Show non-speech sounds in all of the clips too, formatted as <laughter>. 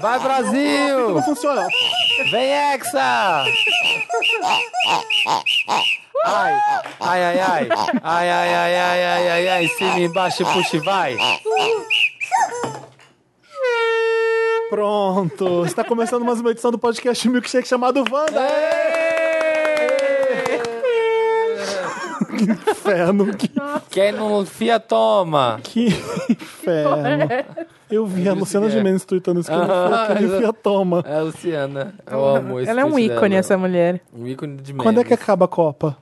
Vai, Brasil! Não funciona. Vem, Hexa! Ai, ai, ai, ai, ai, ai, ai, ai, ai, ai, ai, cima, embaixo, puxa e vai. Pronto. Está começando mais uma edição do podcast Milkshake chamado Wanda. Que <laughs> inferno. Que, Quem não fia, toma. que inferno. Eu vi a Luciana que é. Gimenez tweetando isso quando Aham, foi aquele exato. fia toma. É a Luciana. Eu amo esse Ela é um tweet ícone, dela. essa mulher. Um ícone de memes. Quando é que acaba a <laughs> Copa?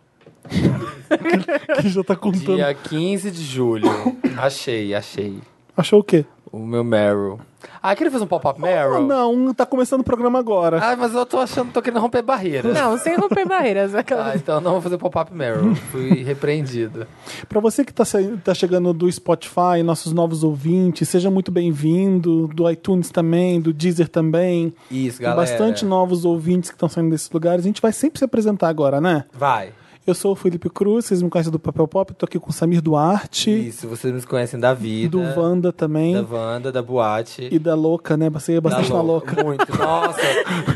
que já tá contando. Dia 15 de julho. Achei, achei. Achou o quê? O meu Meryl. Ah, queria fazer um pop-up Meryl? Não, tá começando o programa agora. Ah, mas eu tô achando, tô querendo romper barreiras. Não, sem romper barreiras. Ah, Aquela... então eu não vou fazer pop-up Meryl. <laughs> Fui repreendido. Pra você que tá, se- tá chegando do Spotify, nossos novos ouvintes, seja muito bem-vindo. Do iTunes também, do Deezer também. Isso, Tem galera. Bastante novos ouvintes que estão saindo desses lugares. A gente vai sempre se apresentar agora, né? Vai. Eu sou o Felipe Cruz, vocês me conhecem do Papel Pop, tô aqui com o Samir Duarte, Isso, vocês nos conhecem da vida. do Wanda também, Da Wanda, da Boate. e da Louca, né? Passei da bastante na Louca. Muito. Nossa,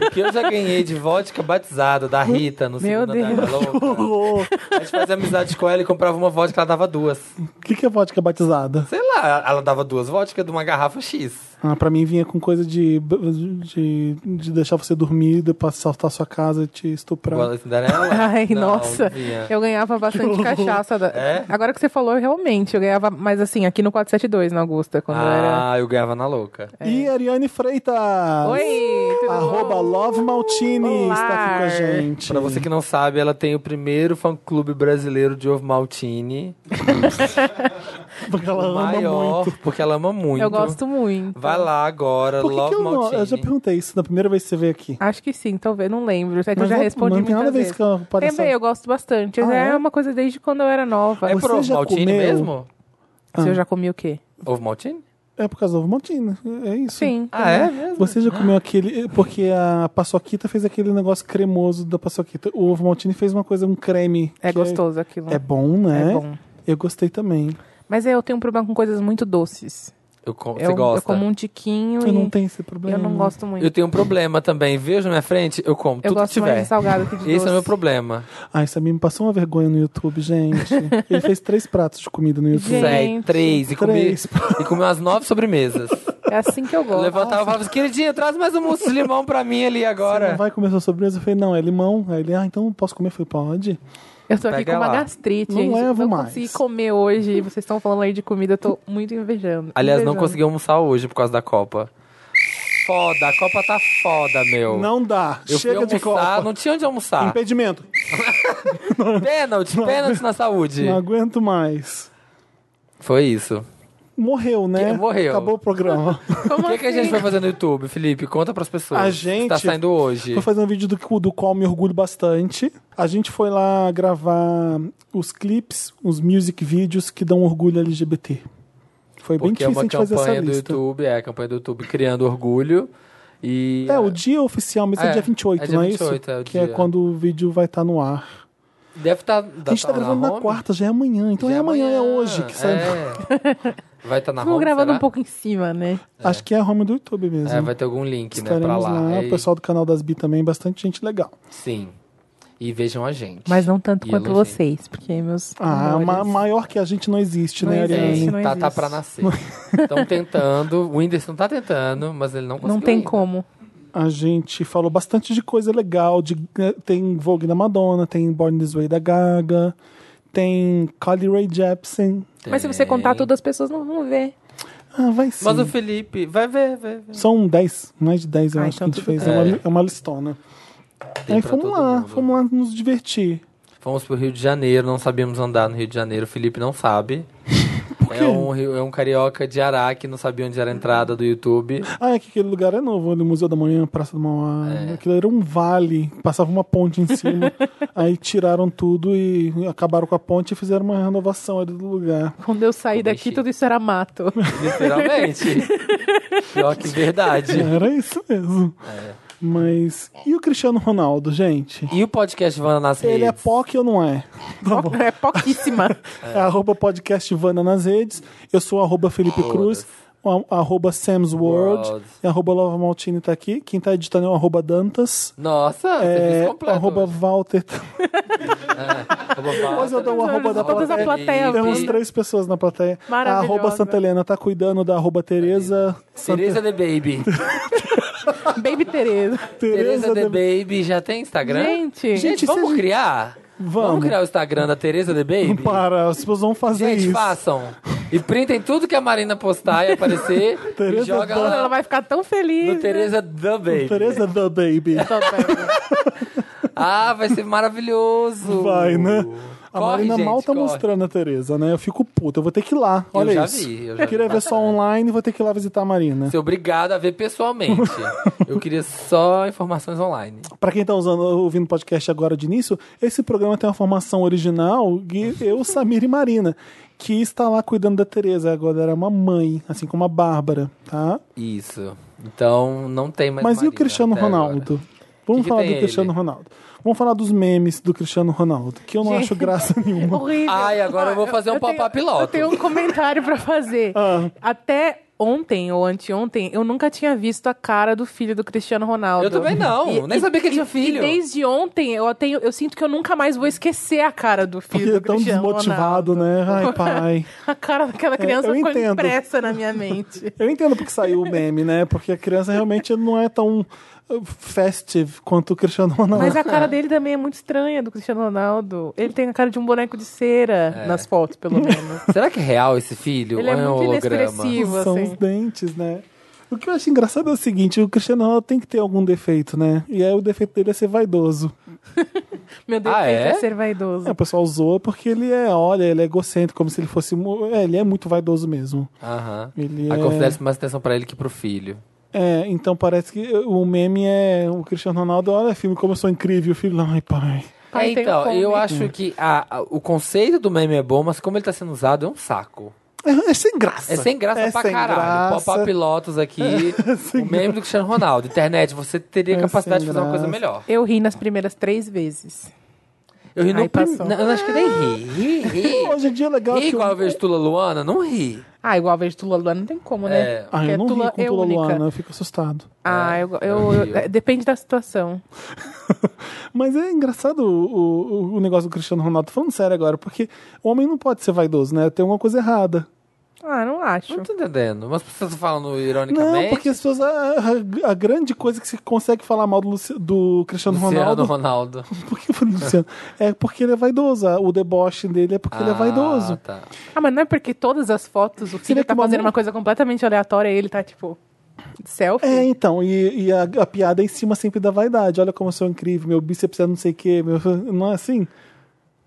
o que eu já ganhei de vodka batizada da Rita no Meu segundo andar da Deus. Louca. Ô, A gente fazia amizade com ela e comprava uma vodka, ela dava duas. O que, que é vodka batizada? Sei lá, ela dava duas vodkas de uma garrafa X. Ah, pra mim vinha com coisa de, de, de deixar você dormir, depois saltar sua casa e te estuprar. Igual a Cinderela. Ai, Não, nossa. vinha. Eu ganhava bastante cachaça. da- É? Agora que você falou, realmente, eu ganhava, mas assim, aqui no 472, na Augusta, quando eu era... Ah, eu ganhava na louca. E Ariane Freitas! É. Ah. Oi, tudo Arroba bom? Love Maltini Olá. está aqui com a gente. Pra você que não sabe, ela tem o primeiro fã-clube brasileiro de Ovo Maltini. <laughs> Porque ela ama maior, muito. porque ela ama muito. Eu gosto muito. Vai lá agora, Por que, Love que eu não? Maltini. Eu já perguntei isso na primeira vez que você veio aqui. Acho que sim, talvez, não lembro. Ah, É que eu Mas já não- respondi não tem nada a muitas ver vezes. isso com a aparição. Também, eu gosto bastante. Ah, é? é? uma coisa desde quando eu era nova. É Você pro Ovo já Maltini comeu? mesmo? Se eu já comi o quê? Ovo Maltini? É por causa do ovo maltino, é isso. Sim. Ah, é mesmo? Você já comeu aquele. Porque a paçoquita fez aquele negócio cremoso da paçoquita. O ovo maltine fez uma coisa, um creme. É que gostoso aquilo. É bom, né? É bom. Eu gostei também. Mas eu tenho um problema com coisas muito doces. Eu com- eu, Você gosta? eu como um tiquinho Eu e não tenho esse problema. eu não gosto muito. Eu tenho um problema também. Vejo na minha frente, eu como Eu tudo gosto que tiver. mais de salgado que de doce. Esse é o meu problema. Ai, Samir Ah, me passou uma vergonha no YouTube, gente. Ele fez três pratos de comida no YouTube. Gente. Sério, três. E comi, Três. e comi umas nove sobremesas. É assim que eu Eu gosto. levantava e falava assim, queridinha, traz mais um mousse de limão pra mim ali Você agora. não vai comer sua sobremesa? Eu falei, não, é limão. Aí ele, ah, então posso comer? Eu falei, pode. Eu tô aqui Pega com uma lá. gastrite, Não gente. levo não mais. consegui comer hoje. Vocês estão falando aí de comida, eu tô muito invejando. Aliás, Um não invejando. consegui almoçar hoje por causa da Copa. Foda, a Copa tá foda, meu. Não dá. Eu fui Chega de almoçar, copa. não tinha onde almoçar. Impedimento. Pênalti, pênalti na saúde. Não aguento mais. Foi isso. Morreu, né? Que- morreu. Acabou <laughs> o programa. Como O que, que a gente assim? vai fazer no YouTube, Felipe? Conta pras pessoas. A que gente- Tá saindo hoje. Vou fazer um vídeo do, do qual me orgulho bastante. A gente foi lá gravar os clipes, os music vídeos que dão orgulho LGBT. Foi bem Porque é difícil uma a gente fazer essa campanha do lista. YouTube, é a campanha do YouTube criando orgulho. E É, o dia oficial mesmo é, né? É, dia 28, é dia não é 28, isso? é o que é dia. quando o vídeo vai estar no ar. deve estar. A gente tá gravando na quarta, já é amanhã. Então é amanhã, é hoje que sai. É. <laughs> Vai estar na Vamos home, gravando será? um pouco em cima, né? Acho que é a home do YouTube mesmo. É, vai ter algum link, né, pra Estaremos lá. lá, E- o pessoal do canal das Bi também, bastante gente legal. Sim. E vejam a gente. Mas não tanto E quanto elogiem. vocês, porque meus. Ah, amores- ma- maior que a gente não existe, Não né, existe, Ariane? Gente, Sim, não tá, tá existe. pra nascer. Estão tentando. O Whindersson tá tentando, mas ele não conseguiu. Não tem ainda. como. A gente falou bastante de coisa legal. De, né, tem Vogue da Madonna, tem Born This Way da Gaga, tem Carly Rae Jepsen. Mas se você contar Tem. tudo, as pessoas não vão ver. Ah, vai sim. Mas o Felipe. Vai ver, vai ver. São 10, mais de 10 eu Ah, acho então que a gente tudo fez. É. bem. uma, É. é uma listona. Tem Aí pra fomos todo lá, mundo. fomos lá nos divertir. Fomos pro Rio de Janeiro, não sabíamos andar no Rio de Janeiro, o Felipe não <laughs> sabe. É um, rio- é um carioca de Ará que não sabia onde era a entrada do YouTube. Ah, é que aquele lugar é novo, ali, Museu da Manhã, Praça do Mauá. É. Aquilo era um vale, passava uma ponte em cima. <laughs> aí tiraram tudo e acabaram com a ponte e fizeram uma renovação ali do lugar. Quando eu saí Vou daqui, mexer. tudo isso era <laughs> mato. <laughs> Literalmente. Pior que verdade. Era isso mesmo. É. Mas. E o Cristiano Ronaldo, gente? E o podcast Vanda nas redes? Ele é POC ou não é? <laughs> é pouquíssima. É, arroba podcast Vanda nas redes. Eu sou arroba Felipe Todas. Cruz. o a- arroba Sam's World, World. e arroba Lova Maltini tá aqui. Quem tá editando é o arroba Dantas. Nossa, você É, fez Ah, completo. arroba Walter. Arroba Walter. Depois eu dou um arroba da Todas Então, a plateia. plateia. Temos três pessoas na plateia. A Maravilhosa. Arroba Santa Helena tá cuidando da arroba Tereza. Santa- Tereza The Baby. Baby Tereza. Tereza The de- Baby já tem Instagram? Gente, Gente, Gente, vamos vocês- criar? Vamos. criar o Instagram da Tereza The Baby? Para, as pessoas vão fazer Gente, isso. façam. E printem tudo que a Marina postar e <laughs> aparecer e Tereza joga Ban- lá ela vai ficar tão feliz. né? no Tereza The Baby. Tereza the Baby. Ah, vai ser maravilhoso. Vai, né? A Corre, Marina gente, mal tá corre. mostrando a Tereza, né? Eu fico puto, eu vou ter que ir lá. Eu Olha já isso. vi, eu já queria vi. ver só online, vou ter que ir lá visitar a Marina. Ser obrigado a ver pessoalmente. Eu queria só informações online. Pra quem tá usando, ouvindo podcast agora de início, esse programa tem uma formação original, Gui, eu, Samir e Marina, que está lá cuidando da Tereza. Agora era uma mãe, assim como a Bárbara, tá? Isso. Então, não tem mais Mas e o Marina Cristiano até agora. Ronaldo? Vamos Que que falar tem do Cristiano ele? Ronaldo. Vamos falar dos memes do Cristiano Ronaldo, que eu não acho graça <laughs> nenhuma. Horrível. Ai, agora eu vou Ah, fazer um tenho- pop-up loto. Eu tenho um comentário pra fazer. Ah. Até ontem ou anteontem, eu nunca tinha visto a cara do filho do Cristiano Ronaldo. Eu também não, nem sabia que ele tinha e- filho. E desde ontem, eu, tenho, eu sinto que eu nunca mais vou esquecer a cara do filho Porque ele do é tão Cristiano desmotivado, Ronaldo. né? Ai, pai. A cara daquela criança eu ficou entendo. impressa na minha mente. Eu entendo porque saiu o meme, né? Porque a criança realmente não é tão uh, festive quanto o Cristiano Ronaldo. Mas a cara dele também é muito estranha do Cristiano Ronaldo. Ele tem a cara de um boneco de cera É. nas fotos, pelo menos. Será que é real esse filho? Ele Ou é um muito holograma? inexpressivo, São assim. os dentes, né? O que eu acho engraçado é o seguinte, o Cristiano Ronaldo tem que ter algum defeito, né? E aí o defeito dele é ser vaidoso. Meu Deus, Ah, tem é? que ser vaidoso. É, o pessoal zoa porque ele é, olha, ele é egocêntrico, como se ele fosse... mu- É, ele é muito vaidoso mesmo. Aham. Ele A é- confidência mais atenção pra ele que pro filho. É, então parece que o meme é o Cristiano Ronaldo, olha, filme, como eu sou incrível, o filho, ai pai. Pai, É, tenho então, fome. eu acho que a- a- o conceito do meme é bom, mas como ele tá sendo usado é um saco. É, é sem graça. É sem graça pra sem caralho. graça. Pop-up Lotus <laughs> aqui, o meme do Cristiano Ronaldo. Internet, você teria É capacidade de sem fazer uma coisa graça. melhor. Eu ri nas primeiras três vezes. Eu ri no Aí prim... passou. Não, Eu acho que nem ri. <laughs> Ri, ri. Hoje em dia é legal Ri que... o- igual eu vejo Tula Luana, não ri. Ah, igual a vez de Tula Luana, não tem como, né? É. Ah, Porque eu não Tula ri com é Tula né? única. Luana, eu fico assustado. Ah, eu, eu- eu rio. é, depende da situação. Mas é engraçado o, o, o negócio do Cristiano Ronaldo. Tô falando sério agora, porque o homem não pode ser vaidoso, né? Tem alguma coisa errada. Ah, não acho. Não tô entendendo. Mas pessoas falando ironicamente. Não, porque as pessoas. A, a- a grande coisa que se consegue falar mal do, Luci- do Cristiano Luciano Ronaldo. Ronaldo. <laughs> Por que eu falei Luciano? É porque ele é vaidoso. O deboche dele é porque ele é Ah, vaidoso. Tá. Ah, mas não é porque todas as fotos o filho Seria tá como fazendo uma- uma coisa completamente aleatória e ele tá, tipo, selfie? É, então, e, e a, a piada é em cima sempre da vaidade. Olha como eu sou incrível, meu bíceps é não sei o quê, meu, <laughs> não é assim?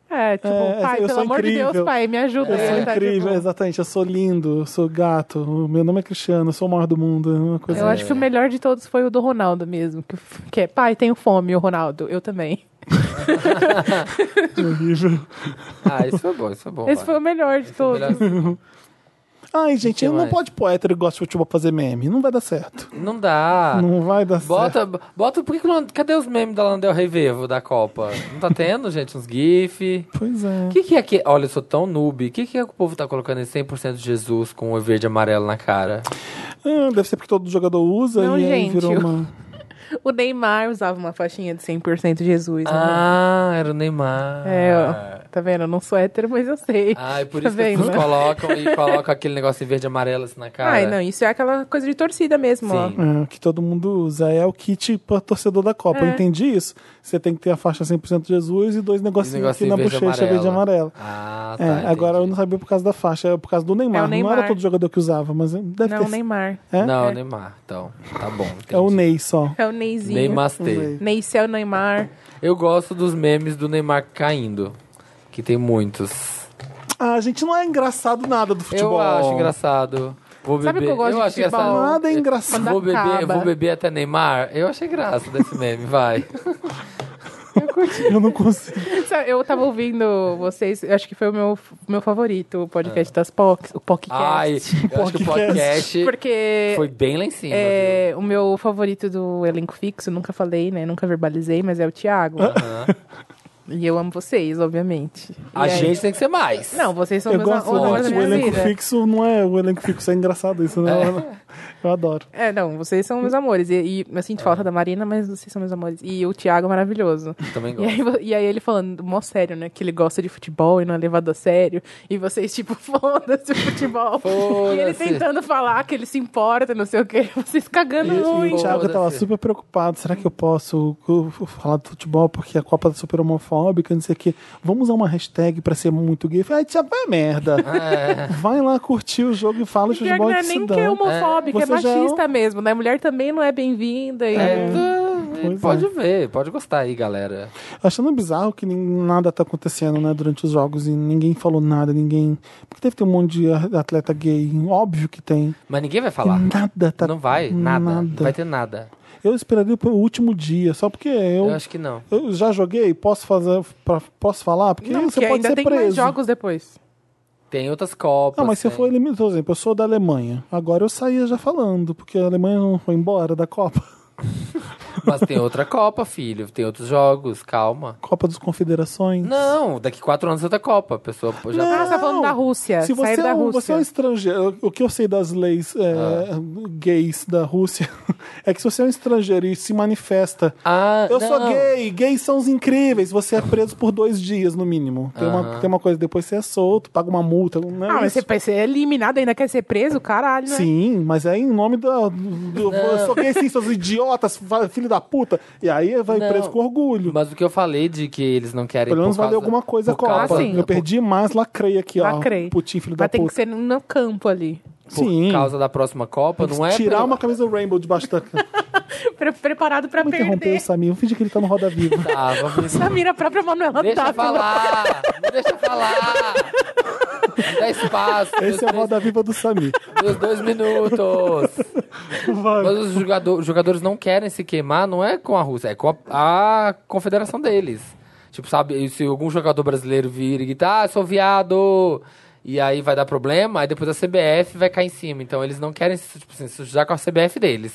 É, tipo, É, pai, eu pelo sou amor de Deus, incrível. pai, me ajuda. Eu sou Ele tá, incrível, tipo, exatamente. Eu sou lindo, eu sou gato, o meu nome é Cristiano, eu sou o maior do mundo. é Uma coisa Eu acho que o melhor de todos foi o do Ronaldo mesmo. Que, que é, pai, tenho fome, o Ronaldo. Eu também. horrível. Ah, isso foi bom, isso foi bom. Esse foi o melhor de todos. Melhor assim. Ai, gente, Que não mais? pode pôr hétero e gosta de futebol fazer meme. Não vai dar certo. Não dá. Não vai dar certo. Ah, Bota, bota, por que que não, cadê os memes da Landel Revivo da Copa? Não tá tendo, <laughs> gente, uns GIF? Pois é. O que, que é que. Olha, eu sou tão noob. O que, que é que o povo tá colocando em 100% de Jesus com o verde e amarelo na cara? Ah, deve ser porque todo jogador usa Não, e aí gente, virou eu- uma. O Neymar usava uma faixinha de 100% Jesus. né? Ah, era o Neymar. É, ó, tá vendo? Eu não sou hétero, mas eu sei. Ah, e por Tá isso que as vendo? pessoas colocam e colocam aquele negócio em verde e amarelo assim na cara. Ai, não, isso é aquela coisa de torcida mesmo, ó. Sim. é, que todo mundo usa. É o kit pra torcedor da Copa. Eu entendi isso. Você tem que ter a faixa 100% de Jesus e dois Esse negocinhos aqui negocinho na verde e bochecha verde e amarela. Ah, tá. É, entendi. agora eu não sabia por causa da faixa, é por causa do Neymar. É o Não era Neymar. todo jogador que usava, mas deve Não, ter. Neymar. É? Não, é o Neymar. Então, tá bom. Entendi. É o Ney só. É o Neizinho. Neymastê. Ney. Neicel Neymar. Eu gosto dos memes do Neymar caindo. Que tem muitos. Ah, gente, não é engraçado nada do futebol. Eu acho engraçado. Vou beber. Sabe o que eu gosto de acho futebol? engraçado. Nada é engraçado. Vou beber, acaba. vou beber até Neymar. Eu achei graça desse meme, vai. Eu curti. Eu não consigo. Sabe, Eu tava ouvindo vocês, eu acho que foi o meu, meu favorito, o podcast das POCs, o podcast. É. Ai, eu acho que o podcast porque foi bem lá em cima. viu? é, o meu favorito do elenco fixo, nunca falei, né? Nunca verbalizei, mas é o Thiago. E eu amo vocês, obviamente. E A aí- gente tem que ser mais. Não, vocês são Eu meus gosto, amores né? da Tipo, o minha elenco vida. fixo não é o elenco fixo, é engraçado isso, né? Eu adoro. É, não, vocês são meus amores. E, e eu É. sinto falta da Marina, mas vocês são meus amores. E o Thiago é maravilhoso. Também E gosto. aí, vo- e aí ele falando, mó sério, né? Que ele gosta de futebol e não é levado a sério. E vocês, tipo, <laughs> foda-se o futebol. e ele Foda-se. tentando falar que ele se importa, não sei o quê. Vocês cagando E o muito. Thiago tava Foda-se. super preocupado. Será que eu posso uh, falar de futebol porque a Copa é super homofóbica, não sei o quê? Vamos usar uma hashtag pra ser muito gay. Eu falei, Ai, Thiago, vai a merda. É. Vai lá curtir o jogo e fala de Pior que futebol não é que se nem dá. que é homofóbico, é, Você já é um- machista mesmo, né? Mulher também não <laughs> é bem-vinda. E... É, Pois pode ver, pode gostar aí, galera. Achando bizarro que nem- nada tá acontecendo, né, durante os jogos e ninguém falou nada, ninguém. Porque deve ter um monte de a- atleta gay, óbvio que tem. Mas ninguém vai E falar. Nada tá. Não vai, nada. Não nada. vai ter nada. Eu esperaria pro último dia, só porque eu, Eu acho que não. eu já joguei, posso fazer, pra- posso falar, porque Não, você porque pode ainda ser tem preso. mais jogos depois. Tem outras copas. Não, mas se eu tem- for eliminado, por exemplo, eu sou da Alemanha. Agora eu saía já falando, porque a Alemanha não foi embora da Copa. <laughs> Mas tem outra Copa, filho. Tem outros jogos, calma. Copa dos Confederações. Não, daqui quatro anos é outra Copa. A pessoa já Ah, tá. você tá falando da Rússia. Se sair você da é, um, Rússia. Ah. você é um estrangeiro, o que eu sei das leis é, gays da Rússia <laughs> é que se você é um estrangeiro e se manifesta, Ah, eu sou não. gay, gays são os incríveis, você é preso por dois dias no mínimo. Tem, uma, Aham. tem uma coisa, depois você é solto, paga uma multa. Não é Ah, mas isso. você, você é eliminado, ainda quer ser preso? Caralho, né? Sim, mas é em nome da. do- eu sou gay sim, seus idiotas, fa- filho da puta. E aí vai Não. preso com orgulho. Mas o que eu falei de que eles não querem. Pelo menos por causa- valeu alguma coisa a por Copa. causa- Ah, sim. Eu perdi, mas lacrei aqui, ó. Lacrei. Putinho, filho da Mas tem puta. que ser no campo ali. Por Sim. causa da próxima Copa, não é? Tirar pelo- uma camisa do Rainbow debaixo da cama. Pre- preparado pra Vamos interromper o perder. Samir. Vamos fingir que ele tá no Roda Viva. <laughs> Tá, vamos... Samira, a própria Manuela Deixa tá eu falar! Me deixa eu falar! Me Dá espaço! meus Esse é o três- Roda Viva do Samir. Meus dois minutos! Vai. Mas os jogador- jogadores não querem se queimar, não é com a Rússia, é com a, a confederação deles. Tipo, sabe, se algum jogador brasileiro vir e gritar, ah, sou viado, e aí vai dar problema, aí depois a CBF vai cair em cima. Então eles não querem se, tipo, assim, se sujar com a CBF deles.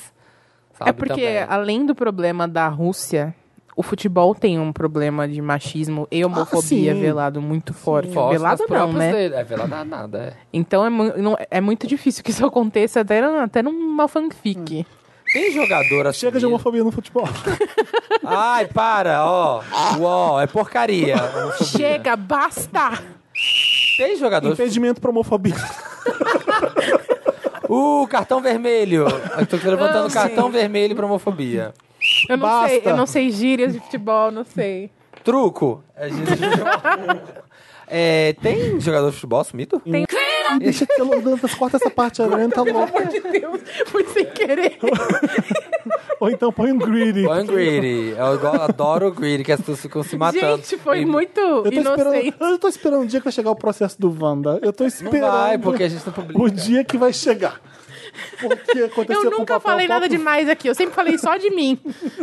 Sabe, É porque, também. além do problema da Rússia, o futebol tem um problema de machismo e homofobia sim. velado muito forte. Forte nas Velado não, próprias né? dele. É, velado nada, é. Então é, mu- não- é muito difícil que isso aconteça até, na- até numa fanfic. <laughs> Tem jogador assim. Chega de homofobia no futebol. Ai, para, ó. Uó, é porcaria. Chega, basta! Tem jogador. Impedimento pra homofobia. Uh, cartão vermelho. Eu tô levantando cartão vermelho pra homofobia. Eu não Basta. sei, eu não sei gírias de futebol, não sei. Truco. A gente... <laughs> é, tem jogador de futebol sumido? Deixa que eu Dantas, corta essa parte, a Lorena tá louca. Meu Deus, foi sem querer. Ou então põe um greedy. Põe o Greedy. Eu go- adoro o Greedy, que as pessoas ficam se matando. Gente, foi E muito Eu tô, esperando, inocente. eu tô esperando o dia que vai chegar o processo do Wanda. Eu tô Não esperando vai, porque a gente tá não publica. o dia que vai chegar. Porque aconteceu Eu com o nunca Papel falei nada Pop. demais aqui, eu sempre falei só <laughs> de mim.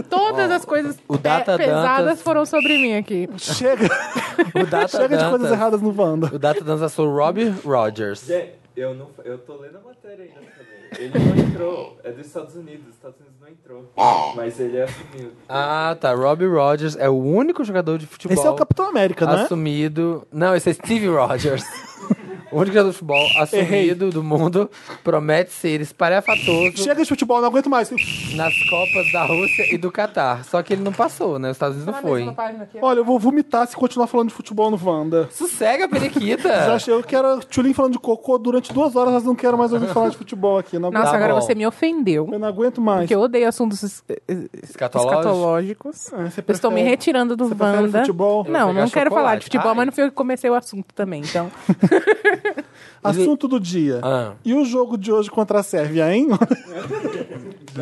Todas as coisas o pe- Data pesadas Dantas- foram sobre mim aqui. Chega, O Data chega de coisas Dantas- erradas no Wanda. O Data Danza sou o Robbie Rogers. Gente, eu, não, eu tô lendo a matéria ainda também. Ele não entrou. É dos Estados Unidos. Os Estados Unidos não entrou. Mas ele é assumiu. Ah, tá. Robbie Rogers é o único jogador de futebol. Esse é o Capitão América, né? assumido. Não, esse é Steve <laughs> Rogers. o único jogador de futebol assumido Errei. do mundo promete ser espalhafatoso Chega de futebol, não aguento mais. nas Copas da Rússia e do Catar. Só que ele não passou, né? Os Estados Unidos não foi. Olha, eu vou vomitar se continuar falando de futebol no Wanda. Sossega, Já periquita! achei eu que era Tchulin falando de cocô durante duas horas, mas não quero mais ouvir falar de futebol aqui. Não aguento, Nossa, Tá agora bom. você me ofendeu. eu não aguento mais. Porque eu odeio assuntos es- es- Escatológico? escatológicos. Ah, você Eu estou me prefere- retirando do você prefere Wanda. futebol? Eu Não, vou não pegar quero falar chocolate. de futebol, Ai. mas não foi eu que comecei o assunto também, então. Assunto do dia. Ah. E o jogo de hoje contra a Sérvia, hein? <laughs>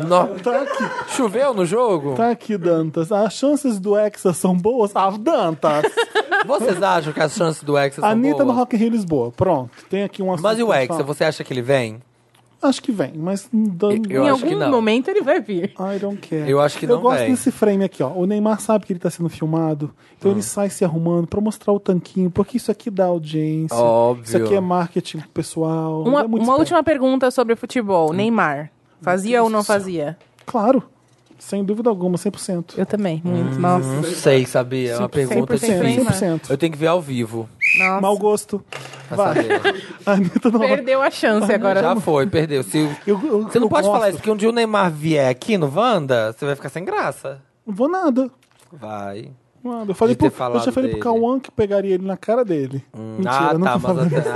No- tá aqui, Choveu no jogo? tá aqui, Dantas. As chances do Hexa são boas? Ah, Dantas! Vocês acham que as chances do Hexa são Anitta no boas? Rock in Rio Lisboa. Pronto, tem aqui um assunto. Mas e o pra Hexa, falar. você acha que ele vem? Acho que vem, mas... Dan... Eu em acho que algum não. momento ele vai vir. I don't care. Eu acho que Eu não gosto vem. desse frame aqui, ó. O Neymar sabe que ele tá sendo filmado, então Hum. ele sai se arrumando pra mostrar o tanquinho, porque isso aqui dá audiência. Óbvio. Isso aqui é marketing pessoal. Uma, ele é muito uma esperto. Hum. última pergunta sobre futebol. Neymar. Fazia ou não fazia? Claro. Sem dúvida alguma, 100%. Eu também, muito. Hum. Nossa. Hum. Não sei, sabia? É uma pergunta 100% assim. hein, mano? 100%. Eu tenho que ver ao vivo. Nossa. Mau gosto. pra Vai. <laughs> saber. A Anitta não Perdeu a chance agora. Já foi, perdeu. Se- Eu- eu- você não eu pode gosto. falar isso, porque um dia o Neymar vier aqui no Wanda, você vai ficar sem graça. Não vou nada. Vai. Nada. Eu falei De ter pro, falado eu já falei pro dele. Cauã que pegaria ele na cara dele. Mentira, ah, nunca tá, mas falei. até.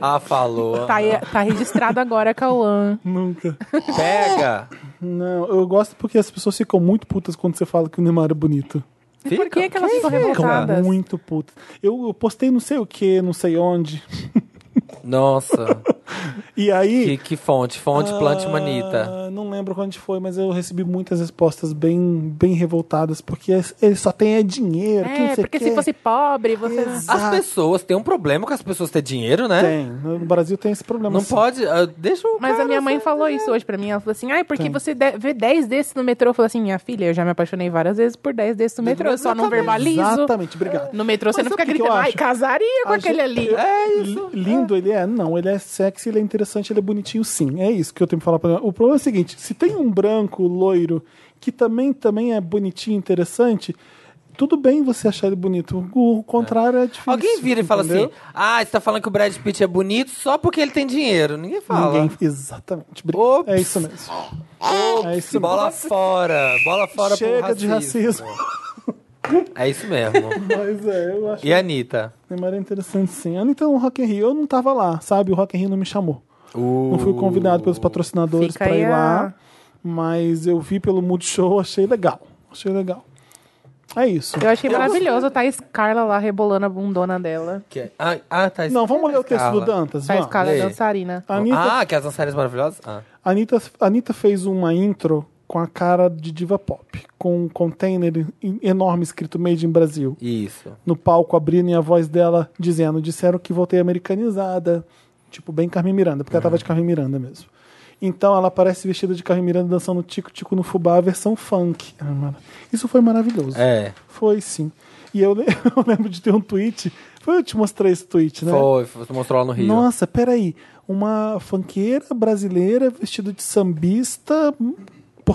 Ah, ah, falou. Tá, tá registrado agora, Cauã. <laughs> Nunca. Pega! Não, eu gosto porque as pessoas ficam muito putas quando você fala que o Neymar é bonito. E por que, que elas ficam fica? revoltadas? Muito putas. Eu, eu postei não sei o que, não sei onde. Nossa, E aí. que, que fonte, fonte Plant Manita. Ah, Não lembro quando foi, mas eu recebi muitas respostas bem, bem revoltadas, porque ele só tem é dinheiro. quem É, você porque quer? é? se fosse pobre, você. As Exato. pessoas têm um problema com as pessoas ter dinheiro, né? Tem. assim? No Brasil tem esse problema. Não sim. pode. ah, deixa o Mas a cara minha mãe ser- falou é. isso hoje pra mim. Ela falou assim: ai, porque você de- vê 10 desses no metrô? Eu falei assim: minha filha, eu já me apaixonei várias vezes por 10 desses no metrô. Eu só não verbalizo. Exatamente, obrigado. No metrô você Mas não sabe fica o que que eu gritando, ai, acho? casaria com A aquele gente- ali. É Li- isso. Lindo ele é? Não, ele é sexy, ele é interessante, ele é bonitinho sim. É isso que eu tenho que falar pra ela. O problema é o seguinte, se tem um branco, loiro, que também, também é bonitinho, interessante, tudo bem você achar ele bonito. O, o contrário é difícil. Alguém vira e fala entendeu? assim: Ah, você tá falando que o Brad Pitt é bonito só porque ele tem dinheiro. Ninguém fala. Ninguém... Exatamente. Obrigado. Ops. É isso mesmo. é isso mesmo. Bola fora. Bola fora pro Chega racismo. de racismo. É isso mesmo. Mas é, eu acho E a Anitta? que o Neymar é interessante sim. A Anitta no Rock in Rio, eu não tava lá, sabe? O Rock in Rio não me chamou. Não fui convidado pelos patrocinadores Fica pra aí ir a- lá, mas eu vi pelo Multishow, achei legal. Achei legal. É isso. Eu achei maravilhoso, tá a Scarla lá rebolando a bundona dela. Que é- Ah, ah, tá. Não, vamos ler o texto do Carla. Dantas. Tá a vamos. Scarla lê. dançarina. A Anitta, Ah, que as dançarinas maravilhosas? Ah. Anitta, Anitta fez uma intro com a cara de diva pop, com um container em- enorme escrito Made in Brasil. Isso. No palco, a Brina e a voz dela dizendo: disseram que voltei americanizada. Tipo, bem Carmen Miranda, porque ela tava de Carmen Miranda mesmo. Então ela aparece vestida de Carmen Miranda dançando Tico Tico no Fubá, a versão funk. Ah, mara- Isso foi maravilhoso. É. Foi sim. E eu, <laughs> le- eu lembro de ter um tweet. Foi eu que te mostrei esse tweet, né? Foi, foi- você mostrou lá no Rio. Nossa, peraí. Uma funkeira brasileira vestida de sambista hum,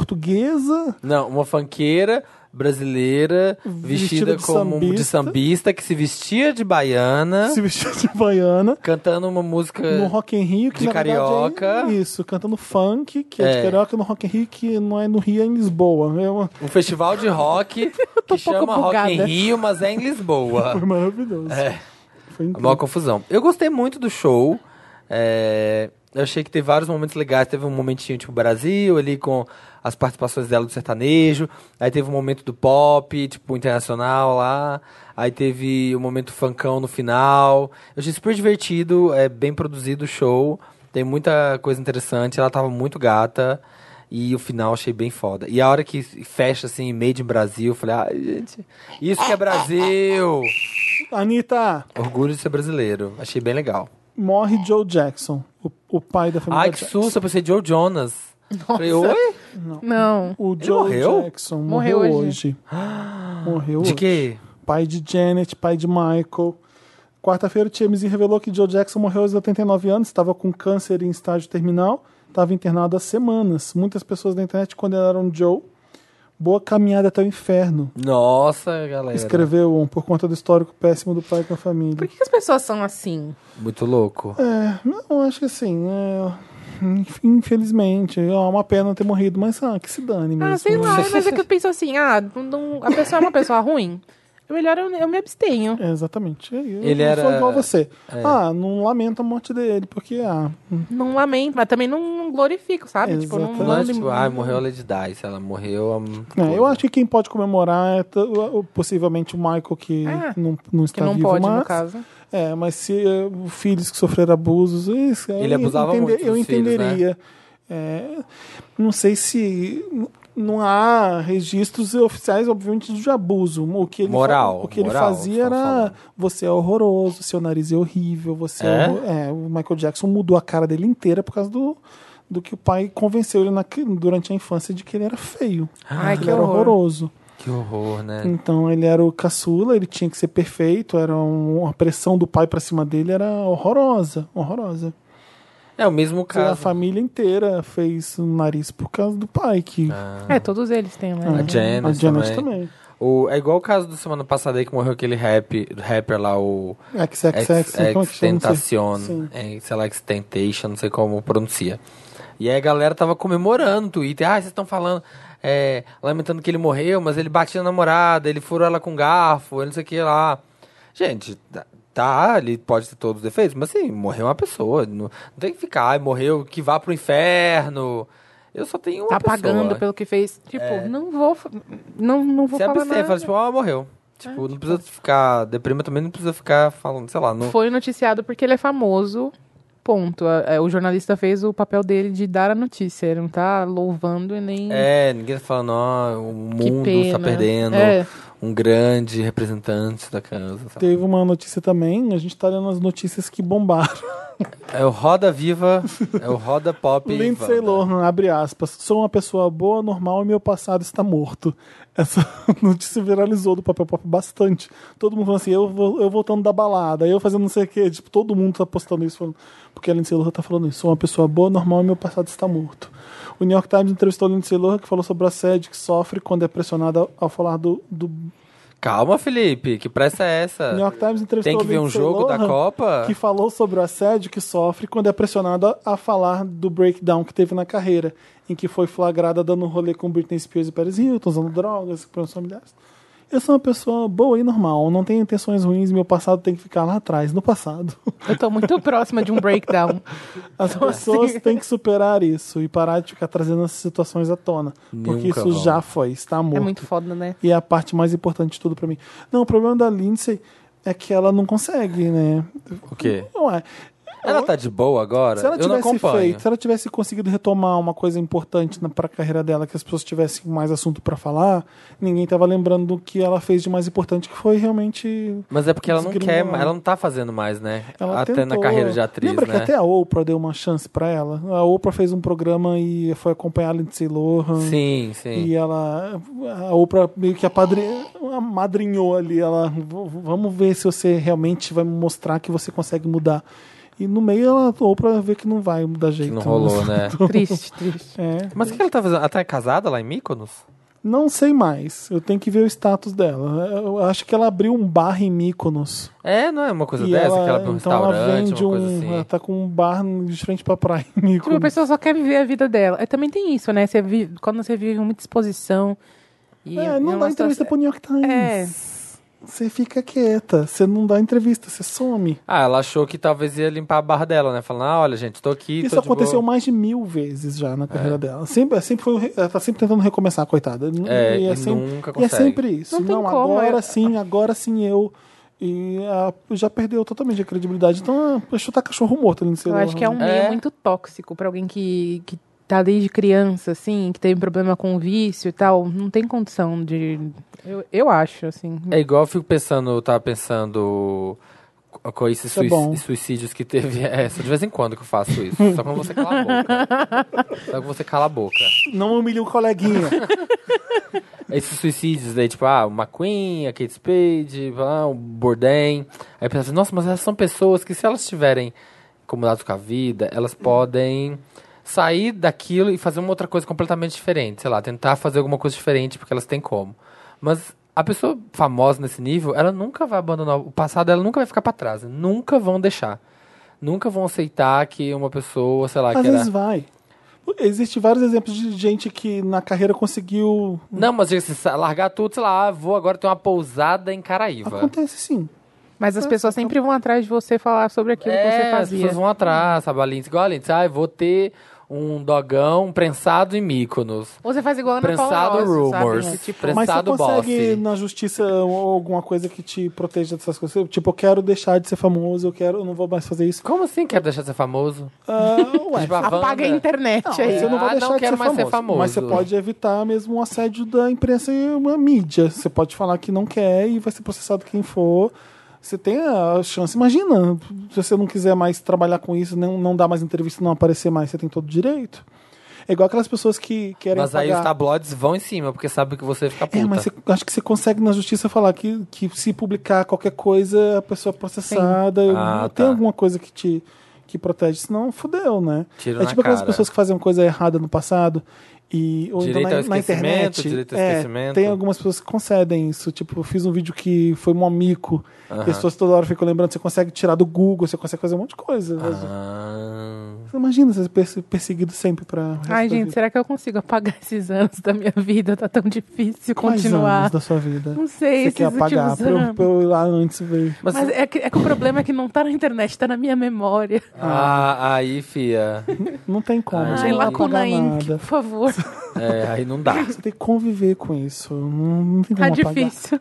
portuguesa. Não, uma fanqueira brasileira vestida Vestida de como um de sambista. sambista que se vestia de baiana, Se vestiu de baiana. cantando uma música. No Rock in Rio, que É. de na verdade, carioca. É isso, cantando funk, que é, É. de carioca no Rock in Rio, que não é no Rio, é em Lisboa. É uma... Um festival de <laughs> rock que pouco um chama Rock em bugada. Rio, mas é em Foi Lisboa. maravilhoso. É. Foi A incrível. maior confusão. Eu gostei muito do show. é, Eu achei que teve vários momentos legais. Teve um momentinho tipo Brasil ali com as participações dela do sertanejo. Aí teve um momento do pop, tipo, internacional lá. Aí teve o momento funkão no final. Eu achei super divertido, é bem produzido o show. Tem muita coisa interessante. Ela tava muito gata. E o final achei bem foda. E a hora que fecha assim, Made in Brasil, eu falei, ai, gente, isso que é Brasil! Anitta, Orgulho de ser brasileiro. Achei bem legal. morre Joe Jackson, o, o pai da família Ai, que Jackson. susto, eu pensei Joe Jonas. Falei, oi? Não. O Joe morreu? Jackson Morreu morreu, hoje. hoje. <gasps> Morreu De hoje. quê? Pai de Janet, pai de Michael. Quarta-feira, o TMZ revelou que Joe Jackson morreu aos 89 anos, estava com câncer em estágio terminal, estava internado há semanas. Muitas pessoas na internet condenaram Joe. Boa caminhada até o inferno, Nossa, galera. escreveu um, por conta do histórico péssimo do pai com a família. Por que que as pessoas são assim? Muito louco. É, não, acho que assim, é, inf- infelizmente, é uma pena ter morrido, mas ah, que se dane mesmo. Ah, sei lá, né? mas é que eu penso assim, ah, não- não- a pessoa é uma pessoa ruim, é melhor eu, eu me abstenho. É, exatamente. Eu, Ele Ele eu sou era- igual a você. Ah, não lamento a morte dele, porque ah, Não lamento, mas também não, não glorifico, sabe? Tipo, Não não, é Exatamente. não- tipo, ai, morreu a Lady Dice. Ela morreu. um a m- É, eu acho que quem pode comemorar é t- o- o- possivelmente o Michael, que É, não, não que está não Tá vivo pode, mais. no caso. É, mas se é, o- filhos que sofreram abusos, é isso, aí Ele abusava eu muito Eu dos filhos, né? entenderia. É, não sei se n- não há registros oficiais, obviamente, de abuso. O que ele, fa- Moral, o que ele moral, fazia estão era falando. você é horroroso, seu nariz é horrível, você é? É? horro- é, o Michael Jackson mudou a cara dele inteira por causa do do que o pai convenceu ele na- durante a infância de que ele era feio, Ai, que que ele era horror. horroroso. Que horror, né? Então ele era o caçula, ele tinha que ser perfeito, era um, a pressão do pai pra cima dele era horrorosa, horrorosa. É o mesmo A caso. família inteira fez o nariz por causa do pai, que. é, É, todos eles têm, Ah. né? Ah, A Janet, a Janet também. também. O, é igual o caso da semana passada aí que morreu aquele rap, rapper lá, o XXX, como é que chama? Não sei. Extentacion, Sim. é, sei lá, Extentation, não sei como pronuncia. E aí a galera tava comemorando no Twitter, ah, vocês estão falando, é, lamentando que ele morreu, mas ele batia na namorada, ele furou ela com um garfo, ele não sei o que lá. Gente, tá- tá, ele pode ter todos os defeitos, mas assim, morreu uma pessoa, não, não tem que ficar, ai, morreu, que vá pro inferno. Eu só tenho uma Tá pessoa. É. pagando pelo que fez. Tipo, não vou. fa- Não, não vou Se falar abstém, nada. É, fala tipo, ó, morreu. Tipo, não precisa ficar deprima também, não precisa ficar falando, sei lá, não. Foi noticiado porque ele é famoso. Ponto. A- é, O jornalista fez o papel dele de dar a notícia. Ele não tá louvando e nem. É, ninguém tá falando, ó, o que mundo pena. tá perdendo É. um grande representante da Kansas. sabe? Teve uma notícia também, a gente tá lendo as notícias que bombaram. É o Roda Viva, é o Roda <laughs> Pop. Lindsay Wanda. Lohan, abre aspas. Sou uma pessoa boa, normal e meu passado está morto. Essa <laughs> notícia viralizou do papel pop bastante. Todo mundo falando assim, eu, vou- eu voltando da balada, eu fazendo não sei o quê. Tipo, todo mundo tá postando isso. Falando, porque a Lindsay Lohan tá falando isso. Sou uma pessoa boa, normal e meu passado está morto. O New York Times entrevistou a Lindsay Lohan, que falou sobre o assédio que sofre quando é pressionada ao- ao falar do... do... Calma, Felipe, que pressa é essa? New York Times Tem entrevistou que a ver um Lindsay jogo da Lohan, Copa? que falou sobre o assédio que sofre quando é pressionada a falar do breakdown que teve na carreira, em que foi flagrada dando um rolê com Britney Spears e Paris Hilton, usando drogas, problemas familiares. Eu sou uma pessoa boa e normal, não tenho intenções ruins, meu passado tem que ficar lá atrás, no passado. <laughs> Eu tô muito <laughs> próxima de um breakdown. As pessoas têm que superar isso e parar de ficar trazendo essas situações à tona, porque Nunca isso vão. já foi, está morto. É muito <laughs> foda, né? E é a parte mais importante de tudo pra mim. Não, o problema da Lindsay é que ela não consegue, né? O quê? Ué, Ela tá de boa agora? é. Se ela Eu não tivesse acompanho. feito, se ela tivesse conseguido retomar uma coisa importante na, pra carreira dela, que as pessoas tivessem mais assunto pra falar, ninguém tava lembrando do que ela fez de mais importante, que foi realmente. Mas é porque ela não quer, Desgrimou. mais, ela não tá fazendo mais, né? Ela até na tentou. é. carreira de atriz, Lembra né? que até a Oprah deu uma chance pra ela? A Oprah fez um programa e foi acompanhar a Lindsay Lohan. Sim, sim. E ela. A Oprah meio que apadri... amadrinhou ali. Ela. "V- Vamos ver se você realmente vai mostrar que você consegue mudar. E no meio ela, a Oprah vê que não vai mudar jeito. Não rolou, né? Triste, triste. É. Mas o que ela tá fazendo? Ela tá casada lá em Mykonos? Não sei mais. Eu tenho que ver o status dela. Eu acho que ela abriu um bar em Mykonos. É, não é uma coisa E dessa? ela, que ela abre um então ela restaurante, vende uma coisa um. assim. Ela tá com um bar de frente pra praia em Tipo, a Mykonos. pessoa só quer viver a vida dela. É, também tem isso, né? Você vive, quando você vive muita exposição. E É, e não uma dá entrevista situação- pro New York Times. É. Você fica quieta. Você não dá entrevista, você some. Ah, ela achou que talvez ia limpar a barra dela, né? Falando, ah, olha, gente, tô aqui. Isso tô de É. aconteceu boa. mais de mil vezes já na carreira dela. Sempre, sempre foi, um re- ela tá sempre tentando recomeçar, coitada. É, e e é sempre, nunca e é consegue. sempre isso. Não tem como, agora é- sim, agora sim eu. E ah, já perdeu totalmente a credibilidade. Então, ah, chutar cachorro morto ali no Eu celular. acho que é um meio É. muito tóxico pra alguém que, que tá desde criança, assim, que teve problema com vício e tal. Não tem condição de. Eu, eu acho, assim. É igual eu fico pensando, eu tava pensando co- com esses Isso é sui- bom. suicídios que teve. <laughs> É, só de vez em quando que eu faço isso. Só quando você cala a boca. <laughs> Só quando você cala a boca. Não humilhe o coleguinha. <laughs> Esses suicídios daí, tipo, ah, uma Queen, a Kate Spade, ah, o Bourdain. Aí pensa assim, nossa, mas elas são pessoas que se elas estiverem incomodadas com a vida, elas podem sair daquilo e fazer uma outra coisa completamente diferente, sei lá, tentar fazer alguma coisa diferente, porque elas têm como. Mas a pessoa famosa nesse nível, ela nunca vai abandonar o passado, ela nunca vai ficar pra trás, nunca vão deixar. Nunca vão aceitar que uma pessoa, sei lá, Às que era... vezes vai. Existem vários exemplos de gente que na carreira conseguiu. Não, mas diga assim, sa- largar tudo, sei lá, ah, vou agora ter uma pousada em Caraíva. Acontece sim. Mas as pessoas sempre vão atrás de você falar sobre aquilo que você É, As pessoas fazia. vão atrás, sabe? A Lindsay, igual a Lindsay, ah, eu vou ter um dogão prensado em Míconos. Ou você faz igual a Ana Prensado Paula Rosa, sabe? rumors. Que, tipo, Prensado Mas você Pensado, consegue boss. na justiça alguma coisa que te proteja dessas coisas? Tipo, eu quero deixar de ser famoso, eu quero, eu não vou mais fazer isso. Como assim quero deixar de ser famoso? Ah, <laughs> ué, Tipo, a apaga Wanda. a internet aí. você não vai Ah, deixar não de quero ser mais famoso, ser famoso. Mas você pode evitar mesmo um assédio da imprensa e uma mídia. Você pode falar que não quer e vai ser processado quem for. Você tem a chance. Imagina, se você não quiser mais trabalhar com isso, não, não dar mais entrevista, não aparecer mais, você tem todo o direito. É igual aquelas pessoas que querem Mas aí pagar... os tabloides vão em cima, porque sabe que você fica puta. É, mas você- acho que você consegue na justiça falar que, que se publicar qualquer coisa, a pessoa é processada. Ah, Tem tá. alguma coisa que te. Que que protege, senão fudeu, né? Tiro é na tipo aquelas cara. pessoas que faziam coisa errada no passado e ou então Direito na, ao na esquecimento, internet. direito ao é, esquecimento. Tem algumas pessoas que concedem isso. Tipo, eu fiz um vídeo que foi um amigo. Aham. E as pessoas toda hora ficam lembrando, você consegue tirar do Google, você consegue fazer um monte de coisa. Ah. Você imagina você ser perse- perseguido sempre pra. Ai, gente, será que eu consigo apagar <laughs> esses anos da minha vida? Tá tão difícil Quais continuar. anos da sua vida? Não sei, você quer esses apagar últimos pra eu, anos. pra eu ir lá antes ver. Mas, Mas é que, é que o problema é que não tá na internet, tá na minha memória. ah, aí, fia. Não tem como. Ai, você Ai, Ah, não vai lacuna apagar Inc, nada. por favor. tá É, aí não dá. <laughs> Você tem que conviver com isso. Não, não tem Tá como apagar. difícil.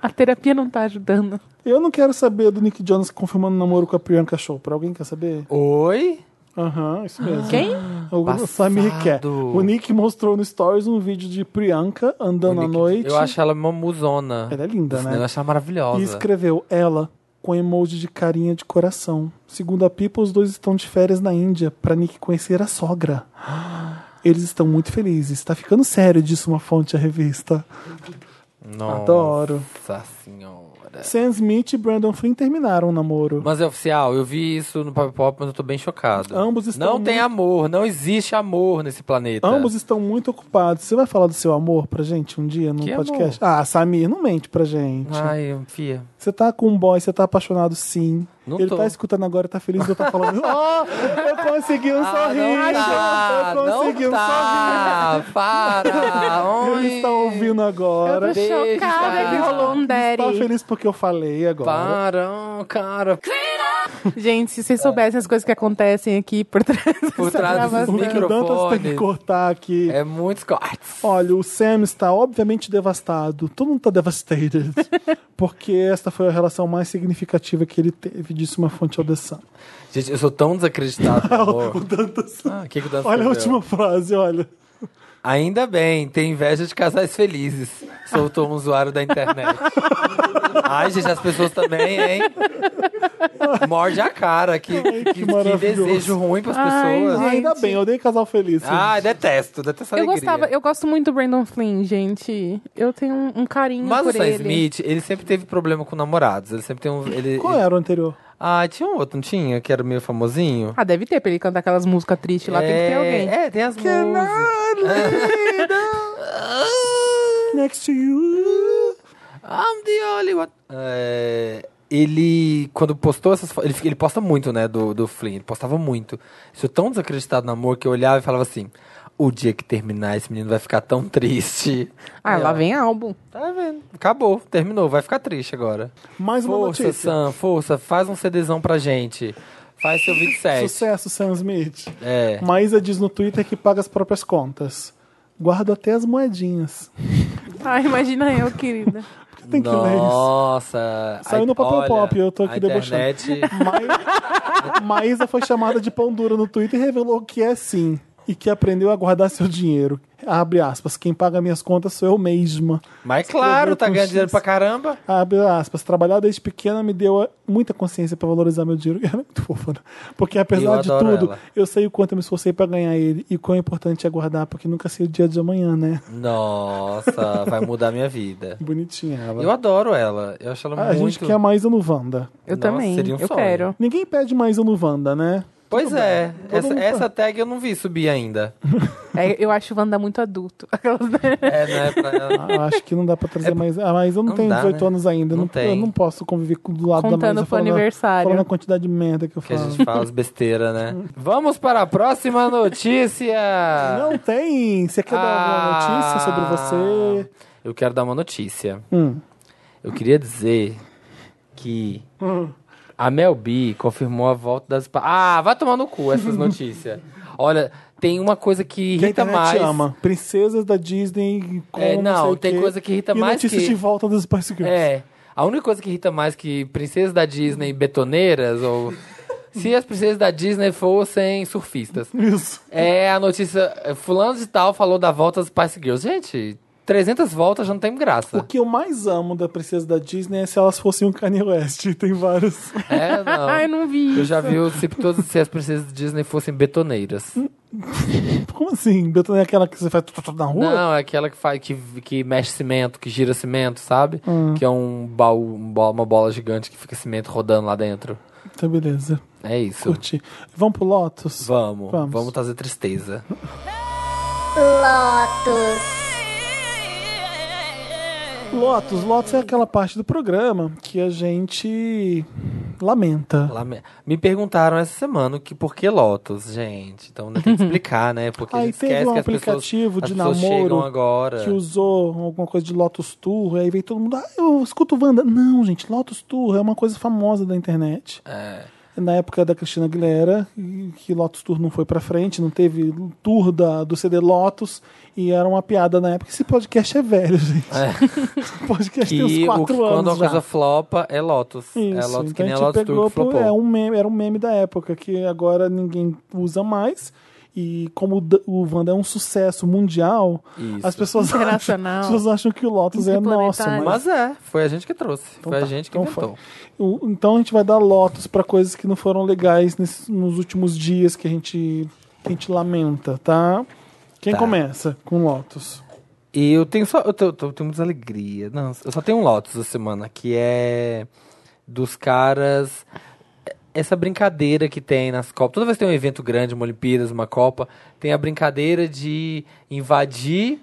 A terapia não tá ajudando. Eu não quero saber do Nick Jonas confirmando o namoro com a Priyanka Chopra. Alguém quer saber? Oi? Aham, isso mesmo. Ah. Quem? O Passado. Samir quer. O Nick mostrou no Stories um vídeo de Priyanka andando O à Nick- noite. Eu acho ela uma musona. Ela é linda, Esse né? negócio é maravilhosa. E escreveu ela com emoji de carinha de coração. Segundo a People, os dois estão de férias na Índia para Nick conhecer a <gasps> sogra. Eles estão muito felizes. Tá ficando sério disso uma fonte à revista. Nossa Adoro. senhora. Sam Smith e Brandon Flynn terminaram o namoro. Mas é oficial, eu vi isso no Pop Pop, mas eu tô bem chocado. Ambos estão Não tem muito- amor, não existe amor nesse planeta. Ambos estão muito ocupados. Você vai falar do seu amor pra gente um dia no Que Ah. podcast? Ah, Samir, não mente pra gente. Ai, fia. Você tá com um boy, você tá apaixonado sim. Não Ele tô. tá escutando agora, tá feliz, eu tô falando. Oh, eu consegui um sorriso! Ah, não tá, eu consegui não um tá. sorriso! <laughs> Para! Oi. Ele está ouvindo Eu tô agora. Beijo, chocada que cara. rolou um Tá daddy. feliz porque eu falei agora. Para, um cara. Gente, se vocês soubessem as coisas que acontecem aqui por trás Por dessa trás desses O gravação. que o Dantas tem que microfones. cortar aqui. É muitos cortes. Olha, o Sam está obviamente devastado. Todo mundo <laughs> está devastated. porque esta foi a relação mais significativa que ele teve, disse uma fonte ao The Sun. Gente, eu sou tão desacreditado. <laughs> meu amor. O Dantas. Ah, o que que o Dan Olha a escreveu? última frase, olha. Ainda bem, tem inveja de casais felizes. Soltou um usuário da internet. Ai, gente, as pessoas também, hein? Morde a cara. Que, que, que maravilhoso. desejo ruim pras Ai, pessoas. Ah, ainda Gente. bem, eu dei casal feliz. Ai, detesto. Detesto essa Eu alegria. gostava, eu gosto muito do Brandon Flynn, gente. Eu tenho um, um carinho Mas o por Sam ele. Smith, ele sempre teve problema com namorados. Ele sempre tem um. Ele, Qual é? era o anterior? Ah, tinha um outro, não tinha? Que era meio famosinho. Ah, deve ter pra ele cantar aquelas músicas tristes lá, tem que ter alguém. É, tem as músicas. <laughs> Next to you. I'm the only one. É, ele, quando postou essas fotos, ele, fica- ele posta muito, né, do, do Flynn, ele postava muito. Eu sou tão desacreditado no amor que eu olhava e falava assim, o dia que terminar, esse menino vai ficar tão triste. Ah, Aí, lá ó, vem álbum. <laughs> Tá vendo? Acabou, terminou, vai ficar triste agora. Mais uma Força, notícia. Sam, força, faz um CDzão pra gente. Faz seu 27. Sucesso, Sam Smith. É. Maísa diz no Twitter que paga as próprias contas. Guardo até as moedinhas. Ah, imagina eu, querida. Por que tem que ler isso? Nossa. Saiu a- no Papel olha, Pop, eu tô aqui a internet, <laughs> Ma- Maísa foi chamada de pão dura no Twitter e revelou que é sim. E que aprendeu a guardar seu dinheiro. Abre aspas. Quem paga minhas contas sou eu mesma. Mas claro, tá ganhando dinheiro pra caramba. Abre aspas. Trabalhar desde pequena me deu muita consciência pra valorizar meu dinheiro. <laughs> E ela é muito fofa, né? Porque apesar Eu de adoro tudo, ela. eu sei o quanto eu me esforcei pra ganhar ele. E quão importante é guardar, porque nunca sei o dia de amanhã, né? Nossa, vai mudar minha <laughs> vida. Bonitinha ela. Eu adoro ela. Eu acho ela Ah, a muito. gente quer Maísa no Wanda. Eu Nossa, também. seria um eu sonho. quero. Ninguém pede Maísa no Wanda, né? Pois é, Todo essa, mundo- tá- essa tag eu não vi subir <laughs> ainda. É, eu acho o Wanda muito adulto. <laughs> Aquelas, né? É, né? Pra ela. Ah, acho que não dá pra trazer mais. Ah, mas eu não, É Não tenho dá, 18 né? anos ainda. eu Não Não eu tem. não posso conviver com- do lado da Contando Maísa pro aniversário. Falando a quantidade de merda que eu Que a falo. gente fala as besteiras, <laughs> né? Vamos para a próxima notícia! Ah, Não tem! Você quer dar alguma notícia sobre você? Eu quero dar uma notícia. Hum. Eu queria dizer que Hum. a Mel B confirmou a volta das. pa- Ah, vai tomar no cu <laughs> essas notícias. Olha, tem uma coisa que Quem irrita internet mais. ama? Princesas da Disney com É, não, sei o tem quê, coisa que irrita e mais notícias que- de volta dos Spice Girls. É. A única coisa que irrita mais que princesas da Disney betoneiras ou. Se as princesas da Disney fossem surfistas. Isso. É a notícia. é, Fulano de Tal falou da volta das Spice Girls. Gente, 300 voltas já não tem O graça. que eu mais amo da Princesa da Disney é se elas fossem um Kanye West. <laughs> Tem vários. É, Ai, não. não vi. Eu já vi o- se, todas, se as princesas da Disney fossem betoneiras. Como assim? Beto é aquela que você faz tu, tu, tu na rua? Não, é aquela que, faz, que, que mexe cimento, que gira cimento, sabe? Que é um baú, um bo- uma bola gigante que fica cimento rodando lá dentro. Tá, beleza. É isso. Curti. Vamos pro Lotus? Vamos, Vamos. vamos. trazer tristeza. Lotus, Lotus é aquela parte do programa que a gente lamenta. Lame- Me perguntaram essa semana o que por que Lotus, gente. Então tem <laughs> que explicar, né? Porque a Aí gente teve esquece um que as pessoas, aplicativo as de pessoas chegam namoro agora. que usou alguma coisa de Lotus Tour, aí veio todo mundo, ah, eu escuto Wanda. Não, gente, Lotus Tour é uma coisa famosa da internet. <laughs> É. Na época da Cristina Aguilera, e que Lotus Tour não foi pra frente, não teve tour da, do CD Lotus, e era uma piada na época. Esse podcast é velho, gente. O podcast tem uns Que o, quatro anos quando uma já. coisa flopa é Lotus. é Isso, Lotus então que nem a a gente Lotus Tour pegou que flopou. por- é um meme, era um meme da época que agora ninguém usa mais. E como o D- o Wanda é um sucesso mundial, Isso. as pessoas, acham, <laughs> Internacional. as pessoas acham que o Lotus é nosso. Interplanetário. mas- Mas é, foi a gente que trouxe. foi tá, a gente que então inventou. o- então a gente vai dar Lotus pra coisas que não foram legais nesses- nos últimos dias que a gente, que a gente lamenta, tá? Quem Tá. começa com Lotus? E eu tenho só. Eu tenho, eu tenho muita alegria. Não, eu só tenho um Lotus essa semana, que é dos caras. Essa brincadeira que tem nas Copas. Toda vez que tem um evento grande, uma Olimpíadas, uma Copa, tem a brincadeira de invadir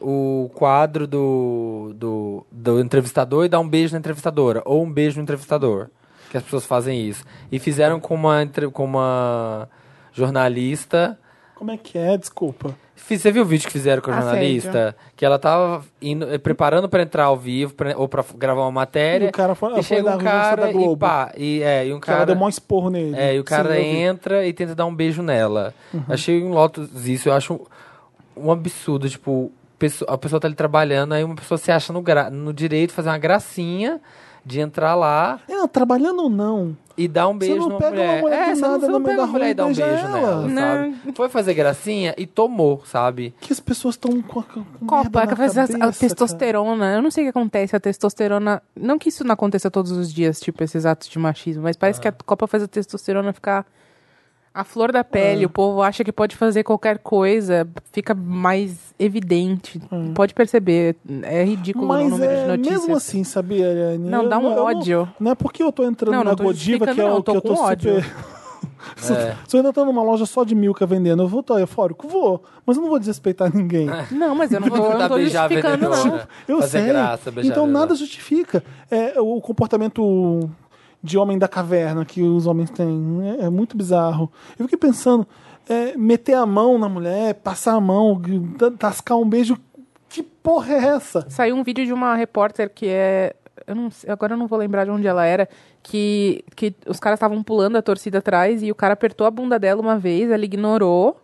o quadro do, do, do entrevistador e dar um beijo na entrevistadora. Ou um beijo no entrevistador. Que as pessoas fazem isso. E fizeram com uma, entre- com uma jornalista. Como é que é? Desculpa. Fiz- Você viu o vídeo que fizeram com a Assédio. jornalista? Que ela tava indo- eh, preparando pra entrar ao vivo pra- ou pra f- gravar uma matéria. E o cara foi- foi e chega da um revista da cara Globo. e pá. E, é, e um Que ela cara. deu maior esporro nele. É, e o cara Sim, eu vi. Uhum. entra e tenta dar um beijo nela. Achei um Lotus isso, eu acho um, um absurdo, tipo, pesso- a pessoa tá ali trabalhando, aí uma pessoa se acha no, gra- no direito de fazer uma gracinha de entrar lá É, trabalhando ou não. e dar um beijo não numa pega uma mulher. mulher é, do você não, nada você no não meio pega da uma mulher e dá um rua e beijo beija nela, ela. sabe? Foi fazer gracinha e tomou, sabe? que as pessoas estão com a com merda Copa, na que faz a- a cabeça, testosterona. Eu não sei o que acontece. A testosterona. Não que isso não aconteça todos os dias, tipo, esses atos de machismo, mas Ah. parece que a Copa faz a testosterona ficar a flor da Ah. pele. O povo acha que pode fazer qualquer coisa, fica mais evidente. Pode perceber. É ridículo o Ah. Mas número de é, notícias. mesmo assim, sabia, Ariane? Não, Eu dá um eu ódio. Não, é porque eu tô entrando Não, na não tô Godiva, que é justificando, o não, que tô eu tô com ódio. super... <laughs> Se eu- Se eu ainda tô numa loja só de milka vendendo, eu vou estar eufórico? Vou, mas eu não vou desrespeitar ninguém. Não, mas eu não vou, eu não Tentar tô beijar a justificando, não. vendedora. Tipo, Eu Fazer sei. graça, beijar então a nada vendedora. justifica é, o comportamento de homem da caverna que os homens têm. É, é muito bizarro. Eu fiquei pensando, é, meter a mão na mulher, passar a mão, t- tascar um beijo. Que porra é essa? Saiu um vídeo de uma repórter que é. Eu não sei, agora eu não vou lembrar de onde ela era. Que, que os caras estavam pulando a torcida atrás e o cara apertou a bunda dela uma vez, ela ignorou.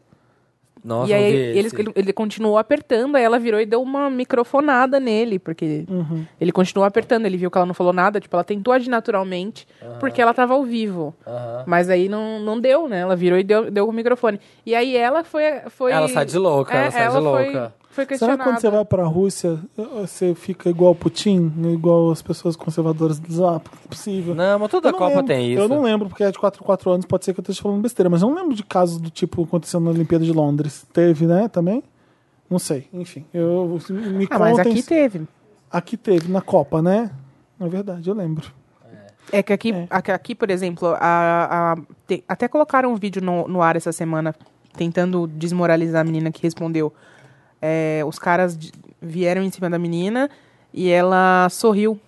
Nossa, e aí eu vi ele, esse. ele, ele continuou apertando, aí ela virou e deu uma microfonada nele, porque Uhum. ele continuou apertando, ele viu que ela não falou nada, tipo, ela tentou agir naturalmente, porque ela tava ao vivo. Aham. Mas aí não, não deu, né? Ela virou e deu, deu o microfone. E aí ela foi. foi É, Ela sai de louca, É, ela sai de foi- louca. Foi Será questionada. que quando você vai pra Rússia, você fica igual o Putin? Igual as pessoas conservadoras do Zap? Não é possível. Não, mas toda Eu não Copa lembro. tem isso. Eu não lembro, porque é de 4 4 anos, pode ser que eu esteja falando besteira, mas eu não lembro de casos do tipo acontecendo na Olimpíada de Londres. Teve, né, também? Não sei, enfim. Eu, me Ah, mas contem aqui se- teve. aqui teve, na Copa, né? Na verdade, eu lembro. É que aqui, É. aqui, aqui, por exemplo, a, a- te- até colocaram um vídeo no, no ar essa semana tentando desmoralizar a menina que respondeu. É, os caras de- vieram em cima da menina e ela sorriu.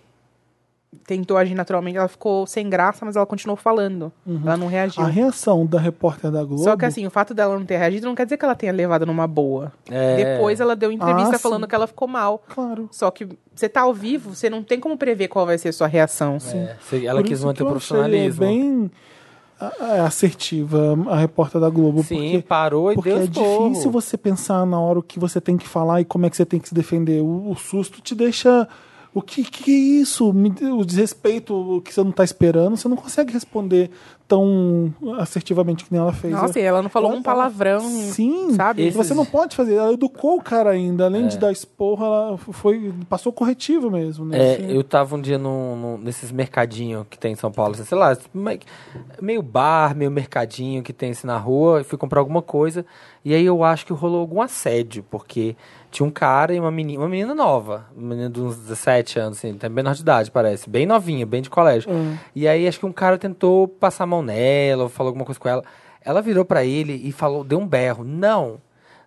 Tentou agir naturalmente, ela ficou sem graça, mas ela continuou falando. Ela não reagiu. Uhum. A reação da repórter da Globo. Só que assim, o fato dela não ter reagido não quer dizer que ela tenha levado numa boa. É. Depois ela deu entrevista Ah, falando sim. que ela ficou mal. Claro. Só que você tá ao vivo, você não tem como prever qual vai ser a sua reação. É, se- ela Por quis isso manter que o eu achei profissionalismo. bem a- a- assertiva a repórter da Globo. Sim, porque parou e Porque deu é esporro. difícil você pensar na hora o que você tem que falar e como é que você tem que se defender. O, o susto te deixa. O que, que é isso? Me- O desrespeito o que você não está esperando, você não consegue responder tão assertivamente que nem ela fez. Nossa, e ela não falou Ela- um palavrão. Sim, sabe? E Você Esses- É. não pode fazer. Ela educou o cara ainda, além de dar esporro, ela foi, passou corretivo mesmo. Né? É, Assim. eu tava um dia num, num- nesses mercadinhos que tem em São Paulo, assim, sei lá, me- meio bar, meio mercadinho que tem assim na rua, e fui comprar alguma coisa, e aí eu acho que rolou algum assédio, porque tinha um cara e uma menina, uma menina nova, uma menina de uns É. 17 anos, assim, até menor de idade, parece, bem novinha, bem de colégio. E aí acho que um cara tentou passar a mão palavrão nela, ou falou alguma coisa com ela. Ela virou pra ele e falou, deu um berro. Não,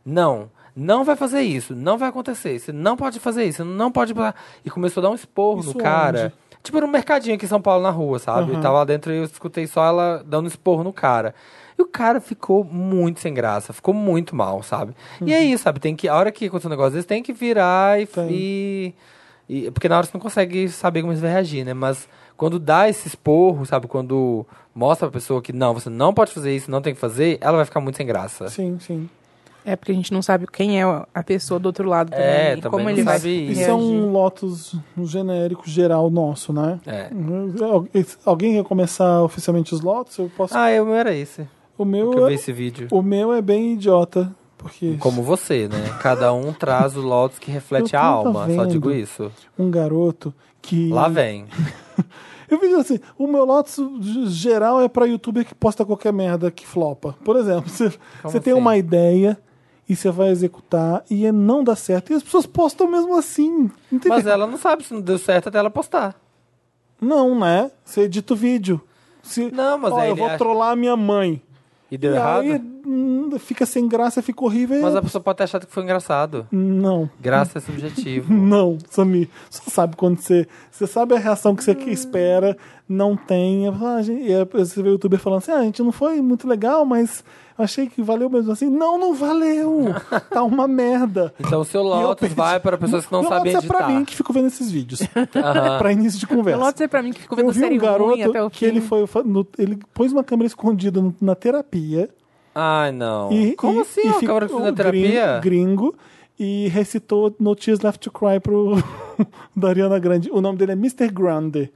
não, não vai fazer isso, não vai acontecer. Você não pode fazer isso, não pode. blá." E começou a dar um esporro Isso no cara. onde? Tipo, era um mercadinho aqui em São Paulo na rua, sabe? Aham. Eu tava lá dentro e eu escutei só ela dando esporro no cara. E o cara ficou muito sem graça, ficou muito mal, sabe? E é isso, sabe? Tem que, a hora que acontece um negócio desse, tem que virar e, Uhum. Tem. e, e- Porque na hora você não consegue saber como você vai reagir, né? Mas quando dá esse esporro, sabe? Quando mostra pra pessoa que não, você não pode fazer isso, não tem que fazer, ela vai ficar muito sem graça. Sim, sim. É porque a gente não sabe quem é a pessoa do outro lado também. né? É, e também como não ele vai sabe isso. Isso é reagir. um Lotus genérico geral nosso, né? É. Al- Alguém quer começar oficialmente os Lotus? Eu posso. Ah, eu era esse. o Que eu meu vi é, esse vídeo. o meu é bem idiota, porque Como você, né? Cada um traz o Lotus que reflete Eu a tava alma. Só vendo. digo isso. um garoto que Lá vem. Eu vejo assim, o meu Lotus g- geral é pra youtuber que posta qualquer merda que flopa. Por exemplo, você você tem assim? uma ideia e você vai executar e é- não dá certo. E as pessoas postam mesmo assim. Entendeu? Mas é- ela não sabe se não deu certo até ela postar. Não, né? Você edita o vídeo. Se, Não, mas ó, aí eu ele vou acha- trollar a minha mãe. E deu e errado. aí hum, fica sem graça, fica horrível. Mas a pessoa pode ter achado que foi engraçado. Não. Graça é subjetivo. <laughs> Não, Samir. Você sabe quando você. Você sabe a reação que você que espera, não tem. Eu falo, ah, gente- E aí você vê o youtuber falando assim: ah, a gente não foi muito legal, mas achei que valeu mesmo assim. Não, não valeu! Tá uma merda. Então o seu E eu Lotus perdi. vai para pessoas que não Meu sabem Lotus é editar. pra mim que fico vendo esses <laughs> vídeos. Aham. <laughs> pra início de O conversa. Lotus é pra mim que ficou vendo eu vi série um garoto ruim até o fim. que ele foi. no- ele pôs uma câmera escondida no- na terapia. Ai, não. E, Como e- assim? e Ó, fica- Câmara da o terapia? Gringo, gringo e recitou No Tears Left to Cry pro <laughs> da Ariana Grande. O nome dele é Mr. Grande.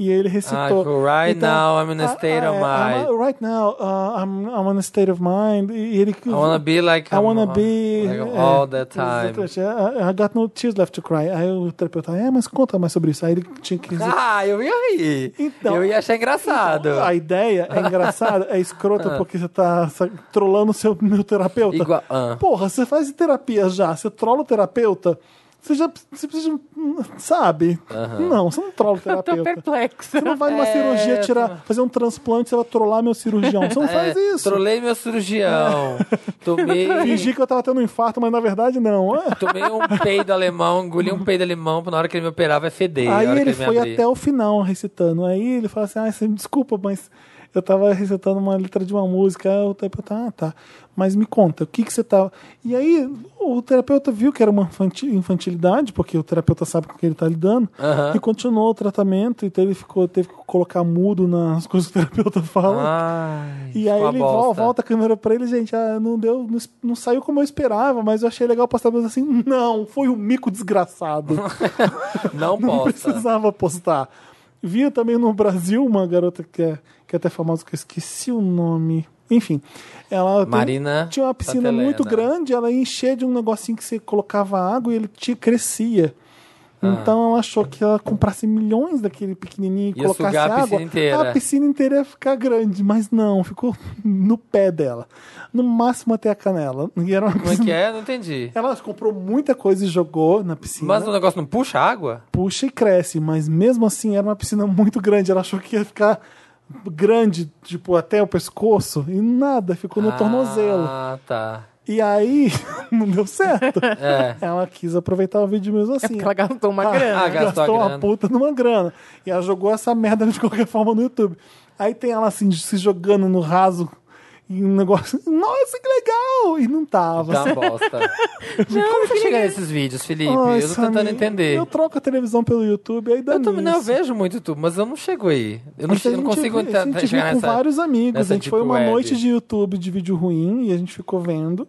E ele recitou. Então, com Right Now I'm in a State of ah, Mind. I'm- right now uh, I'm, I'm in a state of mind. E ele. I wanna be like I wanna I'm- be like <laughs> I'm é, all the time. exatamente. I, I got no tears left to cry. Aí o terapeuta, é, mas conta mais sobre isso. Aí ele tinha que <laughs> Ah, eu ia rir. Então- eu ia achar engraçado. a ideia é engraçada, é <laughs> escrota porque você tá sa- trolando o seu meu terapeuta. Igual- ah. Porra, você faz terapia já, você trola o terapeuta, você já você precisa, um, sabe? Não, você não trola o <laughs> Eu tô É, terapeuta. perplexa. Você não vai numa cirurgia tirar, fazer um transplante, você vai trollar meu cirurgião. <laughs> Você não faz É, isso. Trolei meu cirurgião. <laughs> Tomei, Fingir que eu tava tendo um infarto, mas na verdade não. É. tomei um peido alemão, engoli um peido alemão, pra na hora que ele me operar vai feder. na Aí hora que ele ele me foi abrir. até o final recitando. Aí ele fala assim: ah, você me desculpa, mas eu tava recitando uma letra de uma música. Aí o terapeuta, ah, tá. Mas me conta, o que que você tava. E aí o terapeuta viu que era uma infanti- infantilidade, porque o terapeuta sabe com o que ele tá lidando, Aham. e continuou o tratamento. Então ele ficou, teve que colocar mudo nas <laughs> coisas que o terapeuta fala. Ai, E aí Ah, uma ele vol- bosta. volta a câmera pra ele, gente, ah, não deu, não, es- não saiu como eu esperava, mas eu achei legal postar, mas assim, não, foi um mico desgraçado. <laughs> Não <laughs> Não posta. precisava postar. Via também no Brasil uma garota que é, que é até famosa, que eu esqueci o nome. Enfim, ela tem- um- Marina tá tinha uma piscina Santelena. muito grande, ela ia encher de um negocinho que você colocava água e ele te crescia. Ah. Então ela achou que ela comprasse milhões daquele pequenininho e Ia colocasse sugar a água, piscina inteira. a piscina inteira ia ficar grande, mas não, ficou <laughs> no pé dela. No máximo até a canela. E era uma Como é piscina- que é? Não <laughs> entendi. Ela comprou muita coisa e jogou na piscina Mas o negócio não puxa água? puxa e cresce, mas mesmo assim era uma piscina muito grande. Ela achou que ia ficar grande, tipo, até o pescoço, e nada, ficou no tornozelo. Ah, tá. E aí, <laughs> não deu certo. É. Ela quis aproveitar o vídeo mesmo É assim. porque ela gastou uma grana. Ah, gastou a gastou uma grana. puta numa grana. E ela jogou essa merda de qualquer forma no YouTube. Aí tem ela assim, se jogando no raso. E um negócio, <laughs> nossa, que legal! E não tava. Dá uma <laughs> bosta. Como você chega nesses vídeos, Então, Felipe? eu Ai, tô tentando Samir, entender. Eu troco a televisão pelo YouTube, aí dá Eu também não eu nisso. vejo muito YouTube, mas eu não chego aí. Eu não, Mas che- eu não consigo viu- a gente entrar- viu chegar com nessa. vários amigos. nessa A gente foi deep uma web. noite de YouTube de vídeo ruim e a gente ficou vendo.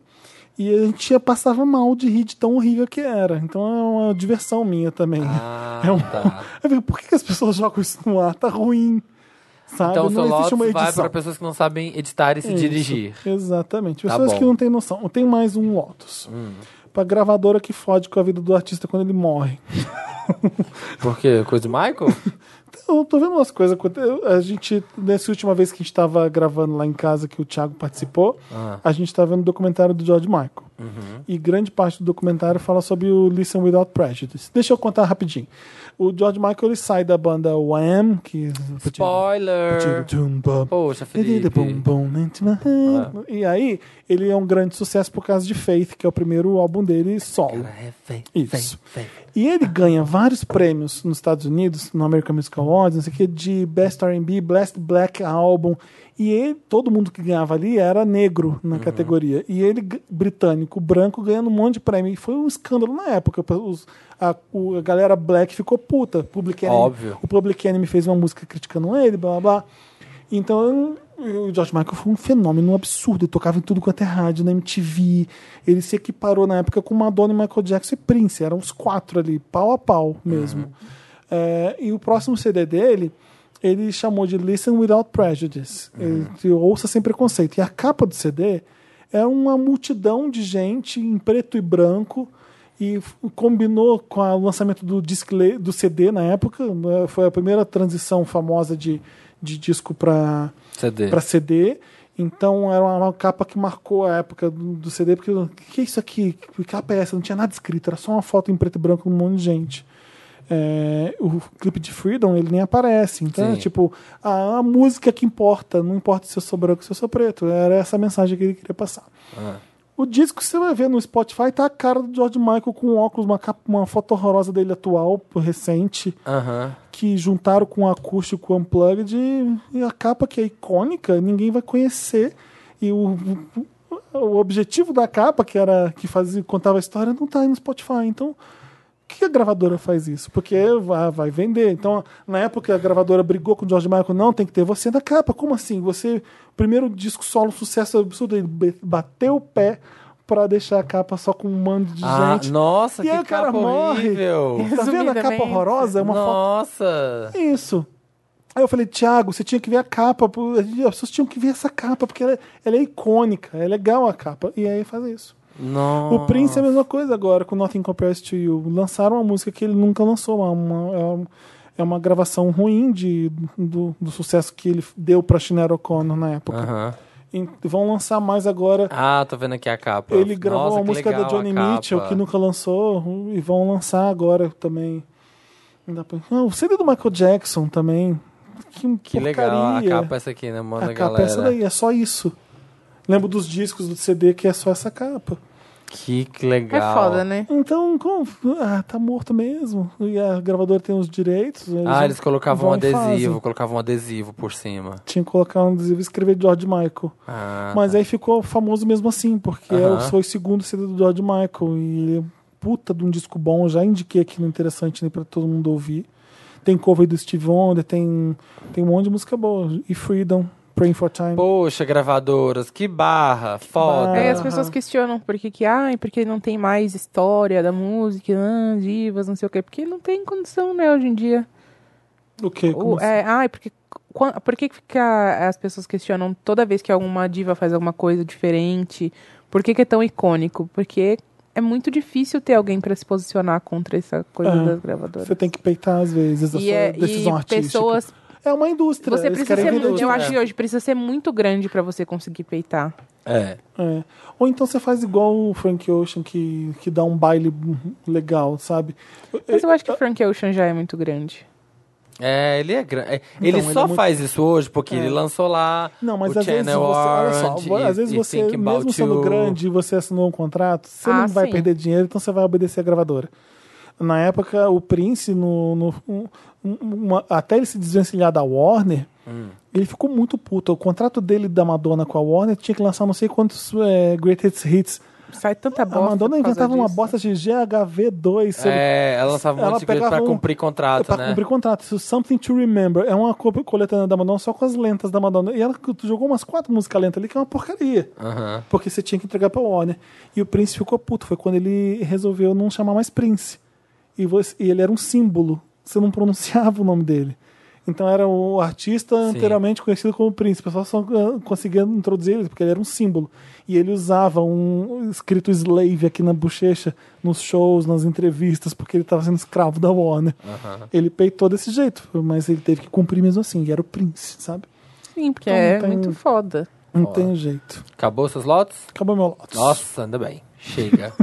E a gente ia- passava mal de rir de tão horrível que era. Então é uma diversão minha também. Ah, é um... <laughs> tá. Eu fico, por que que as pessoas jogam isso no ar? Tá ruim. Sabe? Então o seu não existe uma Lotus vai edição. para É pessoas que não sabem editar e se Isso, dirigir. Exatamente. Tá Pessoas bom. Hum. que não têm noção. Tem mais um Lotus. Pra gravadora que fode com a vida do artista quando ele morre. Por quê? Coisa do <laughs> Michael? Eu tô vendo umas coisas. aconte- eu- A gente, nessa última Ah. vez que a gente tava gravando lá em casa, que o Thiago participou, a gente tá vendo o documentário do George Michael. Uhum. E grande parte do documentário fala sobre o Listen Without Prejudice. Deixa eu contar rapidinho. O George Michael ele sai da banda Wham, que. é Spoiler! Poxa, Felipe. Ah. E aí, ele é um grande sucesso por causa de Faith, que é o primeiro álbum dele solo. É, vem, Isso. vem, vem. E ele ganha vários prêmios nos Estados Unidos, no American Music Awards, não sei o que, de Best R&B, Best Black Album. E ele- todo mundo que ganhava ali era negro na categoria. E ele, g- britânico, branco, ganhando um monte de prêmio. E foi um escândalo na época. Os- a, o- a galera black ficou puta. Public Enemy- Óbvio. O Public Enemy fez uma música criticando ele, blá, blá, blá. Então, o George Michael foi um fenômeno absurdo. Ele tocava em tudo quanto é rádio, na MTV. Ele se equiparou na época com Madonna, Michael Jackson e Prince. Eram os quatro ali, pau a pau mesmo. É, e o próximo CD dele, ele chamou de Listen Without Prejudice. Ele te ouça sem preconceito. E a capa do CD é uma multidão de gente em preto e branco e f- combinou com a- o lançamento do, disc, le- do CD na época. né, Foi a primeira transição famosa de, de disco para CD. para CD. Então era uma, uma capa que marcou a época do, do CD, porque o que, que é isso aqui? Que capa é essa? Não tinha nada escrito, era só uma foto em preto e branco com um monte de gente. É, o clipe de Freedom ele nem aparece. Então Sim. é tipo, a, a música que importa, não importa se eu sou branco ou se eu sou preto. Era essa a mensagem que ele queria passar. Ah. O disco que você vai ver no Spotify tá a cara do George Michael com um óculos, uma, capa, uma foto horrorosa dele atual, recente Aham. que juntaram com o acústico unplugged e- e a capa que é icônica, ninguém vai conhecer. E o, o objetivo da capa, que era que fazia, contava a história, não tá aí no Spotify. Então, por que a gravadora faz isso? Porque vai, vai vender. Então, na época, a gravadora brigou com o George Michael, não, tem que ter você na capa. Como assim? Você, primeiro disco solo, sucesso absurdo, ele be- bateu o pé pra deixar a capa só com um mando de Ah, gente. nossa, e que aí o cara capa morre. horrível. Tá vendo a capa Resumidamente, horrorosa? <laughs> É uma foto Nossa. isso. Aí eu falei, Thiago, você tinha que ver a capa. pô, As pessoas tinham que ver essa capa, porque ela, é- ela é icônica, é legal a capa. E aí faz isso. Nossa. O Prince é a mesma coisa agora, com Nothing Compares to You. Lançaram uma música que ele nunca lançou. É uma, é uma, é uma gravação ruim de, do, do sucesso que ele deu pra Shinero O'Connor na época. Aham. E vão lançar mais agora. Ah, tô vendo aqui a capa. Ele gravou Nossa, uma que música da legal a Johnny Mitchell capa. que nunca lançou e vão lançar agora também. Não dá pra- Ah, o CD do Michael Jackson também. Que, Que legal a porcaria. capa é essa aqui, né? Manda A a capa é galera. essa daí, é só isso. Lembro dos discos do CD que é só essa capa. Que que É legal. foda, né? Então, como? Ah, tá morto mesmo. E a gravadora tem os direitos. Eles Ah, eles colocavam um vão e fazem. adesivo, colocavam um adesivo por cima. Tinha que colocar um adesivo e escrever George Michael. Ah, Mas tá. aí ficou famoso mesmo assim, porque Aham. é o- foi o segundo CD do George Michael. E ele é um puta de um disco bom, já indiquei aqui no Interessante né, pra todo mundo ouvir. Tem cover do Steve Wonder, tem, tem um monte de música boa. E Freedom, Praying for Time. Poxa, gravadoras, que barra, foda. barra. Aí É, as pessoas questionam por que que, ai, porque não tem mais história da música, ah, divas, não sei o quê. Porque não tem condição, né, hoje em dia. O quê? Como O, assim? é, ai, porque, quan- por que que fica, as pessoas questionam toda vez que alguma diva faz alguma coisa diferente? Por que que é tão icônico? Porque é muito difícil ter alguém pra se posicionar contra essa coisa É. das gravadoras. Você tem que peitar às vezes a E, sua é, decisão e artística. pessoas. É uma indústria. Você eles precisa querem ser, vender muito- eu né? acho que hoje precisa ser muito grande pra você conseguir peitar. É. É. Ou então você faz igual o Frank Ocean, que, que dá um baile legal, sabe? É. Mas eu acho que Frank Ocean já é muito grande. É, ele é grande. ele ele é só muito- É. faz isso hoje porque ele lançou lá Não, mas o às vezes você, Channel olha só, Orange às e- vezes e você, Think About mesmo sendo You. grande, você assinou um contrato, você Ah, não vai sim. perder dinheiro, então você vai obedecer a gravadora. Na época, o Prince, no, no- um- um- uma- até ele se desvencilhar da Warner, Hum. ele ficou muito puto. O contrato dele da Madonna com a Warner tinha que lançar não sei quantos eh, Greatest Hits. Sai tanta A bosta. Madonna por causa inventava uma disso. bosta de GHV2, sei lá É, ela lançava um Ela monte de coisa pra pegava um- cumprir contrato, pra né? cumprir contrato. Isso, é Something to Remember. É uma co- coletânea da Madonna só com as lentas da Madonna. E ela jogou umas quatro músicas lentas ali, que é uma porcaria. Aham. Porque você tinha que entregar pra Warner. E o Prince ficou puto. Foi quando ele resolveu não chamar mais Prince. E, você- e ele era um símbolo. Você não pronunciava o nome dele. Então era o artista anteriormente conhecido como Prince. O pessoal só ah, conseguia introduzir ele, porque ele era um símbolo. E ele usava um escrito slave aqui na bochecha, nos shows, nas entrevistas, porque ele estava sendo escravo da Warner. Ele peitou desse jeito, mas ele teve que cumprir mesmo assim. E era o Prince, sabe? Sim, porque Então, é tem- muito foda. Não tem jeito. Acabou seus lotes? Acabou meu Lotus. Nossa, ainda bem. Chega.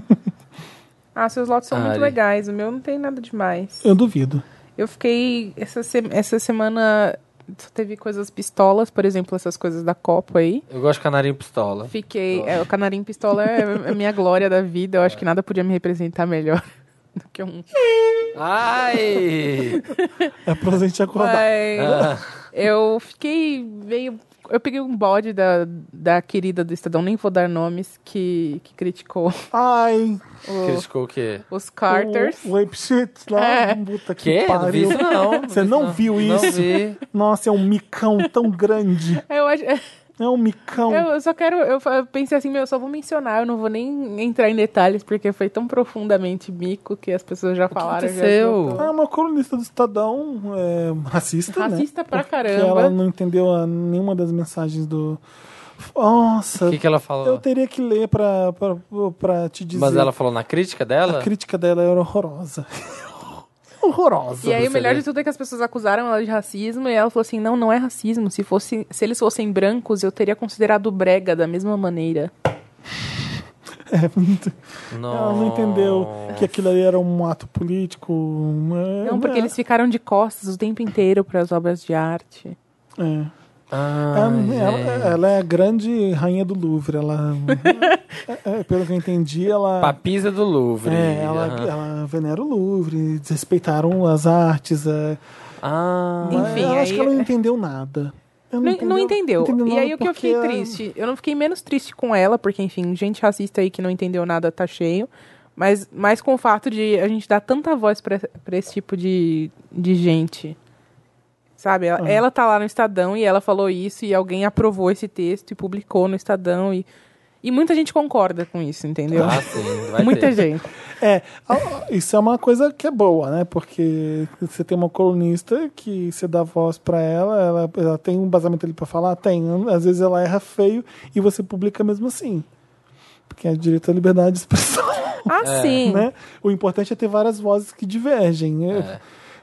Ah, seus lotes são muito Ali. legais. O meu não tem nada demais. Eu duvido. Eu fiquei. Essa, se- essa semana só teve coisas pistolas, por exemplo, essas coisas da Copa aí. Eu gosto de canarinho pistola. Fiquei. é, o canarim pistola é a minha glória da vida. Eu acho que nada podia me representar melhor <laughs> do que um. <laughs> Ai! Ah, É pra gente acordar. Mas eu fiquei meio. Eu peguei um bode da, da querida do Estadão, nem vou dar nomes, que, que criticou Ai, o- Criticou o quê? os Carters. o Ape Shit lá, É. puta que Que? Não vi pariu. isso, não. Você não viu Não isso? vi. Nossa, é um micão tão grande. Eu, acho- É um micão. eu eu só quero. Eu fa- eu pensei assim, meu, eu só vou mencionar, eu não vou nem entrar em detalhes, porque foi tão profundamente mico que as pessoas já falaram. já aconteceu? esgotou. Ah, uma colunista do Estadão é, racista, né? Racista pra Porque ela caramba. não entendeu a- nenhuma das mensagens do... Nossa, O que, que ela Tá. eu falou? teria que ler pra, pra, pra te dizer. Mas ela falou na crítica dela? A crítica dela era horrorosa. <laughs> horrorosa. E aí, o melhor Sobre- de tudo é que as pessoas acusaram ela de racismo e ela falou assim: não, não é racismo. Se, fosse, se eles fossem brancos, eu teria considerado brega da mesma maneira. É, muito- Ela não Nossa. entendeu que aquilo ali era um ato político. é, Não, porque é, eles ficaram de costas o tempo inteiro para as obras de arte. é. Ai, Ela, ela- Ah, gente. ela é a grande rainha do Louvre. Ela, é, é, pelo que eu <laughs> entendi, ela. Papisa do Louvre. É, ela, Aham. ela venera o Louvre, desrespeitaram as artes. É. Ah, Enfim, Mas eu acho aí- é- que ela não entendeu nada. Ela Não, não entendeu. E nada aí o que eu fiquei porque- é- triste? Eu não fiquei menos triste com ela, porque, enfim, gente racista aí que não entendeu nada tá cheio. Mas mais com o fato de a gente dar tanta voz pra pra esse tipo de, de gente. Sabe? Ah. Ela, ela tá lá no Estadão e ela falou isso e alguém aprovou esse texto e publicou no Estadão. E, e muita gente concorda com isso, entendeu? ah, sim. Vai muita ter. <laughs> gente. É, a- isso é uma coisa que é boa, né? Porque você tem uma colunista que você dá voz pra ela, ela, ela tem um basamento ali pra falar, tem. Às vezes ela erra feio e você publica mesmo assim. Porque é direito à liberdade de expressão, Ah, É. sim. né? O importante é ter várias vozes que divergem. Eu- eu-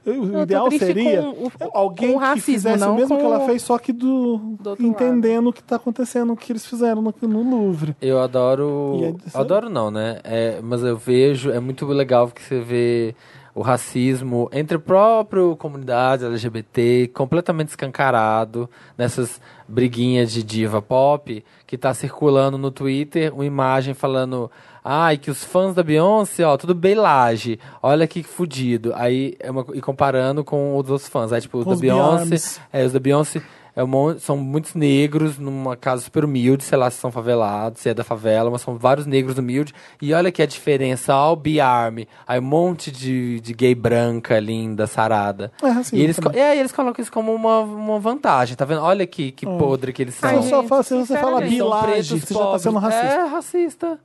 É. tô o ideal triste seria com o- alguém com o que racismo, fizesse o não mesmo que com ela o- fez, só que do, do outro entendendo o que tá acontecendo, o que eles fizeram no, no Louvre. Eu adoro. E é disso aí. adoro não, né? É, mas eu vejo, é muito legal que você vê o racismo entre a própria comunidade LGBT completamente escancarado nessas briguinhas de diva pop que tá circulando no Twitter uma imagem falando ai que os fãs da Beyoncé, ó, tudo beilage, olha que fudido. Aí é uma co- e comparando com os outros fãs, aí tipo os Com da os Beyoncé, Beyoncé. é, os da Beyoncé é um mon- são muitos negros numa casa super humilde, sei lá se são favelados, se é da favela, mas são vários negros humildes. E olha que é a diferença, ó, o Biarme. Aí um monte de, de gay branca, linda, sarada. É racismo e eles, co- também. é, e eles colocam isso como uma, uma vantagem, tá vendo? Olha que, que É. podre que eles são. Se, eu só gente, falo- se você fala sinceramente. Eles são bilage, pretos, você já tá sendo pobres. racista. É, racista.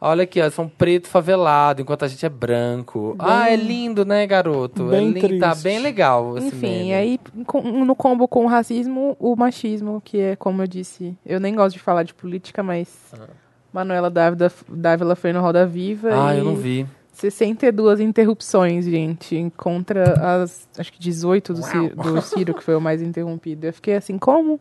Olha aqui, ó, são preto favelado, enquanto a gente é branco. ah, é lindo, né, garoto? é bem lindo, tá triste. bem legal esse Enfim, meme. é aí com- no combo com o racismo, o machismo, que é como eu disse, eu nem gosto de falar de política, mas Manuela Dávila, Dávila foi no Roda Viva Ah, e eu não vi. 62 interrupções, gente, contra as, acho que 18 do, Ciro, do Ciro, que foi <laughs> o mais interrompido. Eu fiquei assim, como?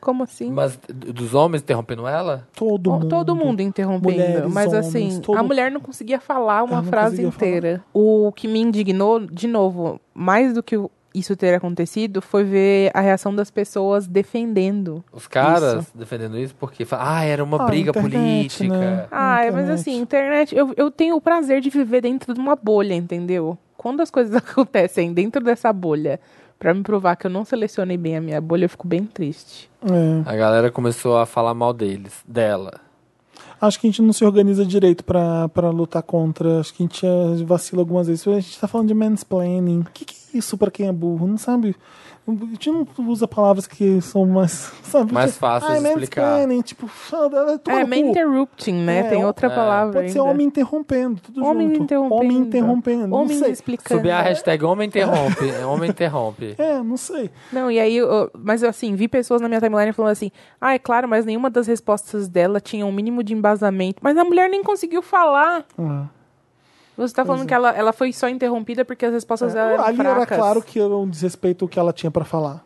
Como assim? Mas d- dos homens interrompendo ela? Todo O- mundo. Todo mundo interrompendo. Mulheres, mas homens, assim, todo- a mulher não conseguia falar Ela uma não frase conseguia falar. inteira. O que me indignou, de novo, mais do que o- isso ter acontecido, foi ver a reação das pessoas defendendo. Os caras defendendo isso porque fala, ah, era uma Ah, briga internet, política. né? Ah, Internet. mas assim, internet, eu, eu tenho o prazer de viver dentro de uma bolha, entendeu? Quando as coisas <laughs> acontecem dentro dessa bolha, pra me provar que eu não selecionei bem a minha bolha, eu fico bem triste. É. A galera começou a falar mal deles, dela. Acho que a gente não se organiza direito pra, pra lutar contra. Acho que a gente eh, vacila algumas vezes. A gente tá falando de mansplaining. O que, que é isso pra quem é burro? Não sabe? A gente não usa palavras que são mais. <laughs> Sabe? Mais fáceis ah, de explicar. mansplaining. Tipo, foda, toma é, no cu. me interrupting, né? É, Tem o- outra palavra Pode ser ainda. homem interrompendo. Tudo Homem junto. interrompendo. Homem interrompendo. Homem não sei. explicando. Subir a hashtag homem interrompe, é homem <laughs> interrompe. É, não sei. Não, e aí, eu- mas assim, vi pessoas na minha timeline falando assim: ah, é claro, mas nenhuma das respostas dela tinha um mínimo de embasamento. Mas a mulher nem conseguiu falar. Ah. Você tá falando que ela, ela foi só interrompida porque as respostas dela eram é. Ah. ali fracas. era claro que era um desrespeito o que ela tinha pra falar.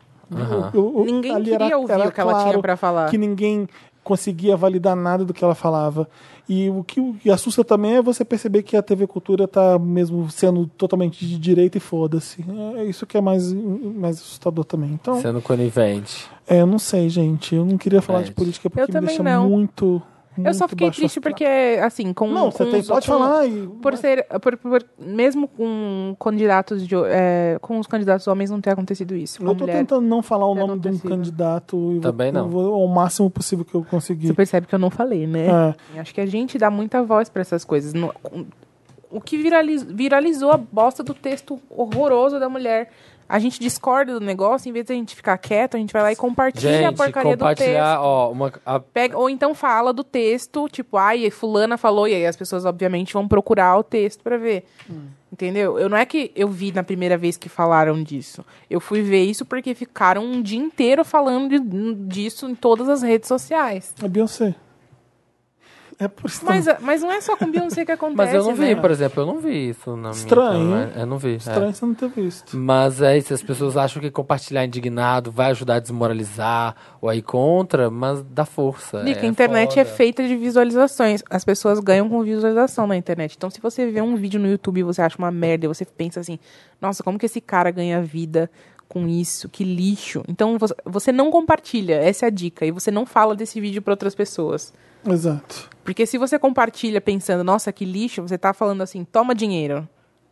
O- o- o- Ninguém ali queria ouvir o que ela tinha pra falar. Que ninguém conseguia validar nada do que ela falava. E o que o que assusta também é você perceber que a TV Cultura tá mesmo sendo totalmente de direita e foda-se. É isso que é mais, mais assustador também. Então, Sendo conivente. é, eu não sei, gente. Eu não queria falar de Gente. política porque me É também deixa não. muito, Eu só muito fiquei baixo triste astral. porque, assim, com. Não, você com tem, os- pode com- falar. E, Por ser. por- por- mesmo com candidatos de. é, com os candidatos homens não ter acontecido isso. Com eu a tô mulher. tentando não falar o ter nome de um acontecido. candidato. e Também vou- não. vou ao máximo possível que eu Você conseguir. percebe que eu não falei, né? É. Acho que a gente dá muita voz pra essas coisas. No- O que viraliz- viralizou a bosta do texto horroroso da mulher. A gente discorda do negócio, em vez de a gente ficar quieto, a gente vai lá e compartilha a Gente, porcaria do texto. compartilhar, ó, uma, a- Pega, ou então fala do texto, tipo, ai, fulana falou, e aí as pessoas, obviamente, vão procurar o texto pra ver. Entendeu? Eu não é que eu vi na primeira vez que falaram disso. Eu fui ver isso porque ficaram um dia inteiro falando de- disso em todas as redes sociais. É Beyoncé. É por isso Mas, mas não é só com Beyoncé que <laughs> acontece. Mas eu não vi, né? por exemplo, eu não vi isso na minha Estranho, timeline. hein? Eu não vi. é. Estranho você não ter visto. Mas é isso, as pessoas acham que compartilhar indignado vai ajudar a desmoralizar ou a ir contra, mas dá força. Nick, a internet é foda. feita de visualizações. As pessoas ganham com visualização na internet. Então, se você vê um vídeo no YouTube e você acha uma merda, e você pensa assim, nossa, como que esse cara ganha vida com isso? Que lixo. Então, vo- você não compartilha, essa é a dica. E você não fala desse vídeo para outras pessoas. Exato. Porque se você compartilha pensando, nossa, que lixo, você tá falando assim, toma dinheiro.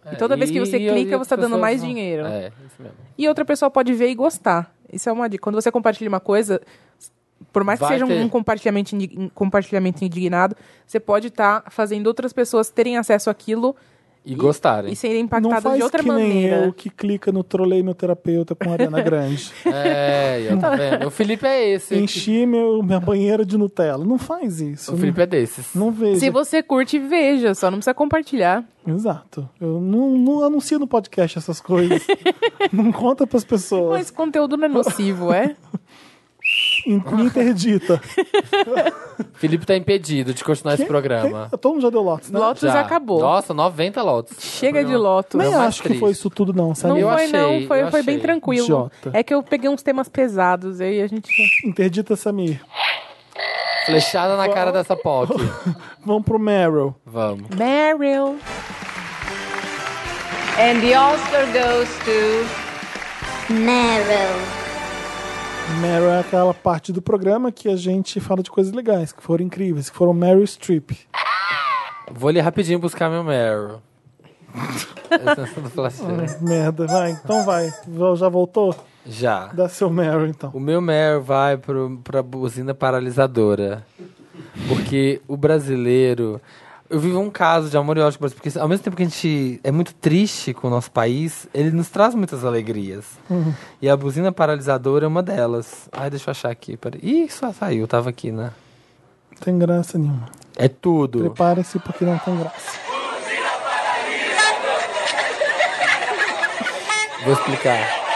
É, E toda vez que você e- e clica, as você tá dando pessoas mais vão- dinheiro. É, isso mesmo. E outra pessoa pode ver e gostar. Isso é uma dica. Quando você compartilha uma coisa, por mais que Vai seja um- ter. um compartilhamento, indi- um compartilhamento indignado, você pode estar fazendo outras pessoas terem acesso àquilo E, gostarem. e serem não impactadas faz de outra que nem eu maneira. que clica no trolei meu terapeuta com a <laughs> Ariana Grande. <laughs> É, eu Tá. tô vendo. O Felipe é esse. Enchi meu, minha banheira de Nutella. Não faz isso. O Felipe é desses. Não, não vejo. Se você curte, veja, só não precisa compartilhar. Exato. Eu não, não anuncio no podcast essas <laughs> coisas. não conta pras Mas pessoas. esse conteúdo não é nocivo, é? In- Me interdita. Felipe tá impedido de continuar esse programa. Todo mundo já deu lotes, né? Lotus Já. acabou. Nossa, 90 lotes. Chega de Lotus. Nem é o mais acho que triste. foi isso tudo, não, Não sabe? Eu foi, não. achei, Foi, eu foi bem achei. tranquilo. Idiota. É que eu peguei uns temas pesados aí a gente. Interdita, Samir. Flechada na cara dessa POC. Vamos pro Meryl. Vamos. Meryl. And the Oscar goes to Meryl. Meryl é aquela parte do programa que a gente fala de coisas legais, que foram incríveis, que foram Meryl Streep. Vou ali rapidinho buscar meu <laughs> Meryl. Essa é do flash- Merda, vai, então vai. Já- Já voltou? Já. Dá seu Meryl, então. O meu Meryl vai pro, pra buzina paralisadora. Porque o brasileiro. Eu vivo um caso de amor e ódio com o Brasil, porque ao mesmo tempo que a gente é muito triste com o nosso país, ele nos traz muitas alegrias. E a buzina paralisadora é uma delas. Ai, deixa eu achar aqui. Peraí. Ih, só saiu, tava aqui, né? Não tem graça nenhuma. É tudo. Preparem-se porque não tem graça. Vou explicar. <laughs>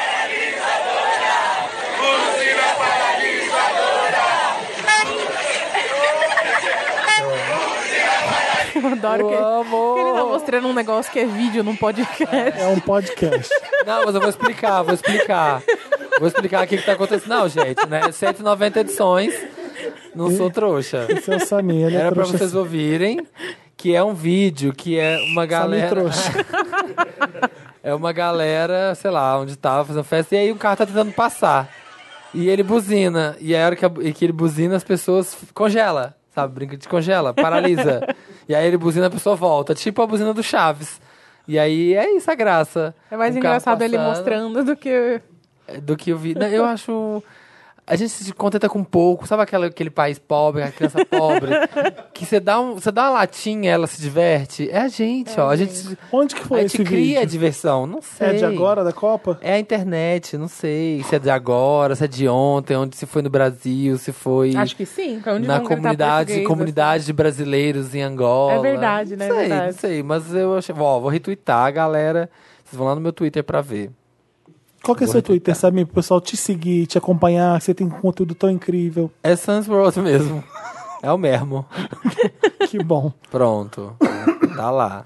Eu adoro que. Amor! Porque Ele tá mostrando um negócio que é vídeo num podcast. É <laughs> um podcast. Não, mas eu vou explicar, vou explicar. Vou explicar o que, que tá acontecendo. Não, gente, né? 190 edições. Não sou trouxa. Seu Samir, ele é Era pra trouxa. vocês ouvirem que é um vídeo que é uma Samir galera. trouxa. É uma galera, sei lá, onde tava fazendo festa, e aí o carro tá tentando passar. E ele buzina. E aí a hora que, a- que ele buzina, as pessoas f- congela, sabe? Brinca de congela, paralisa. e aí ele buzina, a pessoa volta. Tipo a buzina do Chaves. E aí é isso a graça. É mais Um carro engraçado ele passando, mostrando do que. é, Do que eu vi. Não, eu acho. A gente se contenta com pouco. Sabe aquela, aquele país pobre, a criança <laughs> pobre? que você dá, um, você dá uma latinha, ela se diverte. É a gente, ó. A gente, Onde que foi a esse gente cria vídeo? diversão. Não sei. É de agora, da Copa? É a internet, não sei se é de agora, se é de ontem, onde se foi no Brasil, se foi Acho que sim. pra onde na vão gritar comunidade, português, assim. comunidade de brasileiros em Angola. É verdade, né? É Não sei, verdade. não sei, mas eu achei. Ó, vou retweetar, galera. Vocês vão lá no meu Twitter pra ver. Qual que é Vou seu Twitter, Samir? Pro pessoal te seguir, te acompanhar, que você tem um conteúdo tão incrível. É Sans World mesmo. É o mesmo. Que bom. Pronto. tá lá.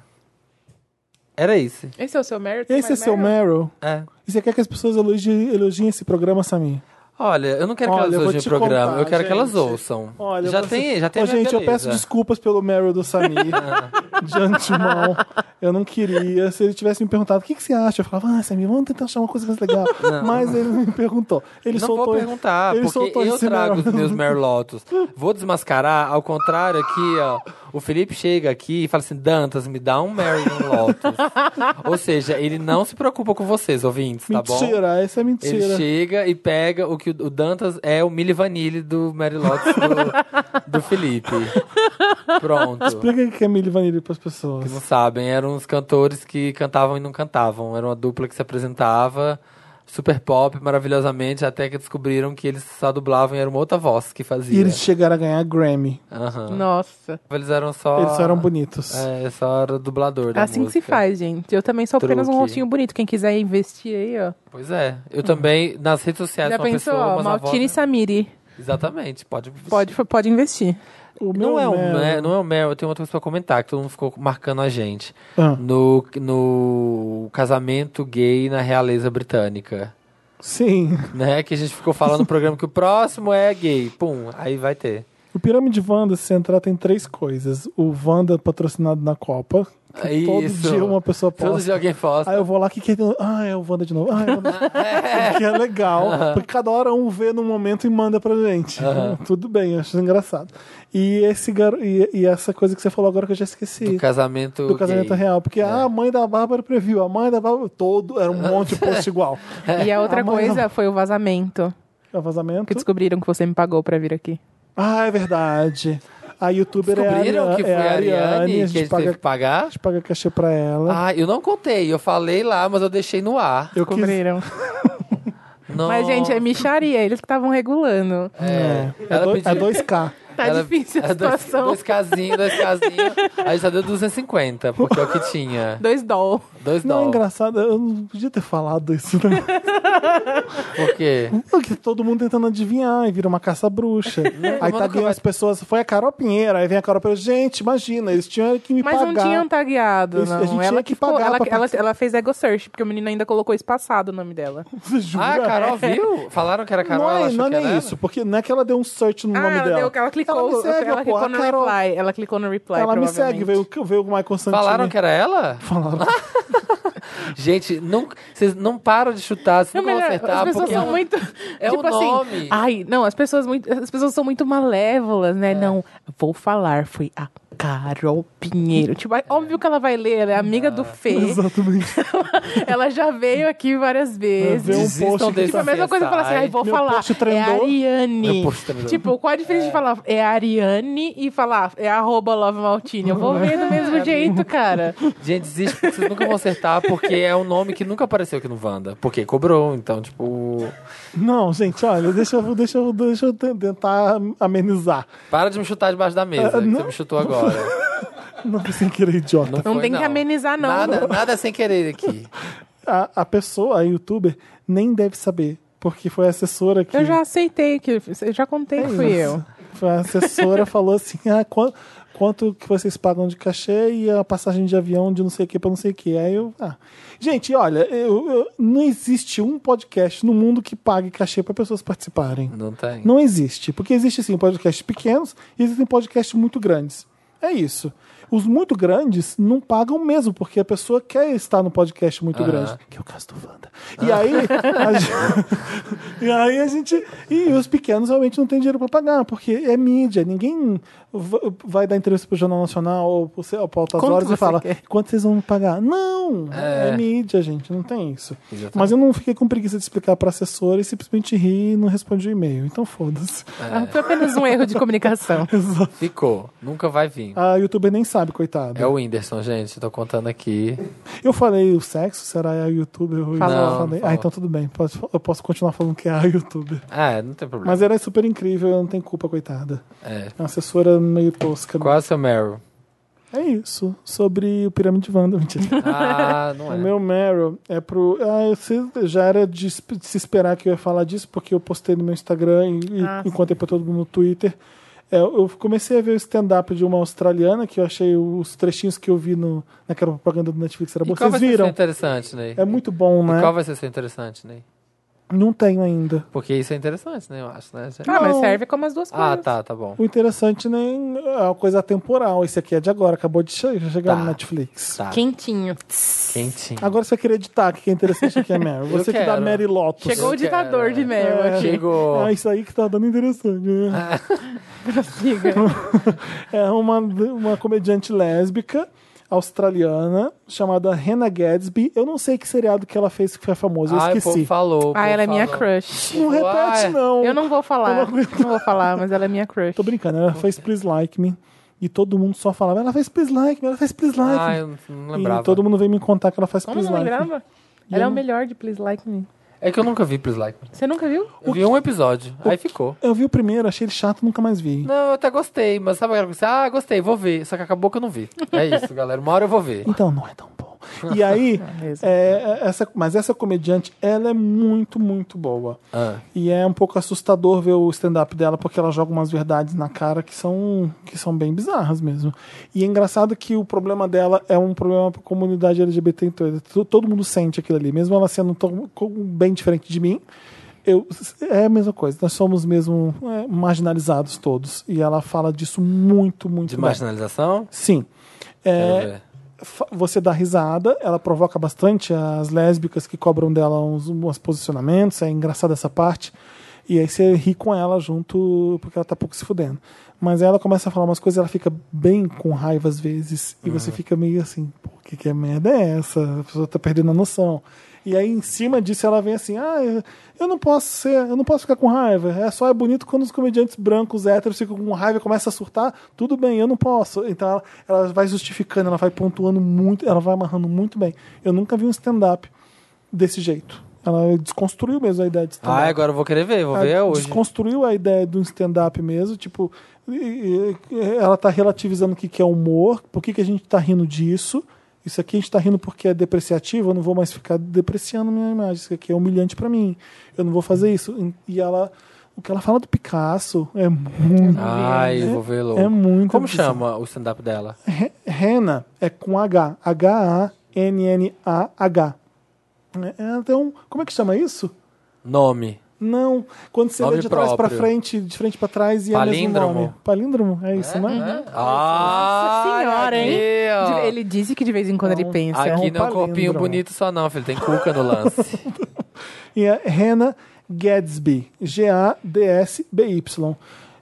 Era isso. assim. Esse é o seu mérito? Esse é seu Meryl. É. E você quer que as pessoas elogiem, elogiem esse programa, Samir? Olha, eu não quero que Olha, eu elas vou ouçam o te programa, contar, eu quero que elas gente. ouçam. Olha, já você- tem, já tem Ô, a minha gente, eu peço beleza. desculpas pelo Meryl <laughs> do Samir. de antemão. Eu não queria. Se ele tivesse me perguntado o que, que você acha, eu falava, ah, Samir, vamos tentar achar uma coisa mais legal. Mas ele não me perguntou. Ele não soltou vou perguntar, ele porque soltou eu esse trago os Meryl. meus merlotos. Vou desmascarar, ao contrário aqui, ó. O Felipe chega aqui e fala assim, Dantas, me dá um Mary um <laughs> Lotus. Ou seja, ele não se preocupa com vocês, ouvintes, tá bom? mentira, essa é Ele mentira. chega e pega o que o o Dantas é o Mili Vanille do Mary Lotus <laughs> do, do Felipe. Pronto. Explica o que é milho e vanilha para as Que pessoas. não sabem, eram uns cantores que cantavam e não cantavam. Era uma dupla que se apresentava, super pop, maravilhosamente, até que descobriram que eles só dublavam e era uma outra voz que fazia. E eles chegaram a ganhar Grammy. Aham. Nossa. Eles eram só. Eles só eram bonitos. É, só era dublador. da assim que se música. faz, gente. Eu também sou apenas um Truque. rostinho bonito. Quem quiser investir aí, ó. Pois é. Eu também, nas redes sociais, Já É, sou uma pensou, pessoa, ó, mas a voz... Maltini e Samiri. Exatamente, pode. Pode, pode investir. O Não é, um, Meryl- é, não é um Meryl, eu tenho outra coisa pra comentar, que todo mundo ficou marcando a gente. Ah, No, no casamento gay na realeza britânica. sim. né? Que a gente ficou falando no programa que o próximo é gay. Pum, aí vai ter. O Pirâmide Wanda, se entrar, tem três coisas. O Wanda patrocinado na Copa. que É Isso. Todo dia uma pessoa posta. Todo dia alguém posta. Aí eu vou lá, que que é? Ah, é o Wanda de novo. Ah, <laughs> é o Wanda de novo. Que é legal. Porque cada hora um vê num momento e manda pra gente. Tudo bem, eu acho engraçado. E, esse garo... e, e essa coisa que você falou agora que eu já esqueci. Do casamento. Do casamento gay. É. real. Porque ah, a mãe da Bárbara previu, a mãe da Bárbara. Todo era um monte de post <laughs> igual. É. E a outra Ah, mas- coisa foi o vazamento. É o vazamento. Que descobriram que você me pagou pra vir aqui. Ah, é verdade. A youtuber é a, Descobriram Ariane- que foi é a Ariane que a a gente gente paga, teve que pagar? a gente paga cachê pra ela. Ah, eu não contei, eu falei lá, mas eu deixei no ar. eu quis- Descobriram. Não... Mas, gente, é micharia. Eles que estavam regulando. É, É, ela do- pediu... é 2K. Tá ela- difícil a é dois- situação. Dois casinhos, dois casinhos. A gente só deu 250, porque é o que tinha. Dois doll. Dois Não, é dólares. engraçado, eu não podia ter falado isso, <laughs> né? Por quê? Porque todo mundo tentando adivinhar, e vira <laughs> uma caça-bruxa. aí nunca tagueiam vai- as pessoas, foi a Carol Pinheiro, aí vem a Carol Pinheiro, gente, imagina, eles tinham que me Mas pagar. não tinham tagueado, Isso, a não. gente tinha ela que ficou- pagar ela, pra ela, participar. ela fez ego search, porque o menino ainda colocou espaçado o nome dela. <laughs> Você jura? É. Ah, a <laughs> Carol viu? Falaram que era Carol, não é, ela achou não é que era nem ela. isso, porque não é que ela deu um search no ah, nome ela, dela. deu- ela clicou, me segue, ela pô, clicou a no Carol, reply. Ela clicou no reply. Ela me provavelmente. segue, veio, veio o Michael Santini. Falaram <laughs> que era Ah, ela? Falaram. Gente, não, vocês não param de chutar, vocês Não, não, vão mas é- acertar. as pessoas porque é são um- muito. <laughs> é tipo o assim, nome. Ai, não, as pessoas, muito, as pessoas são muito malévolas, É. né? Não, vou falar, foi a Carol Pinheiro. Tipo, é óbvio que ela vai ler, ela é amiga Ah. do Fê. <laughs> Exatamente. ela já veio aqui várias Vê um vezes. Desistam post que desse Tipo, a mesma coisa falar assim, ai, vou Meu falar, post é trendou. Ariane. Meu post tá trendou. Tipo, qual a diferença de falar é Ariane e falar é arroba Love Maltini? Eu vou ver do mesmo É. jeito, cara. Gente, desiste, porque vocês nunca vão acertar, porque é um nome que nunca apareceu aqui no Wanda. Porque cobrou, então, tipo. Não, gente, olha, deixa eu, deixa eu, deixa eu te- tentar amenizar. Para de me chutar debaixo da mesa, Ah, que não. você me chutou agora. Não foi sem querer, idiota. Não, Não foi, tem que amenizar, não. Nada, nada é sem querer aqui. a, a pessoa, a youtuber, nem deve saber. Porque foi a assessora que. Eu já aceitei que eu já contei que fui É eu. Foi a assessora <laughs> falou assim: ah, quan- quanto, que vocês pagam de cachê e a passagem de avião de não sei o que pra não sei o que. Aí eu. ah. Gente, olha, eu, eu- não existe um podcast no mundo que pague cachê pra pessoas participarem. Não tem. Não existe. Porque existe, sim, podcasts pequenos e existem podcasts muito grandes. É isso. Os muito grandes não pagam mesmo, porque a pessoa quer estar no podcast muito grande, que é o caso do Wanda. E aí, a gente, <laughs> e aí a gente. E os pequenos realmente não têm dinheiro para pagar, porque é mídia. Ninguém va- vai dar entrevista pro Jornal Nacional ou pro, sei lá, pro Altas Quanto Horas você e fala: quer? quanto vocês vão me pagar? Não! É. mídia, gente, não tem isso. Mas eu não fiquei com preguiça de explicar pra assessora e simplesmente ri e não respondi o e-mail. Então foda-se. Ah, Foi apenas um erro de comunicação. É, Ficou. Nunca vai vir. A youtuber nem sabe, coitada. É o Whindersson, gente. Tô contando aqui. Eu falei o sexo, será é a youtuber? Eu Falou. eu Não, falei. falou. Ah, então tudo bem. Posso- eu posso continuar falando que é a youtuber. Ah, não tem problema. Mas ela é super incrível, ela não tem culpa, coitada. É. É uma assessora meio tosca. Qual é o seu Meryl? É isso. Sobre o Pirâmide Wanda, mentira. Ah, não <laughs> O é. meu Meryl é pro. Ah, eu sei- já era de, esp- de se esperar que eu ia falar disso, porque eu postei no meu Instagram e, e Ah, e contei pra todo mundo no Twitter. É, eu comecei a ver o stand-up de uma australiana, que eu achei os trechinhos que eu vi no, naquela propaganda do Netflix era bom. E qual Vocês vai ser seu viram? interessante, Ney? É muito bom, E né? Qual vai ser seu interessante, Ney? Não tenho ainda. Porque isso é interessante, né? Eu acho, né? gente? Ah, mas <laughs> Não. serve como as duas coisas. Ah, tá, tá bom. O interessante nem é uma coisa atemporal. Esse aqui é de agora, acabou de che- chegar Tá. no Netflix. Tá. Quentinho. Quentinho. Agora você vai querer editar que é interessante aqui é Meryl. Você que dá quero. Mary Lotus. Chegou o Eu ditador quero, de é. Meryl É. aqui. Chegou. É isso aí que tá dando interessante. né? Diga. É uma, uma comediante lésbica australiana chamada Hannah Gadsby. Eu não sei que seriado que ela fez que foi famoso, eu Ai, o povo esqueci. falou. o Ah, povo ela é minha falou. crush. Não repete, Uai. não. Eu não vou falar. Não, vou falar, mas ela é minha crush. Tô brincando, ela fez Please Like Me. E todo mundo só falava, ela fez Please Like Me, ela fez Please Like Ah, Me. eu não E lembrava. todo mundo veio me contar que ela faz Como Please não Like Me. lembrava? eu Ela é o não- melhor de Please Like Me. É que eu nunca vi Please Like Me. Você nunca viu? Eu vi um episódio, aí ficou. Eu vi o primeiro, achei ele chato, nunca mais vi. Não, eu até gostei, mas sabe aquela coisa? Ah, gostei, vou ver. Só que acabou que eu não vi. É isso, galera. Uma hora eu vou ver. Então não é tão bom. E aí, mesmo. é, é, essa, mas essa comediante, ela é muito, muito boa. Ah. E é um pouco assustador ver o stand-up dela, porque ela joga umas verdades na cara que são, que são bem bizarras mesmo. E é engraçado que o problema dela é um problema para a comunidade LGBT toda. To- então, é, Todo mundo sente aquilo ali, mesmo ela sendo tão, com- bem diferente de mim. Eu, é a mesma coisa, nós somos mesmo é, marginalizados todos. E ela fala disso muito, muito De bem. marginalização? Sim. Quero É, ver. fa- você dá risada, ela provoca bastante as lésbicas que cobram dela uns, uns posicionamentos, é engraçada essa parte. E aí você ri com ela junto, porque ela tá pouco se fudendo. Mas ela começa a falar umas coisas, ela fica bem com raiva às vezes, e você fica meio assim, pô, que, que merda é essa? A pessoa tá perdendo a noção. E aí, em cima disso, ela vem assim, ah, eu- eu não posso ser, eu não posso ficar com raiva. É só é bonito quando os comediantes brancos, héteros, ficam com raiva e começam a surtar, tudo bem, eu não posso. Então ela, ela vai justificando, ela vai pontuando muito, ela vai amarrando muito bem. Eu nunca vi um stand-up desse jeito. Ela desconstruiu mesmo a ideia de stand-up. Ah, agora eu vou querer ver, vou ver Ela hoje. É, Desconstruiu a ideia de um stand-up mesmo, tipo, e- e- ela tá relativizando o que que é humor, por que, que a gente tá rindo disso. Isso aqui a gente tá rindo porque é depreciativo, eu não vou mais ficar depreciando minha imagem, isso aqui é humilhante para mim, eu não vou fazer isso. E ela, o que ela fala do Picasso é muito. Ai, vou ver logo. É muito Como bizarro. chama o stand-up dela? Re- Rena é com H, H-A-N-N-A-H. É, é até um. Como é que chama isso? Nome. Não, quando você Nome lê de trás pra próprio. frente, de frente pra trás e é o Palíndromo. mesmo nome. Palíndromo, é isso, né? Ah, Nossa senhora, hein? aqui, ó. De- Ele disse que de vez em quando ele pensa. Aqui um não é um corpinho palíndromo. bonito só não, filho. Tem cuca no lance. <laughs> E é Hannah Gadsby, G-A-D-S-B-Y.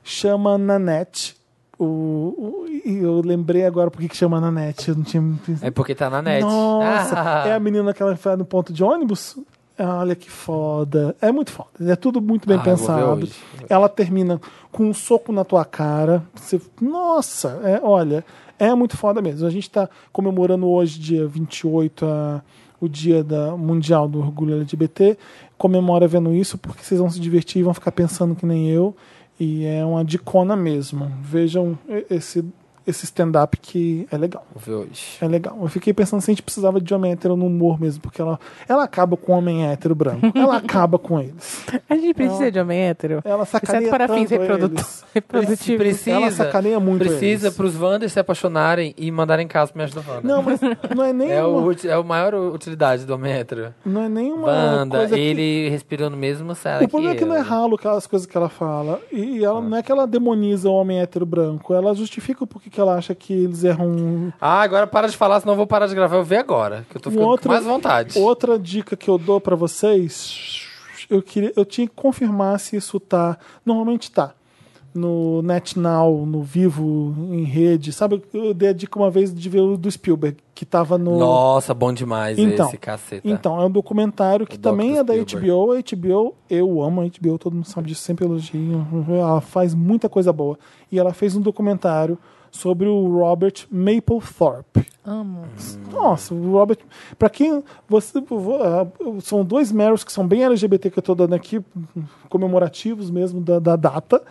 Chama Nanette. O, o- e eu lembrei agora porque que chama Nanette, eu não tinha é porque tá na net. Nossa, Ah. é a menina que ela foi no ponto de ônibus? Ah, Olha que foda. É muito foda. É tudo muito bem Ah, eu vou ver pensado. hoje. Ela termina com um soco na tua cara. Você- Nossa, é, olha, é muito foda mesmo. A gente tá comemorando hoje, dia 28, a- o Dia da Mundial do Orgulho LGBT. Comemora vendo isso, porque vocês vão se divertir e vão ficar pensando que nem eu. E é uma dicona mesmo. Vejam e- esse, esse stand-up que é legal. Vou ver hoje. É legal. Eu fiquei pensando se a gente precisava de homem hétero no humor mesmo, porque ela, ela acaba com homem hétero branco. Ela acaba com eles. A gente precisa de homem hétero. Ela sacaneia Exceto para tanto fins reprodu- eles. Se reprodutivos. precisa, Ela sacaneia muito precisa eles. pros Wanders se apaixonarem e mandarem casa pro Me Ajuda Wanda. Não, mas não <laughs> é nem é, uma, o, uti- é a maior utilidade do homem hétero. não é nem uma Wanda, coisa que- ele respirou no mesmo céu O problema é que não é ralo que- as coisas que ela fala. E Ah. e ela não é que ela demoniza o homem hétero branco. Ela justifica o porquê que ela acha que eles erram Ah, agora para de falar, senão eu vou parar de gravar. Eu ver agora, que eu tô Um ficando outro- com mais vontade. Outra dica que eu dou pra vocês, eu queria, eu tinha que confirmar se isso tá, normalmente tá no NetNow, no Vivo, em rede. Sabe, eu dei a dica uma vez de ver o do Spielberg, que tava no Nossa, bom demais Então, esse caceta. Então, é um documentário que O doc também do é da Spielberg. HBO. A HBO, eu amo a HBO, todo mundo sabe disso, sempre elogio. Ela faz muita coisa boa. E ela fez um documentário sobre o Robert Mapplethorpe. Amo. Nossa, o Robert. Pra quem. Você, vo- ah, são dois Meryls que são bem LGBT que eu tô dando aqui, comemorativos mesmo da, da data.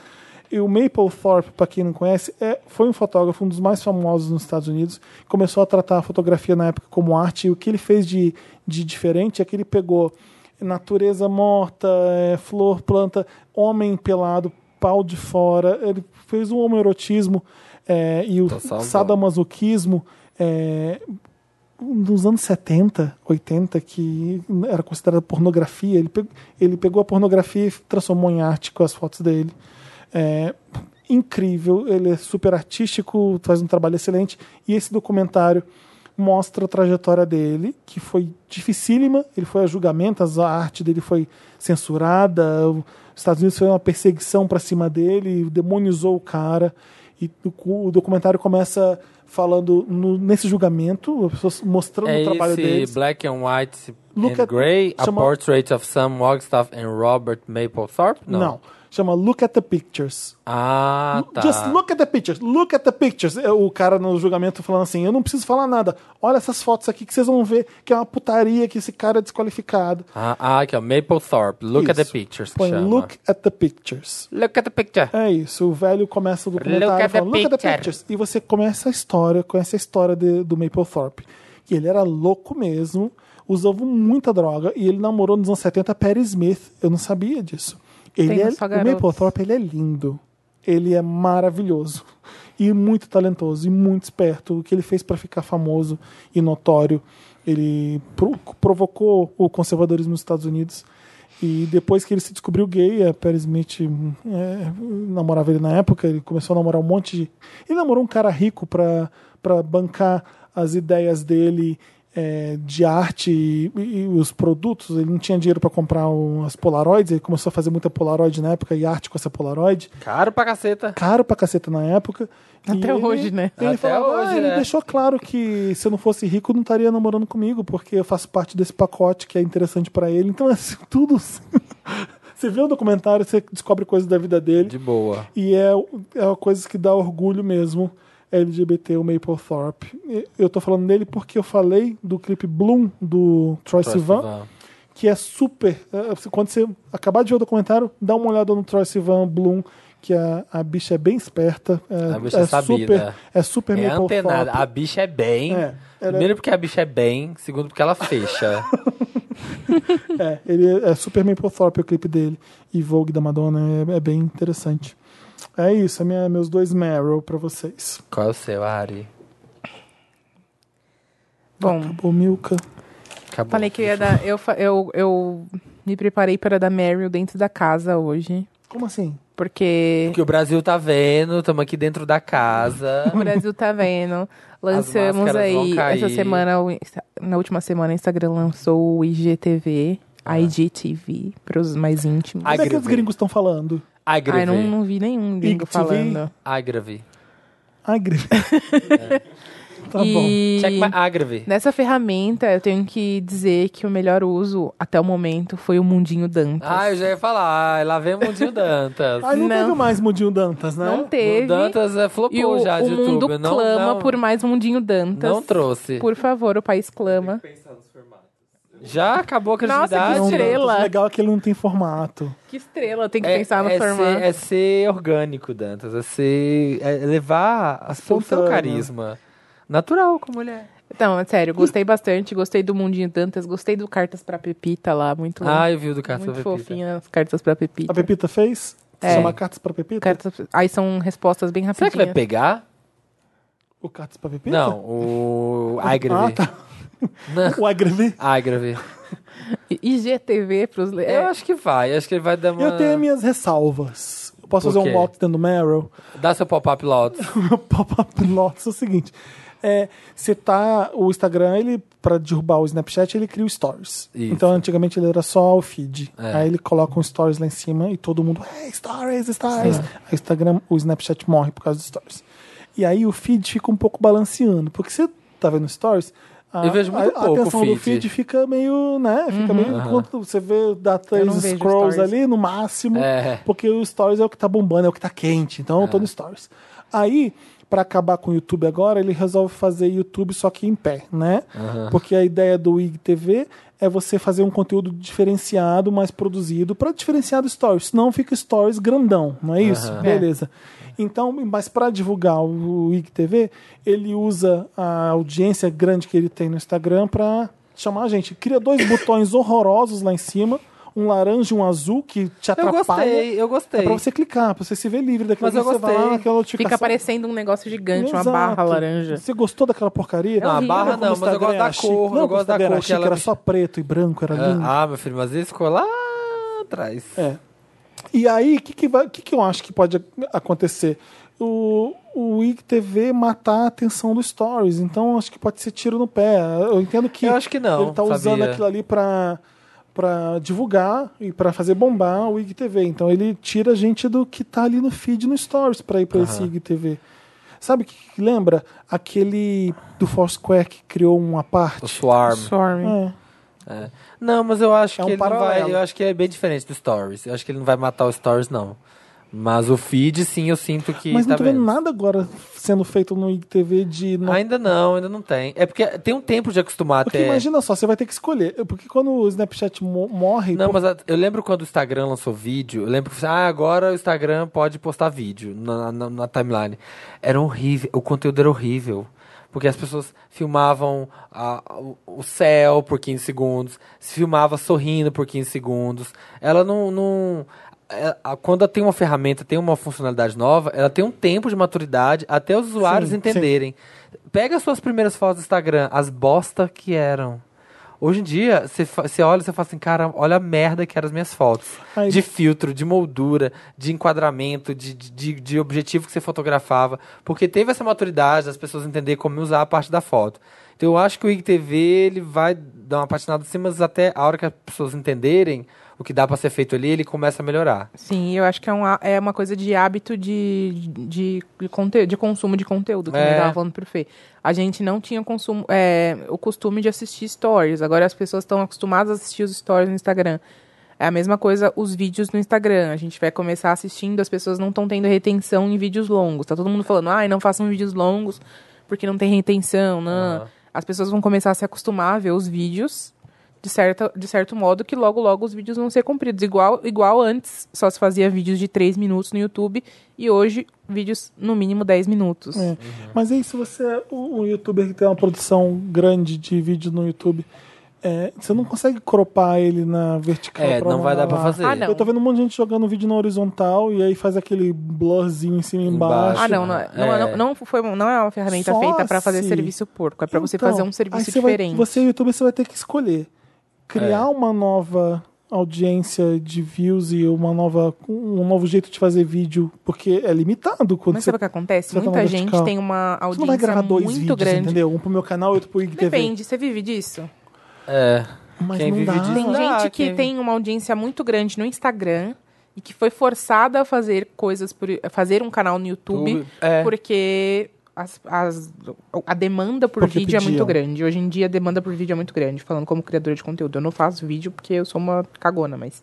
E o Mapplethorpe, pra quem não conhece, é, foi um fotógrafo, um dos mais famosos nos Estados Unidos. Começou a tratar a fotografia na época como arte. E o que ele fez de, de diferente é que ele pegou natureza morta, eh, flor, planta, homem pelado, pau de fora. Ele fez um homoerotismo eh, e o Tô salvando. sadomasoquismo. eh, dos anos 70, 80, que era considerada pornografia. Ele, pe- ele pegou a pornografia e transformou em arte com as fotos dele. É incrível, ele é super artístico, faz um trabalho excelente. E esse documentário mostra a trajetória dele, que foi dificílima. Ele foi a julgamento, as- a arte dele foi censurada, o- os Estados Unidos foi uma perseguição para cima dele, demonizou o cara. E o, o documentário começa falando no- nesse julgamento, as pessoas mostrando É o trabalho esse dele. Black and White Look and at- Grey, A chama- Portrait of Sam Wagstaff and Robert Mapplethorpe? Não. Não. chama Look at the Pictures. Ah, tá. Just look at the pictures, look at the pictures. É O cara no julgamento falando assim: eu não preciso falar nada. Olha essas fotos aqui que vocês vão ver que é uma putaria, que esse cara é desqualificado. Ah, ah, aqui ó, Mapplethorpe, Look at the Isso. Pictures que Põe chama. Look at the pictures. Look at the picture. É isso, o velho começa o documentário at the falando Look at the picture." pictures. E você começa a história, conhece a história de- do Mapplethorpe. Que ele era louco mesmo, usava muita droga e ele namorou nos anos 70 a Patti Smith. Eu não sabia disso. Ele Tem é, um só o garotos. Mapplethorpe ele é lindo. Ele é maravilhoso. E muito talentoso, e muito esperto. O que ele fez para ficar famoso e notório. Ele pro- provocou o conservadorismo nos Estados Unidos. E depois que ele se descobriu gay, a Perry Smith é, namorava ele na época, ele começou a namorar um monte de. Ele namorou um cara rico pra, pra bancar as ideias dele é, de arte e, e os produtos. Ele não tinha dinheiro pra comprar um- as Polaroids, ele começou a fazer muita Polaroid na época e arte com essa Polaroid. Caro pra caceta. Caro pra caceta na época. E Até ele- hoje, né? Ele, Até falava, ah, hoje, ele né? deixou claro que se eu não fosse rico, eu não estaria namorando comigo, porque eu faço parte desse pacote que é interessante pra ele. Então, assim, <laughs> tudo. você vê o documentário, você descobre coisas da vida dele. De boa. E é, é uma coisa que dá orgulho mesmo. LGBT, o Mapplethorpe. E Eu tô falando dele porque eu falei do clipe Bloom do Troy, Troye Sivan, Sivan. que é super. é, Quando você acabar de ver o documentário, dá uma olhada no Troy Sivan Bloom, que a, a bicha é bem esperta. É, A bicha é é sabida. super. É super É Mapplethorpe. antenada. A bicha é bem. É, ela- Primeiro porque a bicha é bem, segundo porque ela <laughs> fecha. É, ele é super Mapplethorpe o clipe dele. E Vogue da Madonna é, é bem interessante. É isso, é minha- meus dois Meryl pra vocês. Qual é o seu, Ari? Bom, Ô, Milka. Acabou. falei que eu ia dar. Eu, fa- eu, eu me preparei para dar Meryl dentro da casa hoje. Como assim? Porque Porque o Brasil tá vendo, estamos aqui dentro da casa. o Brasil tá vendo. Lançamos máscaras aí vão cair. essa semana, o Insta- na última semana, o Instagram lançou o IGTV, Ah. IGTV, para os mais íntimos. Ai, Como é que os Agrevei. gringos estão falando? <laughs> Ai, Agrave. não, não vi nenhum gringo IGTV. falando. Agrave. Agreve. <laughs> tá bom. e Check my agrave. nessa ferramenta, eu tenho que dizer que o melhor uso até o momento foi o Mundinho Dantas. Ah, eu já ia falar. Ai, Lá vem o Mundinho <laughs> Dantas. Aí não, Não. teve mais Mundinho Dantas, né? Não teve. O Dantas é, flopou E o, já de o mundo YouTube. Não, clama não, por mais Mundinho Dantas. não trouxe. Por favor, o país clama. Pensar nos formatos. Já acabou a Nossa, que credibilidade. Não, Ah, estrela. Dantas, O legal é que ele não tem formato. Que estrela, tem que É, pensar no é formato. ser, é ser orgânico, Dantas. É ser. É levar a seu, o seu Espontâneo. carisma. Natural, como ele é. Então, é sério, gostei bastante. Gostei do Mundinho Dantas. Gostei do Cartas pra Pepita lá. Muito, Ah, eu vi o do Carta muito da Pepita. fofinha as Cartas pra Pepita. A Pepita fez? É. Chama cartas pra Pepita? Cartas- Aí são respostas bem Será rapidinhas. que vai pegar? O cartas pra Pepita? Não, o. Ah, Agrave. tá. Não. O Agreve. Agrave. IGTV pros... le- É, é, Eu acho que vai. Acho que ele vai dar uma. Ah. Eu tenho minhas ressalvas. Eu posso Por fazer um quê? box dentro do Meryl? Dá seu pop-up lotes. o meu pop-up notes é o seguinte. É, você tá. O Instagram, ele, pra derrubar o Snapchat, ele cria o stories. Isso. Então, antigamente ele era só o feed. É. Aí ele coloca um stories lá em cima e todo mundo. Hey, stories, stories! Aí o Instagram, o Snapchat morre por causa dos stories. E aí o feed fica um pouco balanceando. Porque você tá vendo stories. A, Eu vejo muito a, pouco a atenção feed. Uhum. do feed fica meio, né? Fica meio. Enquanto você vê, dá três não vejo scrolls stories. ali no máximo. É. Porque o Stories é o que tá bombando, é o que tá quente. Então eu tô no Stories. Aí, pra acabar com o YouTube agora, ele resolve fazer YouTube só que em pé, né? Porque a ideia do IGTV é você fazer um conteúdo diferenciado, mais produzido, pra diferenciar do Stories. Senão fica Stories grandão, não é isso? Beleza. Então, mas pra divulgar o IGTV, ele usa a audiência grande que ele tem no Instagram pra chamar a gente. Cria dois botões horrorosos lá em cima um laranja e um azul que te Eu atrapalha. gostei, eu É gostei. pra você clicar, pra você se ver livre daquilo. Mas eu você vai gostei. lá, aquela notificação. Fica parecendo um negócio gigante, uma Exato. barra laranja. Você gostou daquela porcaria? Não, a Lembra barra quando não, o mas eu Instagram gosto da era chique? cor, eu Não, quando o gosto da Instagram cor era que chique, ela era me- só preto e branco, era lindo. Ah, ah, meu filho, mas isso ficou lá atrás. É. E aí, o que, que, vai- que, que eu acho que pode ac- acontecer? O, o IGTV matar a atenção do Stories. Então, acho que pode ser tiro no pé. Eu entendo que, Eu acho que não, ele tá usando Então, sabia? aquilo ali para para divulgar e para fazer bombar o IGTV. Então, ele tira a gente do que tá ali no feed no Stories para ir para esse IGTV. Sabe o que, que lembra? Aquele do Foursquare que criou uma O parte. Swarm. Swarm. É. É. Não, mas eu acho É um que ele não paralelo. vai. Eu acho que é bem diferente do Stories. Eu acho que ele não vai matar o Stories, não. Mas o feed, sim, eu sinto que. Mas tá não tô vendo menos. nada agora sendo feito no IGTV de no- Ainda não, ainda não tem. É porque tem um tempo de acostumar Porque até. imagina só, você vai ter que escolher. Porque quando o Snapchat mo- morre, Não, pô, mas a- eu lembro quando o Instagram lançou vídeo, eu lembro que ah, agora o Instagram pode postar vídeo na, na- na timeline. Era horrível, o conteúdo era horrível. Porque as pessoas filmavam a- o- o céu por 15 segundos, se filmava sorrindo por 15 segundos. Ela não. não é, a- quando tem uma ferramenta, tem uma funcionalidade nova, ela tem um tempo de maturidade até os usuários Sim, entenderem. Pega as suas primeiras fotos do Instagram, as bosta que eram. Hoje em dia, você fa- você olha e você fala assim, cara, olha a merda que eram as minhas fotos. Aí- De filtro, de moldura, de enquadramento, de, de- de, de objetivo que você fotografava. Porque teve essa maturidade das pessoas entenderem como usar a parte da foto. Então eu acho que o IGTV ele vai dar uma patinada assim, mas até a hora que as pessoas entenderem o que dá pra ser feito ali, ele começa a melhorar. Sim, eu acho que é, um, é uma coisa de hábito de, de, de, conte- de consumo de conteúdo, que É. eu tava falando pro Fê. A gente não tinha consumo, é, o costume de assistir stories. Agora as pessoas estão acostumadas a assistir os stories no Instagram. É a mesma coisa os vídeos no Instagram. A gente vai começar assistindo, as pessoas não estão tendo retenção em vídeos longos. Tá todo mundo falando, ai, não façam vídeos longos porque não tem retenção, não. Aham. As pessoas vão começar a se acostumar a ver os vídeos de, certa, de certo modo que logo, logo os vídeos vão ser compridos. Igual, igual antes, só se fazia vídeos de 3 minutos no YouTube e hoje vídeos no mínimo 10 minutos. Uhum. É. Mas aí, se você é um um youtuber que tem uma produção grande de vídeo no YouTube, é, você não consegue cropar ele na vertical. É, não uma- vai dar pra lá. fazer. Ah, não. Eu tô vendo um monte de gente jogando vídeo na horizontal e aí faz aquele blurzinho em cima e embaixo. Embaixo. Ah, não, não, não, É. não, não foi, não é uma ferramenta Só feita para fazer se- serviço porco, é para você Então, fazer um aí serviço você vai- diferente. você, youtuber, você vai ter que escolher. É. Criar uma nova audiência de views e uma nova, um novo jeito de fazer vídeo, porque é limitado quando Mas você sabe o que acontece? você tá Muita no gente vertical. tem Você uma não vai audiência gravar dois muito vídeos, grande. entendeu? Um pro meu canal e outro pro IGTV. Depende, você vive disso? É. Mas Quem não vive dá. disso Tem Não, gente que quem- tem uma audiência muito grande no Instagram e que foi forçada a fazer coisas por a fazer um canal no YouTube Tu- é. porque as- as- a demanda por Porque vídeo é muito pediam. grande. Hoje em dia a demanda por vídeo é muito grande, falando como criadora de conteúdo. Eu não faço vídeo porque eu sou uma cagona, mas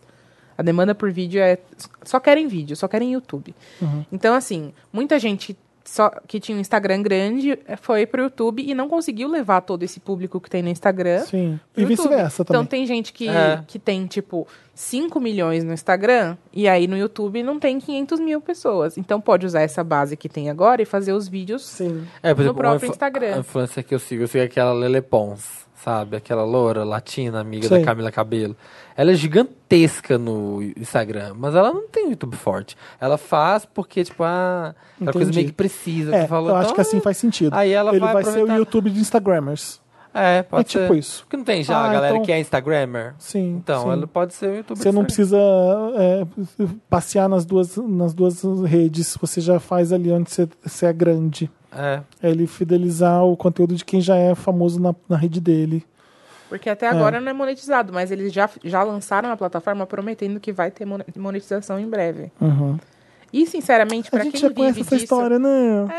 a demanda por vídeo é só querem vídeo, só querem YouTube. Uhum. Então assim, muita gente só que tinha um Instagram grande eh, foi pro YouTube e não conseguiu levar todo esse público que tem no Instagram Sim. E pro YouTube. vice-versa Então também. tem gente que, É. que tem, tipo, 5 milhões no Instagram e aí no YouTube não tem 500 mil pessoas. Então pode usar essa base que tem agora e fazer os vídeos. Sim. É, por No exemplo, uma próprio Instagram. A influencer que eu sigo, eu sigo aquela Lele Pons, sabe? Aquela loura latina, amiga Sei. da Camila Cabelo. Ela é gigantesca no Instagram, mas ela não tem um YouTube forte. Ela faz porque, tipo, ah, aquela coisa Entendi. meio que precisa. É, que falou, eu acho então, que assim faz sentido. Aí ela Ele vai vai, ser o aproveitar. YouTube de Instagrammers. É, pode é tipo ser. isso. Porque não tem já Ah, a galera então- que é Instagrammer. Sim. Então, sim. ela pode ser o YouTube. Você não Instagram. precisa é, passear nas duas, nas duas redes. Você já faz ali onde você, você é grande. É. É ele fidelizar o conteúdo de quem já é famoso na, na rede dele. Porque até agora não é monetizado, mas eles já, já lançaram a plataforma prometendo que vai ter mon- monetização em breve. E sinceramente, A pra quem gente já vive conhece disso. essa história, né?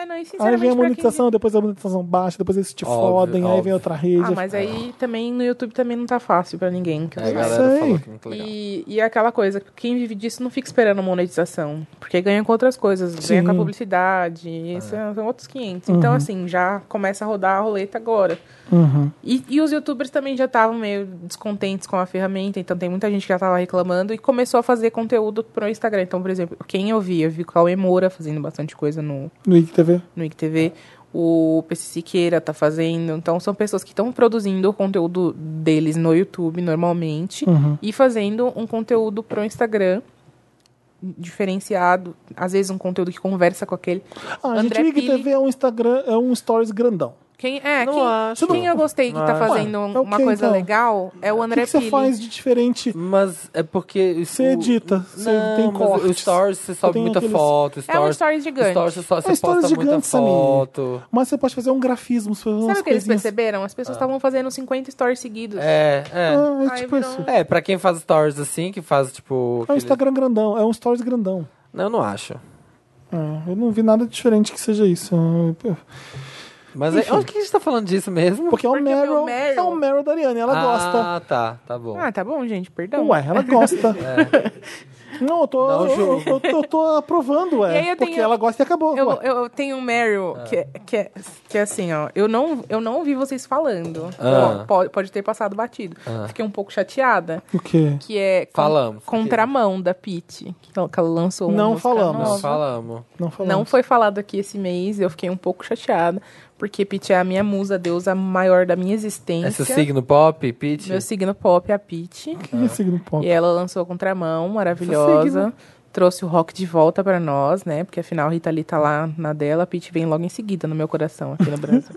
É, não, e Aí sinceramente, vem a pra quem monetização, depois a monetização baixa, depois eles te Óbvio, fodem, aí vem óbvio. outra vive- rede. Ah, mas aí também no YouTube também não tá fácil pra ninguém. Que eu É, a saiba. galera sei. falou que não tá legal. E, e é aquela coisa, quem vive disso não fica esperando monetização, porque ganha com outras coisas, ganha Sim. com a publicidade, isso é- são outros 500. Então, assim, já começa a rodar a roleta agora. Uhum. E, e os youtubers também já estavam meio descontentes com a ferramenta, então tem muita gente que já tava reclamando e começou a fazer conteúdo pro Instagram. Então, por exemplo, quem eu vi, eu vi o Cauê Moura fazendo bastante coisa no, No IGTV. no IGTV. o PC Siqueira tá fazendo. Então, são pessoas que estão produzindo o conteúdo deles no YouTube, normalmente, Uhum. e fazendo um conteúdo pro Instagram diferenciado. Às vezes, um conteúdo que conversa com aquele. Ah, a gente André liga que Pili. TV é um Instagram, é um stories grandão. Quem, é, Não quem, acho. quem eu gostei que Não tá acho. fazendo Ué, é o uma quê, coisa então? legal é o O que, André que você Pili. faz de diferente? Mas é porque. Você edita, você não, tem mas cortes. O Stories você Você sobe tem muita aqueles- foto. É um Stories, story gigante. Stories você, só, você stories posta muita gigantes, Samir. foto. Mas você pode fazer um grafismo, você fazer Sabe umas o que eles coisinhas. perceberam? As pessoas estavam fazendo 50 stories seguidos. É, é. Ah, é Aí tipo virou isso. um- É, pra quem faz stories assim, que faz tipo. É um aquele- Instagram grandão, é um stories grandão. Não, eu não acho. É, eu não vi nada diferente que seja isso. é um Eu- Mas é, onde que a gente tá falando disso mesmo? Porque é o Porque é o Meryl, Meryl. é o Meryl da Ariane, ela gosta. Ah, tá, tá bom. Ah, tá bom, gente, perdão. Ué, ela <laughs> gosta. É. Não, eu tô, Não, eu, Ju. eu- eu tô aprovando, ué. um E aí eu porque tenho- ela gosta e acabou. Eu, ué. eu tenho um Meryl que, é- que, é, que é assim, ó. Eu não, eu não ouvi vocês falando. Ah. Ó, pode, pode ter passado batido. Fiquei um pouco chateada. O quê? Que é con- Falamos. Contramão da Pete. Que ela que ela lançou uma Não música falamos. Não nova. falamos. Não falamos. Não foi falado aqui esse mês. Eu fiquei um pouco chateada. Porque Pete é a minha musa, a deusa maior da minha existência. Esse signo pop, Pete? Meu signo pop é a Pete. Que é signo pop? E ela lançou a Contramão, maravilhosa. Trouxe o rock de volta pra nós, né? Porque afinal Rita Lee tá lá na dela, a Pete vem logo em seguida no meu coração <laughs> aqui no Brasil.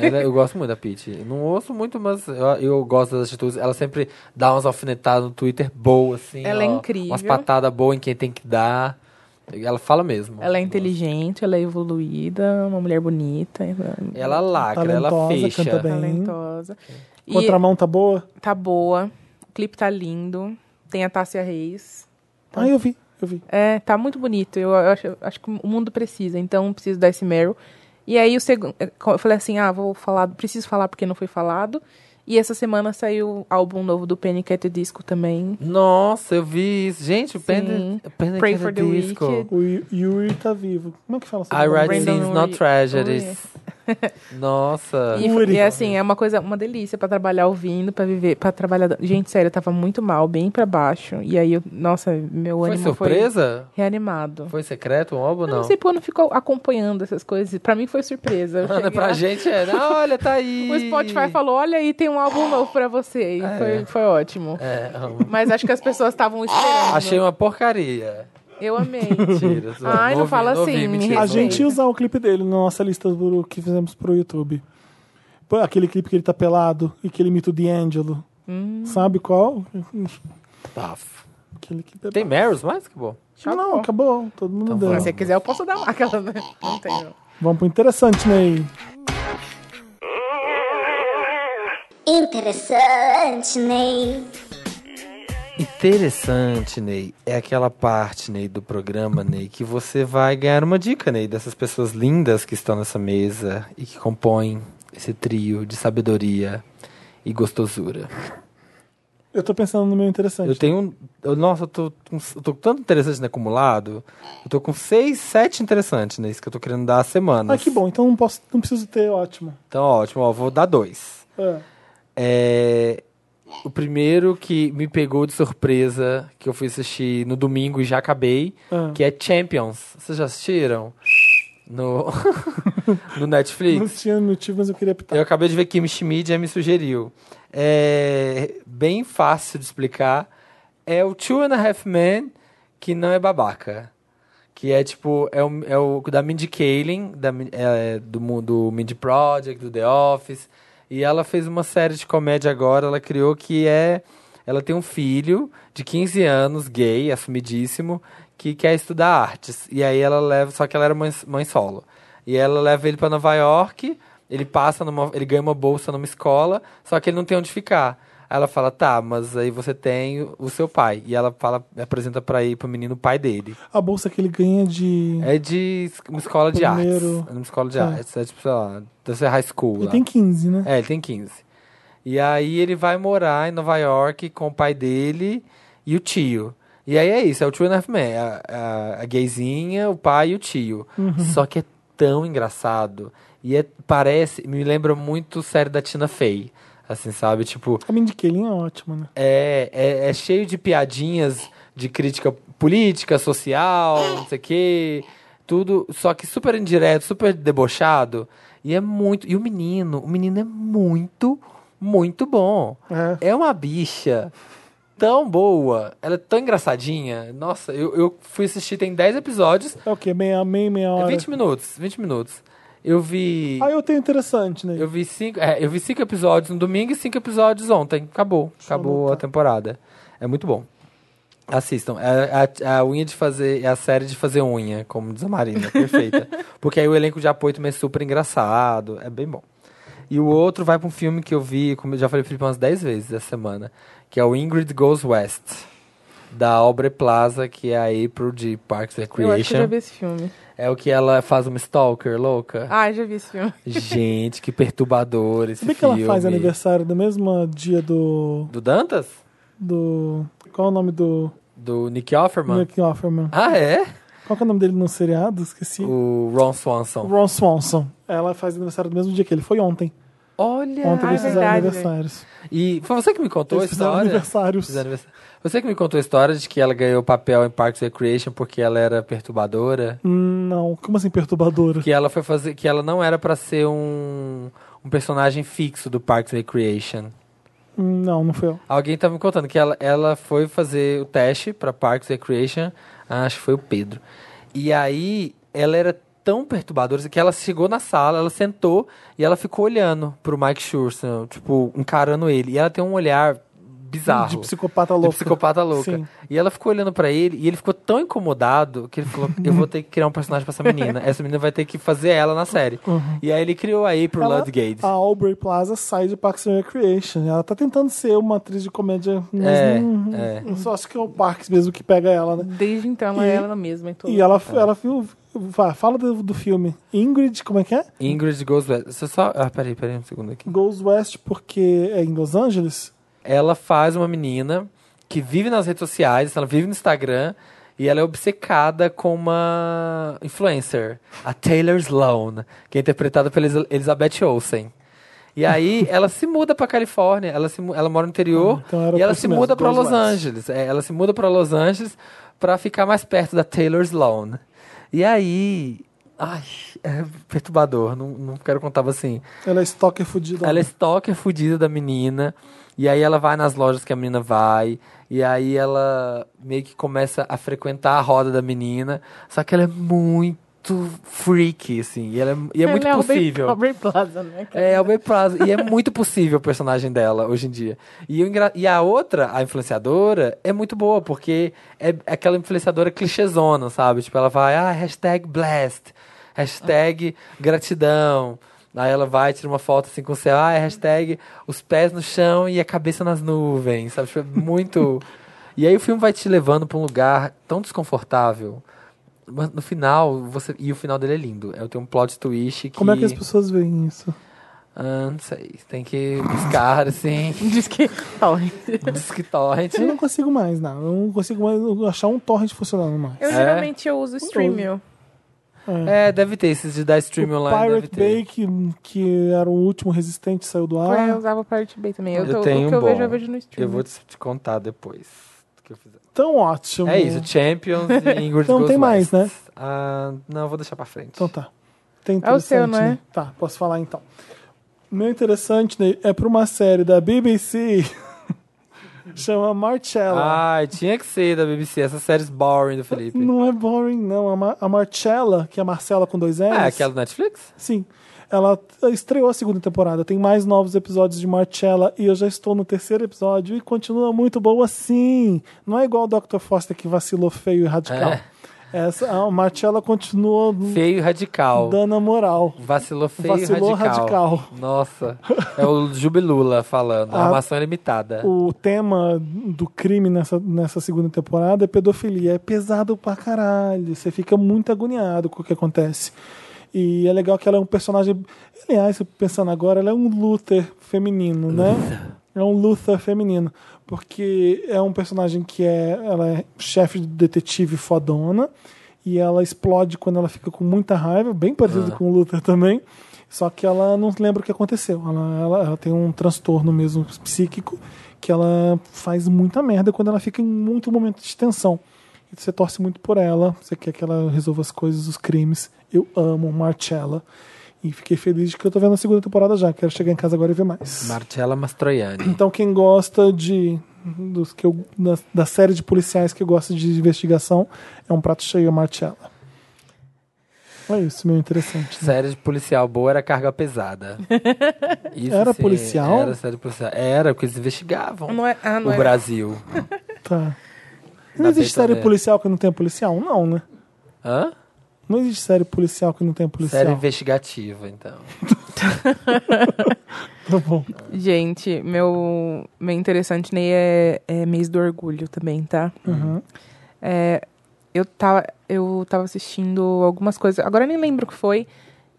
Ela- é, eu gosto muito da Pete. Não ouço muito, mas eu, eu gosto das atitudes. Ela sempre dá umas alfinetadas no Twitter boas, assim. Ela é ó, incrível. Umas patadas boas em quem tem que dar. Ela fala mesmo. ela é inteligente, ela é evoluída, uma mulher bonita, é Ela lacra, ela Talentosa, fecha. canta bem. talentosa. E Contramão tá boa? tá boa, o clipe tá lindo, tem a Tássia Reis. Tá. Ah, eu vi, eu vi. É, tá muito bonito. Eu acho, acho que o mundo precisa, então preciso dar esse Meryl. E aí o segundo, eu falei assim, ah, vou falar, preciso falar porque não foi falado. E essa semana saiu o álbum novo do Penny Cat Disco também. Nossa, eu vi isso. Gente, o Penny Pray for the Disco. Wicked. O Yu- Yuri tá vivo. Como é que fala I nome? write Brandon scenes, not Uri- tragedies. <laughs> <laughs> Nossa. E, Yuri. e, assim, é uma coisa, uma delícia pra trabalhar ouvindo, pra viver, pra trabalhar. Gente, sério, eu tava muito mal, bem pra baixo. E aí, eu, nossa, meu Foi ânimo surpresa? foi reanimado. Foi secreto um álbum ou Eu não? <laughs> não sei porque eu não fico acompanhando essas coisas. Pra mim foi surpresa. Eu Ana, cheguei pra lá- gente é. Não, olha, tá aí. <laughs> O Spotify falou: olha aí, tem um álbum novo pra você. E foi, foi ótimo. É, amo. Mas acho que as pessoas estavam esperando. achei um- uma <laughs> porcaria. Eu amei. Mentira. zoando. Ai, não ouvi, fala ouvi, assim, me mentira. A Esse gente aí. ia usar o clipe dele na nossa lista do que fizemos pro YouTube. Pô, Aquele clipe que ele tá pelado e que ele imita o D'Angelo. Sabe qual? Bafo. Aquele clipe é Tá Tem Então Meryls mais? Que bom. Não, acabou. Todo mundo deu. Se você quiser, eu posso dar uma. Aquela, né? Não tenho. Vamos pro interessante, Ney. Interessante, Ney. Interessante, Ney. É aquela parte, Ney, do programa, Ney, que você vai ganhar uma dica, Ney, dessas pessoas lindas que estão nessa mesa e que compõem esse trio de sabedoria e gostosura. Eu tô pensando no meu interessante. Eu tenho. um- eu- nossa, eu tô, com- eu tô com tanto interessante né, acumulado. Eu tô com seis, sete interessantes, né? Isso que eu tô querendo dar a semana. Ah, que bom. Então não, posso, não preciso ter, ótimo. Então, ótimo, ó, vou dar dois. É. É, o primeiro que me pegou de surpresa, que eu fui assistir no domingo e já acabei, Ah. que é Champions. Vocês já assistiram? No, <laughs> no Netflix? Não tinha motivo, mas eu queria apitar. Eu acabei de ver que Kim Schmid já me sugeriu. É bem fácil de explicar. É o Two and a Half Men que não é babaca. Que é tipo, é o, é o da Mindy Kaling, da, Min- é, do, mu- do Mindy Project, do The Office. E ela fez uma série de comédia agora, ela criou que é. Ela tem um filho de 15 anos, gay, assumidíssimo, que quer estudar artes. E aí ela leva. Só que ela era mãe, mãe solo. E ela leva ele pra Nova York, ele passa numa. ele ganha uma bolsa numa escola, só que ele não tem onde ficar. Aí ela fala, tá, mas aí você tem o- o seu pai. E ela fala, apresenta pra ir pro menino o pai dele. A bolsa que ele ganha de. É de es- uma escola de Primeiro- artes. É Uma escola de Tá. artes. É tipo, sei lá, deve ser high school. Ele lá. tem 15, né? É, ele tem 15. E aí ele vai morar em Nova York com o pai dele e o tio. E aí é isso, é o tio and a half man, a, a, a gayzinha, o pai e o tio. Só que é tão engraçado. E é, parece, me lembra muito série da Tina Fey. Assim, sabe? Tipo, A Mindy Kaling é ótima, né? é, é, é cheio de piadinhas de crítica política, social, não sei o quê. tudo, só que super indireto, super debochado. E é muito. E o menino, o menino é muito, muito bom. É, uma bicha tão boa, ela é tão engraçadinha. Nossa, eu, eu fui assistir, tem 10 episódios, É o quê? Meia, meia, meia é hora. 20 minutos, 20 minutos. Eu vi. Ah, eu tenho interessante, né? Eu vi cinco, é, eu vi cinco episódios no domingo e cinco episódios ontem. Acabou. Acabou a temporada. É muito bom. Assistam. É a, a unha de fazer. É a série de fazer unha, como diz a <laughs> Marina. Perfeita. Porque aí o elenco de apoio também é super engraçado. É bem bom. E o outro vai pra um filme que eu vi, como eu já falei pro Felipe umas 10 vezes essa semana, que é o Ingrid Goes West. Da Aubrey Plaza, que é a April de Parks and Eu acho que eu já Recreation. vi esse filme. É o que ela faz uma stalker louca. Ah, eu já vi esse filme. Gente, que perturbador esse Sabia é que ela filme. faz aniversário do mesmo dia do. Do Dantas? do. Qual é o nome do Do Nick Offerman? Nick Offerman? Ah, é? Qual que é o nome dele no seriado? Esqueci. O Ron Swanson. Ron Swanson. Ela faz aniversário do mesmo dia que ele. Foi ontem. Olha! Ontem Ah, é eles fizeram verdade, aniversários. E foi você que me contou a Eles fizeram história? aniversários. Fizeram aniversário. Você que me contou a história de que ela ganhou papel em Parks and Recreation porque ela era perturbadora. Hum, Não, como assim perturbadora? Que ela foi fazer. Que ela não era pra ser um, um personagem fixo do Parks and Recreation. Hum, Não, não foi. eu. Alguém tá me contando que ela, ela foi fazer o teste pra Parks and Recreation, ah, acho que foi o Pedro. E aí ela era tão perturbadora assim, que ela chegou na sala, ela sentou e ela ficou olhando pro Mike Schurson, tipo, encarando ele. E ela tem um olhar bizarro. De psicopata louca. De psicopata louca. Sim. E ela ficou olhando pra ele e ele ficou tão incomodado que ele falou: Eu vou ter que criar um personagem pra essa menina. Essa menina vai ter que fazer ela na série. E aí ele criou aí pro Uhum. Ela- "Ah, Ludgate. A Aubrey Plaza sai de Parks and Recreation. Ela tá tentando ser uma atriz de comédia, mas É, não, é. não- só acho que é o Parks mesmo que pega ela, né? Desde então ela E- é ela mesma. em todo- E ela, ela viu. vá, Fala do, do filme. Ingrid, como é que é? Ingrid Goes West. Deixa eu só. Ah, peraí, peraí um segundo aqui. Goes West porque é em Los Angeles? ela faz uma menina que vive nas redes sociais, ela vive no Instagram, e ela é obcecada com uma influencer, a Taylor Sloan, que é interpretada pela Elis- Elizabeth Olsen. E aí ela se muda pra Califórnia, ela, se, mu- ela mora no interior, Ah, então era e ela por isso se mesmo, muda pra Goes Los West. Angeles. É, ela se muda pra Los Angeles pra ficar mais perto da Taylor Sloan. E aí... Ai, é perturbador, não, não quero contar mas assim. Ela é stalker fudida. Ela é stalker fudida da menina. E aí ela vai nas lojas que a menina vai. E aí ela meio que começa a frequentar a roda da menina. Só que ela é muito freaky, assim. E, ela é, e é muito ela possível. É Aubrey Plaza, né? cara? É, Aubrey Plaza. E é muito possível o personagem dela hoje em dia. E, o engra- e a outra, a influenciadora, é muito boa, porque é aquela influenciadora clichêzona, sabe? Tipo, ela vai, ah, hashtag blessed, hashtag gratidão. Aí ela vai, tira uma foto assim com o céu, ah, é hashtag os pés no chão e a cabeça nas nuvens, sabe? Tipo, é muito. e aí o filme vai te levando pra um lugar tão desconfortável. Mas no final, você. E o final dele é lindo. Eu tenho um plot twist que. Como é que as pessoas veem isso? Ah, não sei. Tem que buscar, assim, <laughs> Diz que. tá Olha, disque torrent. Eu não consigo mais, não. Eu não consigo mais achar um torrent funcionando mais. Eu É? geralmente eu uso Streamio. É, deve ter. Esses de dar stream o online deve Pirate ter. Bay, que, que era o último resistente, saiu do ar. É, eu usava o Pirate Bay também. Eu, Ah. Eu tô, tenho o que um eu vejo, bom. eu vejo no Eu Streamio. vou te, te contar depois. do que eu fizer. Tão Então, ótimo. É isso, Champions <laughs> e Ingrid Não Goes Então, tem mais, né? West. Ah, não, vou deixar pra frente. Então tá. Tem É o seu, interessante, não é? né? Tá, posso falar então. Meu interessante Ney, é pra uma série da BBC. <laughs> chama Marcella. Ai, tinha que ser da BBC. Essas séries boring do Felipe. não é boring, não. A, Mar a Marcella, que é Marcela com dois L's. Ah, é aquela do Netflix? Sim. Ela estreou a segunda temporada. Tem mais novos episódios de Marcella e eu já estou no terceiro episódio e continua muito boa sim. Não é igual o Dr. Foster que vacilou feio e radical. É. Essa, a Marcella continua Feio e radical. dando a moral. Vacilou feio e Vacilou radical. radical. Nossa. É o Jubilula falando. <laughs> Ah. Armação ilimitada. O tema do crime nessa, nessa segunda temporada é pedofilia. É pesado pra caralho. Você fica muito agoniado com o que acontece. E é legal que ela é um personagem. Aliás, pensando agora, ela é um Luther feminino, né? É um Luther feminino. Porque é um personagem que é. Ela é chefe de detetive fodona. E ela explode quando ela fica com muita raiva, bem parecido com o Luther também. Só que ela não lembra o que aconteceu. Ela, ela, ela tem um transtorno mesmo psíquico que ela faz muita merda quando ela fica em muito momento de tensão. E você torce muito por ela, você quer que ela resolva as coisas, os crimes. Eu amo Marcella. E fiquei feliz de que eu tô vendo a segunda temporada já. Quero chegar em casa agora e ver mais. Marcella Mastroianni. Então quem gosta de dos que eu, da, da série de policiais que gosta de investigação é um prato cheio a Marcella. É isso, meio interessante. né? Série de policial boa era carga pesada. <laughs> Isso Era sim, policial? Era série policial. Era, porque eles investigavam Não é- ah, não o é. Brasil. Tá. Não Na existe Beta série Net. policial que não tenha policial? Não, né? Hã? Não existe série policial que não tenha policial. Série investigativa, então. Tá bom. Gente, meu, meu interessante Ney é, é mês do orgulho também, tá? Uhum. É, eu, tava, eu tava assistindo algumas coisas, agora eu nem lembro o que foi.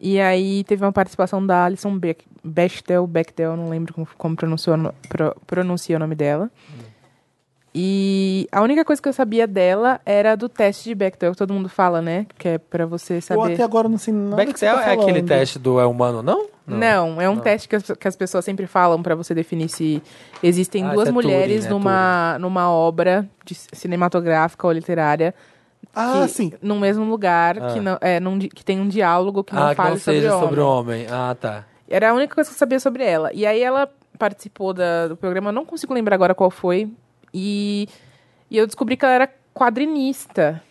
E aí teve uma participação da Alison Beck, Bechtel, Bechtel, não lembro como, como pronunciou, o no- pro- pronuncia o nome dela. E a única coisa que eu sabia dela era do teste de Bechtel, que todo mundo fala, né? Que é pra você Eu saber... até agora não sei nada que você Bechtel tá é aquele falando. teste do é humano, não? Não, é um Não. teste que as, que as pessoas sempre falam pra você definir se existem Ah, isso duas é mulheres Turing, né? numa, numa obra de c- cinematográfica ou literária Ah, que- sim. no mesmo lugar Ah. que, não, é, num di- que tem um diálogo que não ah, que fale não seja sobre, sobre homem. homem. Ah, tá. Era a única coisa que eu sabia sobre ela. E aí ela participou da- do programa, eu não consigo lembrar agora qual foi. E, e eu descobri que ela era quadrinista.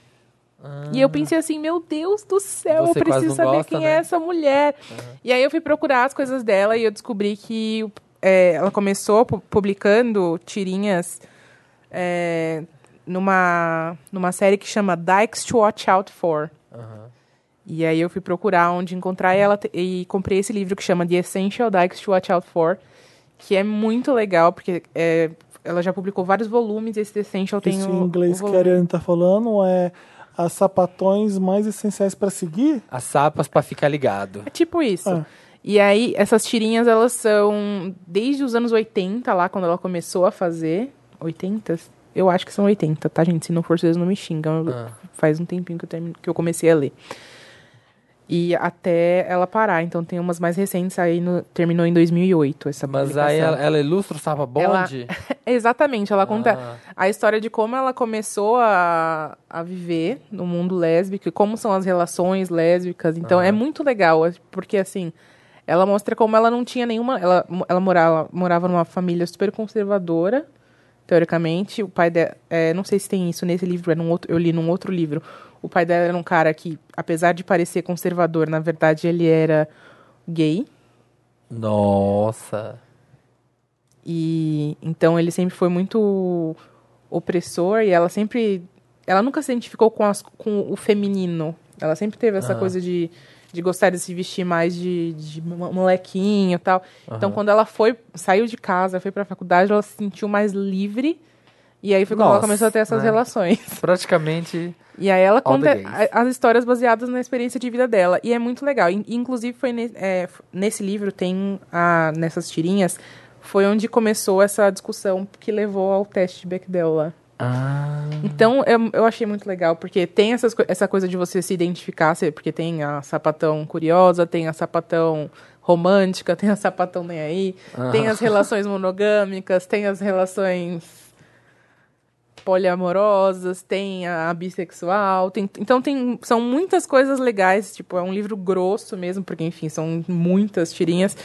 E eu pensei assim, meu Deus do céu, Ah. Você quase eu preciso não saber gosta, quem né? é essa mulher. E aí eu fui procurar as coisas dela e eu descobri que é, ela começou pu- publicando tirinhas é, numa, numa série que chama Dykes to Watch Out For. E aí eu fui procurar onde encontrar ela te- e comprei esse livro que chama The Essential Dykes to Watch Out For, que é muito legal, porque é, ela já publicou vários volumes, esse The Essential tem Isso o- em inglês o que a volume- Ariane tá falando é as sapatões mais essenciais para seguir? As sapas pra ficar ligado. É tipo isso. Ah. E aí, essas tirinhas, elas são desde os anos 80, lá quando ela começou a fazer. 80? Eu acho que são 80, tá, gente? Se não for, vocês não me xingam. Eu- Ah. Faz um tempinho que eu, termino- que eu comecei a ler. E até ela parar. Então, tem umas mais recentes aí. no- terminou em 2008 essa Mas publicação. aí ela, ela ilustra o sapa Ela- bonde? <laughs> Exatamente, ela conta Ah. a história de como ela começou a, a viver no mundo lésbico e como são as relações lésbicas. Então é muito legal, é- porque assim, ela mostra como ela não tinha nenhuma. Ela, ela morava, morava numa família super conservadora, teoricamente. O pai dela. não sei se tem isso nesse livro, é num outro, eu li num outro livro. O pai dela era um cara que, apesar de parecer conservador, na verdade ele era gay. Nossa. E então ele sempre foi muito opressor e ela sempre ela nunca se identificou com, as, com o feminino. Ela sempre teve essa Aham. coisa de, de gostar de se vestir mais de, de mo- molequinho e tal. Então Aham. quando ela foi saiu de casa, foi pra faculdade, ela se sentiu mais livre. E aí foi quando ela Nossa, começou a ter essas né? relações. Praticamente. E aí ela All conta the gays. a- as histórias baseadas na experiência de vida dela. E é muito legal. In- Inclusive, foi ne- é, f- nesse livro, tem a- nessas tirinhas, foi onde começou essa discussão que levou ao teste de Bechdel lá. Ah. Então, eu, eu achei muito legal, porque tem essas, co- essa coisa de você se identificar, você- porque tem a sapatão curiosa, tem a sapatão romântica, <laughs> tem a sapatão nem aí, tem as relações monogâmicas, tem as relações poliamorosas, tem a, bissexual, tem- então tem, são muitas coisas legais, tipo, é um livro grosso mesmo, porque, enfim, são muitas tirinhas,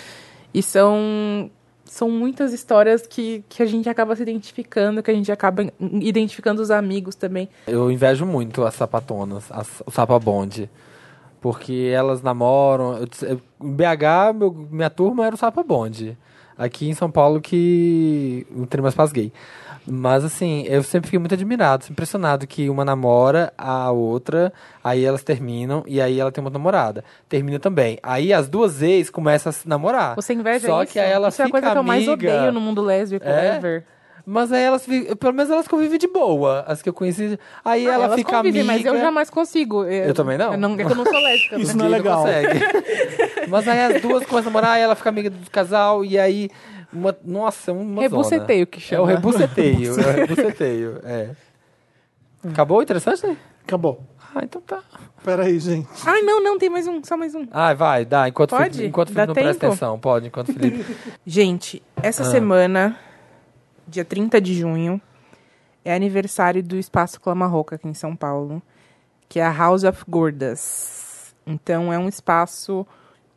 e são são muitas histórias que, que a gente acaba se identificando, que a gente acaba in- identificando os amigos também. Eu invejo muito as sapatonas, as, o sapabonde. Porque elas namoram. eu disse- eu- em BH, meu- minha turma era o sapabonde. Aqui em São Paulo que não tem mais paz gay. Mas assim, eu sempre fiquei muito admirado, impressionado que uma namora a outra, aí elas terminam e aí ela tem uma namorada. Termina também. Aí as duas ex começam a se namorar. Você inveja Só isso? que aí ela isso é a fica coisa que eu mais amiga. odeio no mundo lésbico É? ever. Mas aí elas, vi- pelo menos elas convivem de boa, as que eu conheci. Aí ela Elas fica convivem, amiga. mas eu jamais consigo. Eu, também não. Eu não, é que eu não sou lésbica. Isso né? não Gay é legal. <laughs> consegue. Mas aí as duas começam a namorar, aí ela fica amiga do casal, e aí. Uma, nossa, uma. Rebuceteio né? que Zona. É chama. o rebuceteio. é o rebuceteio, é. Acabou o interessante, né? Acabou. Ah, então tá. Peraí, gente. Ai, não, não, tem mais um, só mais um. Ah, vai, dá. Enquanto o Pode? Felipe, enquanto o Dá Felipe não presta tempo? atenção, pode, enquanto o Felipe. Ah. Gente, essa semana, dia 30 de junho, é aniversário do Espaço Clamarroca aqui em São Paulo, que é a House of Gordas. Então é um espaço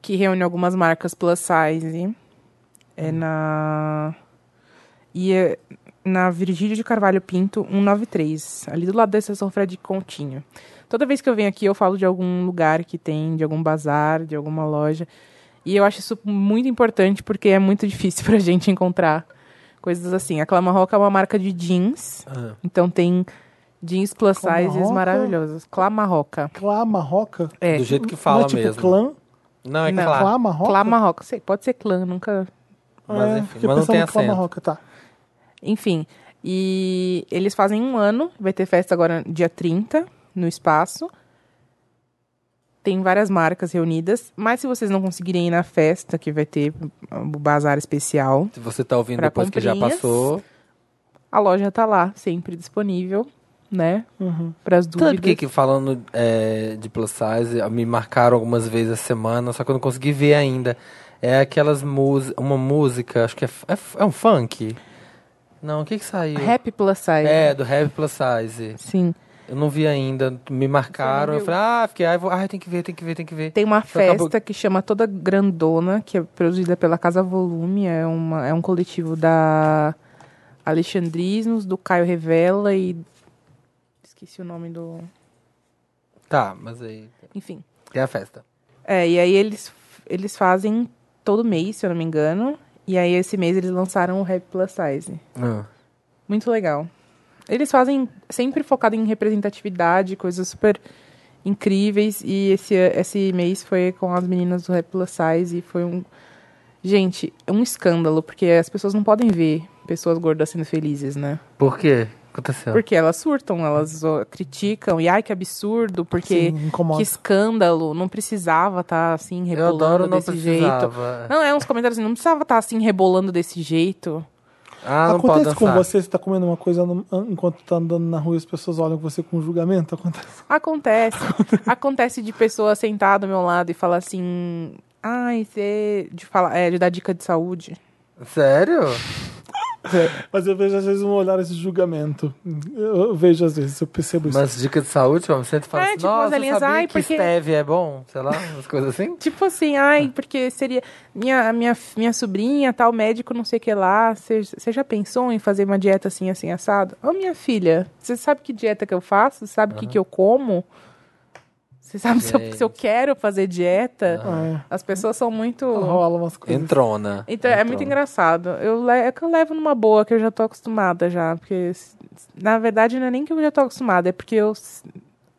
que reúne algumas marcas plus size. É na. E é na Virgílio de Carvalho Pinto, 193, ali do lado da estação Fred Continho. Toda vez que eu venho aqui, eu falo de algum lugar que tem, de algum bazar, de alguma loja. E eu acho isso muito importante porque é muito <laughs> difícil pra gente encontrar coisas assim. A Clamarroca é uma marca de jeans, Ah. então tem jeans plus sizes Clamarroca? maravilhosos. Clamarroca. Clá marroca? É. Do jeito que Não fala é tipo mesmo. clã? Não, é Não. claro. Clá marroca? Clamarroca, sei, pode ser clã, nunca. Mas É, enfim, fiquei mas não pensando tem em clã acento. marroca, tá. Enfim, e eles fazem um ano, vai ter festa agora dia 30, no espaço. Tem várias marcas reunidas, mas se vocês não conseguirem ir na festa, que vai ter o bazar especial, Se você tá ouvindo Pra depois que já comprinhas. passou. a loja tá lá, sempre disponível, né? Uhum. Para as dúvidas. Sabe por que que falando é, de plus size, me marcaram algumas vezes a semana, só que eu não consegui ver ainda. É aquelas músicas, uma música, acho que é, f- é, f- é um funk? Não, o que que saiu? Happy Plus Size. É, do Heavy Plus Size. Sim. Eu não vi ainda, me marcaram, eu falei, ah, fiquei, ah, eu vou, ah, tem que ver, tem que ver, tem que ver. Tem uma Então acabou- festa que chama Toda Grandona, que é produzida pela Casa Volume, é, uma, é um coletivo da Alexandrismos, do Caio Revela e. Esqueci o nome do. Tá, mas aí, Enfim. tem a festa. É, e aí eles, eles fazem todo mês, se eu não me engano. E aí esse mês eles lançaram o Rap Plus Size. Ah. Muito legal. Eles fazem sempre focado em representatividade, coisas super incríveis. E esse, esse mês foi com as meninas do Rap Plus Size e foi um. Gente, é um escândalo, porque as pessoas não podem ver pessoas gordas sendo felizes, né? Por quê? O que Aconteceu. Porque elas surtam, elas ó, criticam, e ai que absurdo, porque Sim, incomoda. que escândalo, não precisava estar assim eu rebolando adoro não desse jeito. precisava. Não, é uns comentários assim, não precisava estar assim rebolando desse jeito. Ah, não pode Acontece dançar. com você, você tá comendo uma coisa no- enquanto tá andando na rua e as pessoas olham você com julgamento? Acontece. <laughs> Acontece. Acontece de pessoa sentada ao meu lado e falar assim: "Ai, você de falar, é, de dar dica de saúde". Sério? Mas eu vejo às vezes um olhar esse julgamento. Eu eu vejo às vezes, eu percebo isso. Mas dica de saúde, eu me sento e falo É, assim, tipo, umas nossa, eu velhinhas, sabia ai, que porque- stevia é bom, sei lá, umas coisas assim. Tipo assim, ai, porque seria minha minha minha sobrinha, tal médico, não sei o que lá, você você já pensou em fazer uma dieta assim assim assado? Ô, minha filha, você sabe que dieta que eu faço? Você Sabe o que que eu como? Você sabe se eu, Gente. se eu quero fazer dieta? É, As pessoas são muito rola umas coisas. Entrona. Então, é muito engraçado. Eu le- É que eu levo numa boa, que eu já tô acostumada já. Porque, s- s- na verdade, não é nem que eu já tô acostumada, é porque eu, s-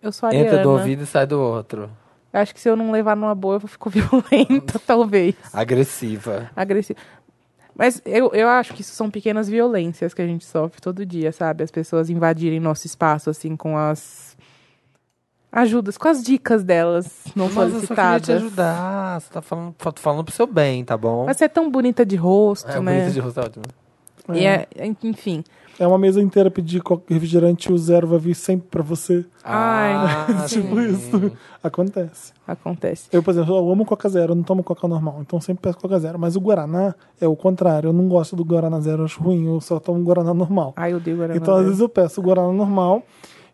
eu sou ariana. Entra do ouvido e sai do outro. Eu Acho que se eu não levar numa boa, eu fico <laughs> violenta, talvez. Agressiva. Agressiva. Mas eu, eu acho que isso são pequenas violências que a gente sofre todo dia, sabe? As pessoas invadirem nosso espaço, assim, com as ajudas, com as dicas delas não Mas eu só queria te solicitadas. ajudar. Você tá falando, fa- tô falando pro seu bem, tá bom? Mas você é tão bonita de rosto, é, o né? bonito de rosto é ótimo. E é- enfim. É uma mesa inteira pedir co- refrigerante e o zero vai vir sempre pra você. Ai, <laughs> Ah, tipo sim. isso. Acontece. Acontece. Eu, por exemplo, eu amo Coca Zero, eu não tomo Coca normal, então sempre peço Coca Zero. Mas o Guaraná é o contrário, eu não gosto do Guaraná Zero, eu acho ruim, eu só tomo Guaraná normal. Ai, eu dei o Guaraná. Então, às Zero. vezes eu peço o Guaraná normal,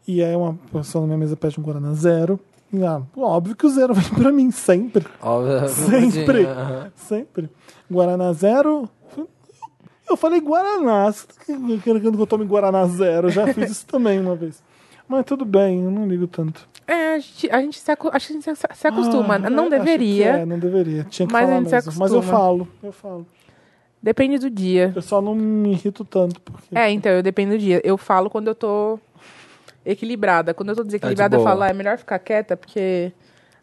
e aí uma pessoa na minha mesa pede um Guaraná Zero, e ah, óbvio que o Zero <laughs> vem pra mim, sempre, Ó, Sempre. aham. sempre. Guaraná Zero... Eu falei Guaraná, você tá querendo que eu tome Guaraná Zero, eu já fiz isso também uma vez. Mas tudo bem, eu não ligo tanto. É, a gente, a gente se, acu- acho que a gente se- se acostuma. Ah, não acho que deveria. É, não deveria. Tinha que Mas a falar gente se mesmo. Mas eu acostuma. falo, eu falo. Depende do dia. Eu só não me irrito tanto, porque. É, então, eu dependo do dia. Eu falo quando eu tô equilibrada. Quando eu tô desequilibrada, eu boa. falo, ah, é melhor ficar quieta, porque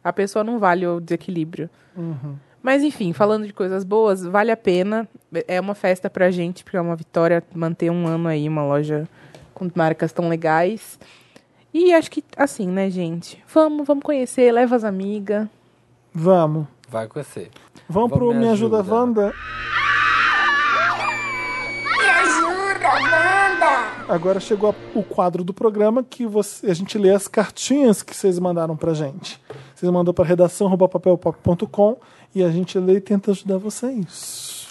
a pessoa não vale o desequilíbrio. Uhum. Mas, enfim, falando de coisas boas, vale a pena. É uma festa pra gente, porque é uma vitória manter um ano aí, uma loja com marcas tão legais. E acho que, assim, né, gente? Vamos, vamos conhecer, leva as amigas. Vamos. Vai conhecer. Vamos Vamos pro me Me Ajuda, ajuda. Wanda. Me ajuda, Wanda! Agora chegou a- o quadro do programa que você- a gente lê as cartinhas que vocês mandaram pra gente. Vocês mandou pra redação@papelpop.com e a gente lê e tenta ajudar vocês.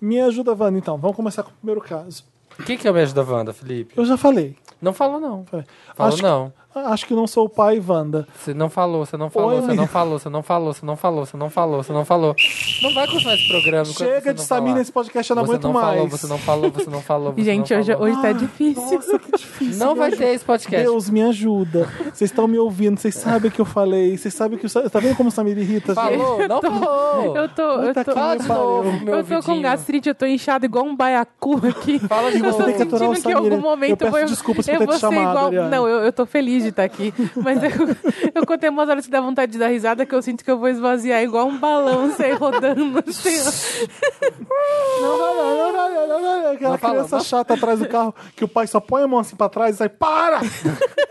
Me ajuda, Wanda, então. Vamos começar com o primeiro caso. O que, que é o Me Ajuda Wanda, Felipe? Eu já falei. Não falou, não. falei. Falou, acho, não. acho que não sou o pai, Wanda. Você não falou, você não falou, você não menina. falou, você não falou, você não falou, você não falou, você não falou. Não vai continuar esse programa. enquanto você Chega de não Samir falar. nesse podcast, eu não você aguento não mais. falou, você não falou, você não falou, você Gente, não hoje, falou. hoje tá difícil. Ah, Nossa, é que difícil. Não vai Me ter esse podcast. Deus me ajuda. Vocês estão me ouvindo, vocês sabem o que eu falei, vocês sabem que o Sa- Tá vendo como o Samir irrita? gente? Falou, não falou. Eu tô, eu Puta tô, que Fala de pariu. novo, meu eu tô com ouvidinho. gastrite, eu tô inchada igual um baiacu aqui. Fala de <laughs> E você novo. tem que aturar o sentindo que em Samir. algum momento eu peço vou, desculpas por eu ter vou te ser chamado, igual. Ariane. Não, eu, eu tô feliz de estar aqui. Mas eu, <laughs> eu contei umas horas que dá vontade de dar risada que eu sinto que eu vou esvaziar igual um balão <laughs> sair rodando. assim, Não, não, não, não, não, não, não, não. Aquela Não fala, criança não. chata atrás do carro que o pai só põe a mão assim pra trás e sai, para!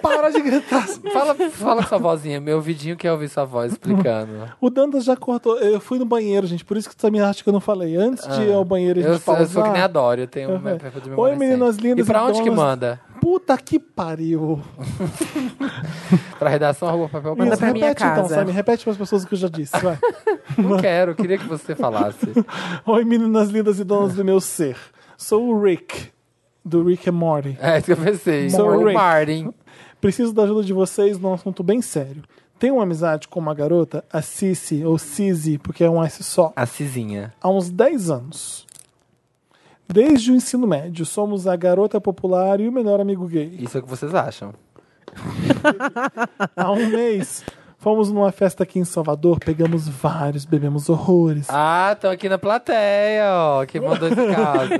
para de gritar! Fala, fala com sua vozinha, meu ouvidinho quer ouvir sua voz explicando. O Dantas já cortou. Eu fui no banheiro, gente, por isso que tu também acha que eu não falei. Antes de ir ao é banheiro e a Ah, Eu, gente sou- eu pausar... sou que nem adoro, eu tenho Uhum. uma perda de Oi, memória meninas recente. lindas E pra e onde que donas. manda? Puta que pariu! Pra redação, arroba papel. Manda pra repete minha então, casa. Samir, repete pras pessoas o que eu já disse, <laughs> vai. Não quero, queria que você falasse. Oi, meninas lindas e donas do meu ser. Sou o Rick, do Rick and Morty. É isso que eu pensei. Sou Ou Rick. Martin. Preciso da ajuda de vocês num assunto bem sério. Tenho uma amizade com uma garota, a Cici, ou Cizi, porque é um S só, A Cizinha. há uns 10 anos. Desde o ensino médio, somos a garota popular e o melhor amigo gay. Isso é o que vocês acham. <laughs> Há um mês, fomos numa festa aqui em Salvador, pegamos vários, bebemos horrores. Ah, estão aqui na plateia, ó. Quem mandou esse caso?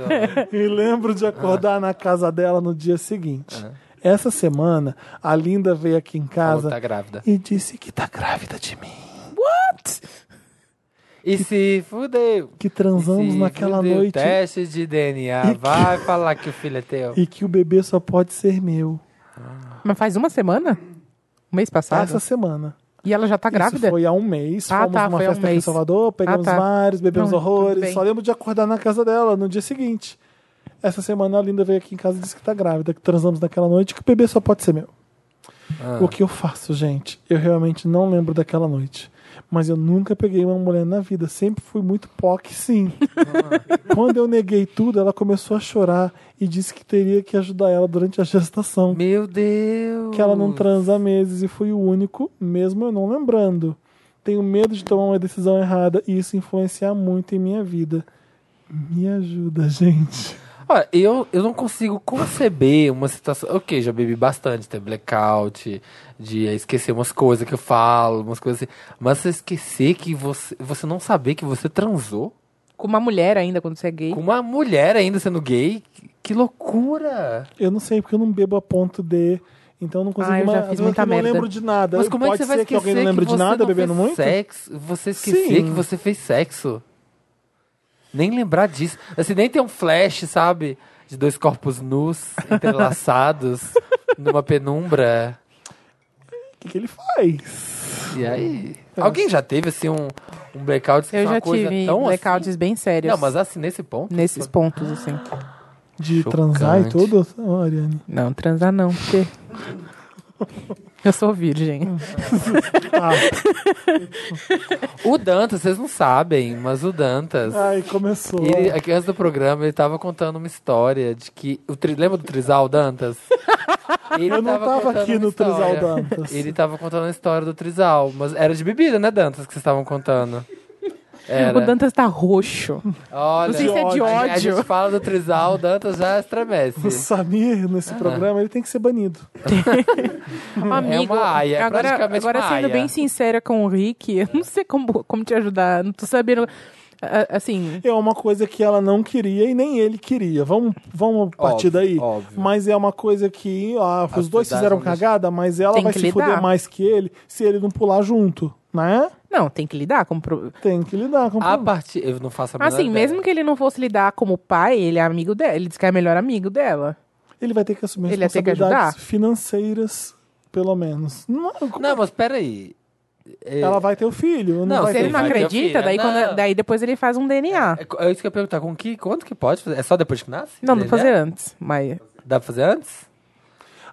E lembro de Ah. acordar na casa dela no dia seguinte. Essa semana, a Linda veio aqui em Falou que casa tá grávida. e disse que tá grávida de mim. E se fudeu. Que transamos Se naquela fudeu. noite Teste de DNA. Vai falar que o filho é teu. e que o bebê só pode ser meu. Mas faz uma semana? Um mês passado? Essa semana. E ela já tá grávida? Isso foi há um mês. Ah, fomos tá, numa foi há um festa aqui em mês. Salvador, pegamos Ah, tá. vários, bebemos Não, tudo horrores. bem. Só lembro de acordar na casa dela no dia seguinte. Essa semana a Linda veio aqui em casa e disse que tá grávida, que transamos naquela noite, que o bebê só pode ser meu. Ah. O que eu faço, gente? Eu realmente não lembro daquela noite. Mas eu nunca peguei uma mulher na vida. Sempre fui muito POC, <laughs> sim. Quando eu neguei tudo, ela começou a chorar e disse que teria que ajudar ela durante a gestação. Meu Deus. Que ela não transa há meses e fui o único, mesmo eu não lembrando. Tenho medo de tomar uma decisão errada e isso influenciar muito em minha vida. Me ajuda, gente. Olha, eu, eu não consigo conceber uma situação. Ok, já bebi bastante, tem blackout, de esquecer umas coisas que eu falo, umas coisas assim. Mas você esquecer que você. Você não saber que você transou Com uma mulher ainda, quando você é gay. com uma mulher ainda sendo gay? Que- Que loucura! Eu não sei, porque eu não bebo a ponto de. Então eu não consigo Ah, eu já mais- fiz às vezes muita eu não merda. lembro de nada. Mas como é que Pode você vai ser que esquecer alguém não lembre de você nada não bebendo fez muito? Sexo, você esquecer Sim. que você fez sexo. Nem lembrar disso. Assim, nem ter um flash, sabe? De dois corpos nus, <laughs> entrelaçados, numa penumbra. O que, que ele faz? E aí? Alguém já teve, assim, um, um blackout? que Eu foi uma já coisa tive tão blackouts assim? bem sérios. Não, mas assim, nesse é ponto... Nesses pontos, assim. De Chocante. transar e tudo? Ó, Ariane. Não, transar não, porque... Eu sou virgem. Hum. O Dantas, vocês não sabem, mas o Dantas... Ai, começou. Ele, aqui antes do programa, ele tava contando uma história de que. O tri, lembra do Trisal <laughs> Dantas? Ele Eu não tava contando aqui uma no história. Trisal Dantas. Ele tava contando a história do Trisal, mas era de bebida, né, Dantas, que vocês estavam contando? Era. O Dantas tá roxo. Olha, Não sei se é de a- A ódio. gente fala do Trisal, o Dantas já O estremece. Samir, Ah. nesse programa, ele tem que ser banido. Amigo, uma aia, é agora, praticamente agora uma sendo aia. bem sincera com o Rick, eu não sei como, como te ajudar. Não tô sabendo. a- Assim, É uma coisa que ela não queria e nem ele queria. Vamos, vamos partir Óbvio, daí? óbvio. Mas é uma coisa que ah, os As cidades dois fizeram não deixam. cagada, mas ela Tem vai que se lidar. fuder mais que ele se ele não pular junto, né? não, tem que lidar com. pro- Tem que lidar com o A problema. partir. Eu não faço a menor Assim, ideia. mesmo que ele não fosse lidar como pai, ele é amigo dela. Ele diz que é melhor amigo dela. Ele vai ter que assumir Ele vai ter que responsabilidades ajudar? financeiras, pelo menos. Não, como- Não, mas peraí. É- ela vai ter o filho. Não, Não, vai Se Mas ele ter não vai ter acredita, filha, daí, não. quando- daí depois ele faz um DNA. É, é isso que eu ia perguntar. Com que, quanto que pode fazer? É só depois que nasce? Não, não Né? fazer antes. Mas Dá pra fazer antes?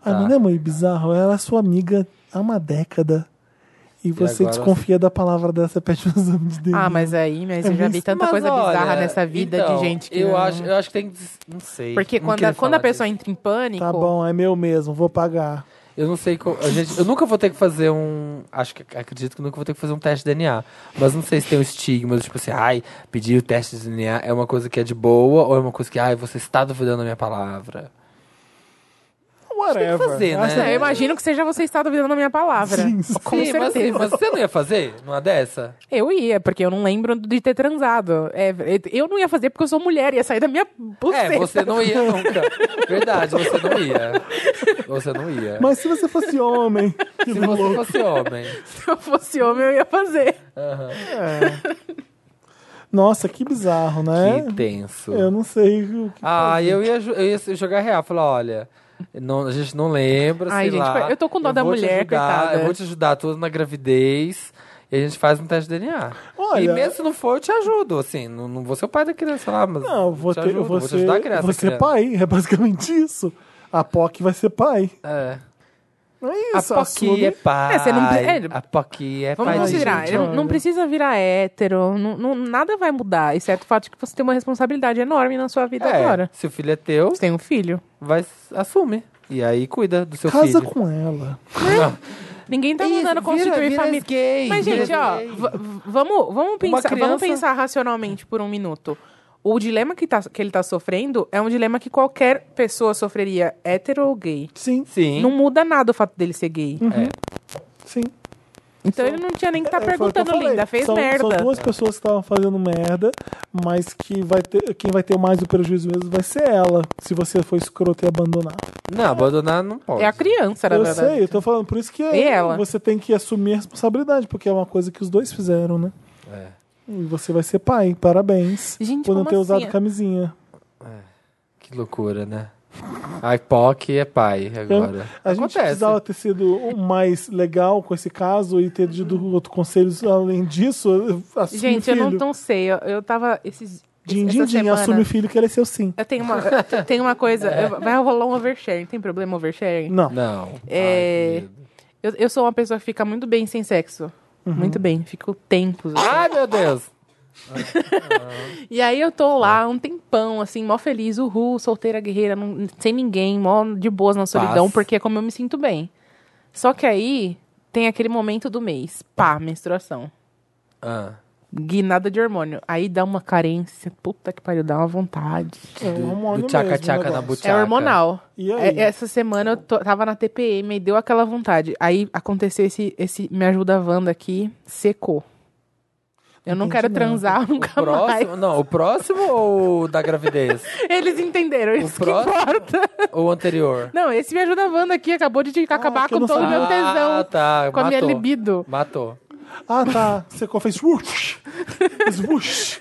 Ah, mas não é meio bizarro? Ela é sua amiga há uma década. E você agora- desconfia da palavra dessa, <laughs> pede um exame de DNA. Ah, mas aí, mas eu já vi tanta Mas coisa bizarra olha, nessa vida então, de gente que. Eu, não- acho, eu acho que tem que. des- Não sei. Porque Não quando, queria a- quando a falar pessoa disso. entra em pânico. Tá bom, é meu mesmo, vou pagar. Eu não sei. co- a gente- eu nunca vou ter que fazer um. Acho que acredito que nunca vou ter que fazer um teste de DNA. Mas não sei se tem um estigma, tipo assim, ai, pedir o teste de DNA é uma coisa que é de boa ou é uma coisa que, ai, você está duvidando da minha palavra. Whatever. fazer, Acho né? Não, eu imagino que seja você estar duvidando da minha palavra. <laughs> Sim, sim. Com Sim, mas- certeza. Mas, você não ia fazer numa dessa? Eu ia, porque eu não lembro de ter transado. É, eu não ia fazer porque eu sou mulher, ia sair da minha buceta. É, você não ia nunca. Verdade, você não ia. Você não ia. Mas se você fosse <laughs> homem, que Se você louco. fosse homem. <laughs> Se eu fosse homem, eu ia fazer. Nossa, que bizarro, né? Que tenso. Eu não sei o que. Ah, é. eu ia, ju- eu ia se- jogar real. Falar, olha, não- a gente não lembra, Ai, sei gente, lá. eu tô com dó da vou te mulher, ajudar, coitada. Eu vou te ajudar toda na gravidez. E a gente faz um teste de DNA. Olha- e mesmo se não for, eu te ajudo. Assim, não, não vou ser o pai da criança lá, mas. Não, eu vou te ter, ajudo, vou vou te ser, ajudar a criança. vou a ser criança. pai, é basicamente isso. A POC vai ser pai. É. Não é A isso, assume- Pocky é pai. É, você não pre- é, A Pocky é Vamos pai. considerar. gente, ele um não, olha. não precisa virar hétero, não, não- nada vai mudar, exceto o fato de que você tem uma responsabilidade enorme na sua vida É, agora. se o filho é teu, Você tem um filho. vai, assume. E aí cuida do seu Casa filho. com ela. Não. Ninguém tá Isso, mudando vira- constituir vira família. gay, Mas, vira gente, ó, gay. v- v- vamos, vamos, pensar, vamos criança- pensar racionalmente por um minuto. O dilema que, tá, que ele tá sofrendo é um dilema que qualquer pessoa sofreria, hétero ou gay. Sim, Sim. Não muda nada o fato dele ser gay. sim. Então ele não tinha nem que estar É, foi o que eu perguntando, falei. linda. Fez são, merda. São duas pessoas que estavam fazendo merda, mas que vai ter, quem vai ter mais o prejuízo mesmo vai ser ela, se você for escroto e abandonar. Não, abandonar não pode. É a criança, na eu verdade. sei, eu tô falando. Por isso que é E ela? você tem que assumir a responsabilidade, porque é uma coisa que os dois fizeram, né? É. E você vai ser pai, parabéns. Gente, por não como ter assim? usado camisinha. Que loucura, né? A POC é pai agora. A gente Acontece. precisava ter sido o mais legal com esse caso e ter dado outros conselhos além disso. Assume Uhum. Gente, o filho. eu não, não sei. Eu, eu tava esses. Din, essa din, din, semana- assume o filho É. que ele é seu sim. Eu tenho uma, tem uma <laughs> coisa. eu- vai rolar um oversharing. Tem problema oversharing? Não. Não. É. Ai, que medo. Eu, eu sou uma pessoa que fica muito bem sem sexo. Uhum. Muito bem, fico tempos. assim. Ai, meu Deus. E aí eu tô lá Ah. um tempão, assim, mó feliz, uhul, solteira, guerreira, não- sem ninguém, mó de boas na solidão, Paz. porque é como eu me sinto bem. Só que aí tem aquele momento do mês, pá, menstruação. Ah, Gui, nada de hormônio. Aí dá uma carência, puta que pariu, dá uma vontade. É um do hormônio mesmo, o tchaca-tchaca negócio. na butiaca. É hormonal. E aí? É- Essa semana eu to- tava na TPM e deu aquela vontade. Aí aconteceu esse, esse Me Ajuda Wanda aqui, secou. Eu não Entendi quero nada. transar O nunca próximo, mais. não, o próximo ou o da gravidez? Eles entenderam, isso que próximo- importa. ou o anterior? Não, esse Me Ajuda Wanda aqui acabou de acabar Ah, que eu não com todo o sabia. meu tesão. Ah, tá. com a minha matou. libido. Matou. Ah, tá. Secou, fez swoosh. Swoosh.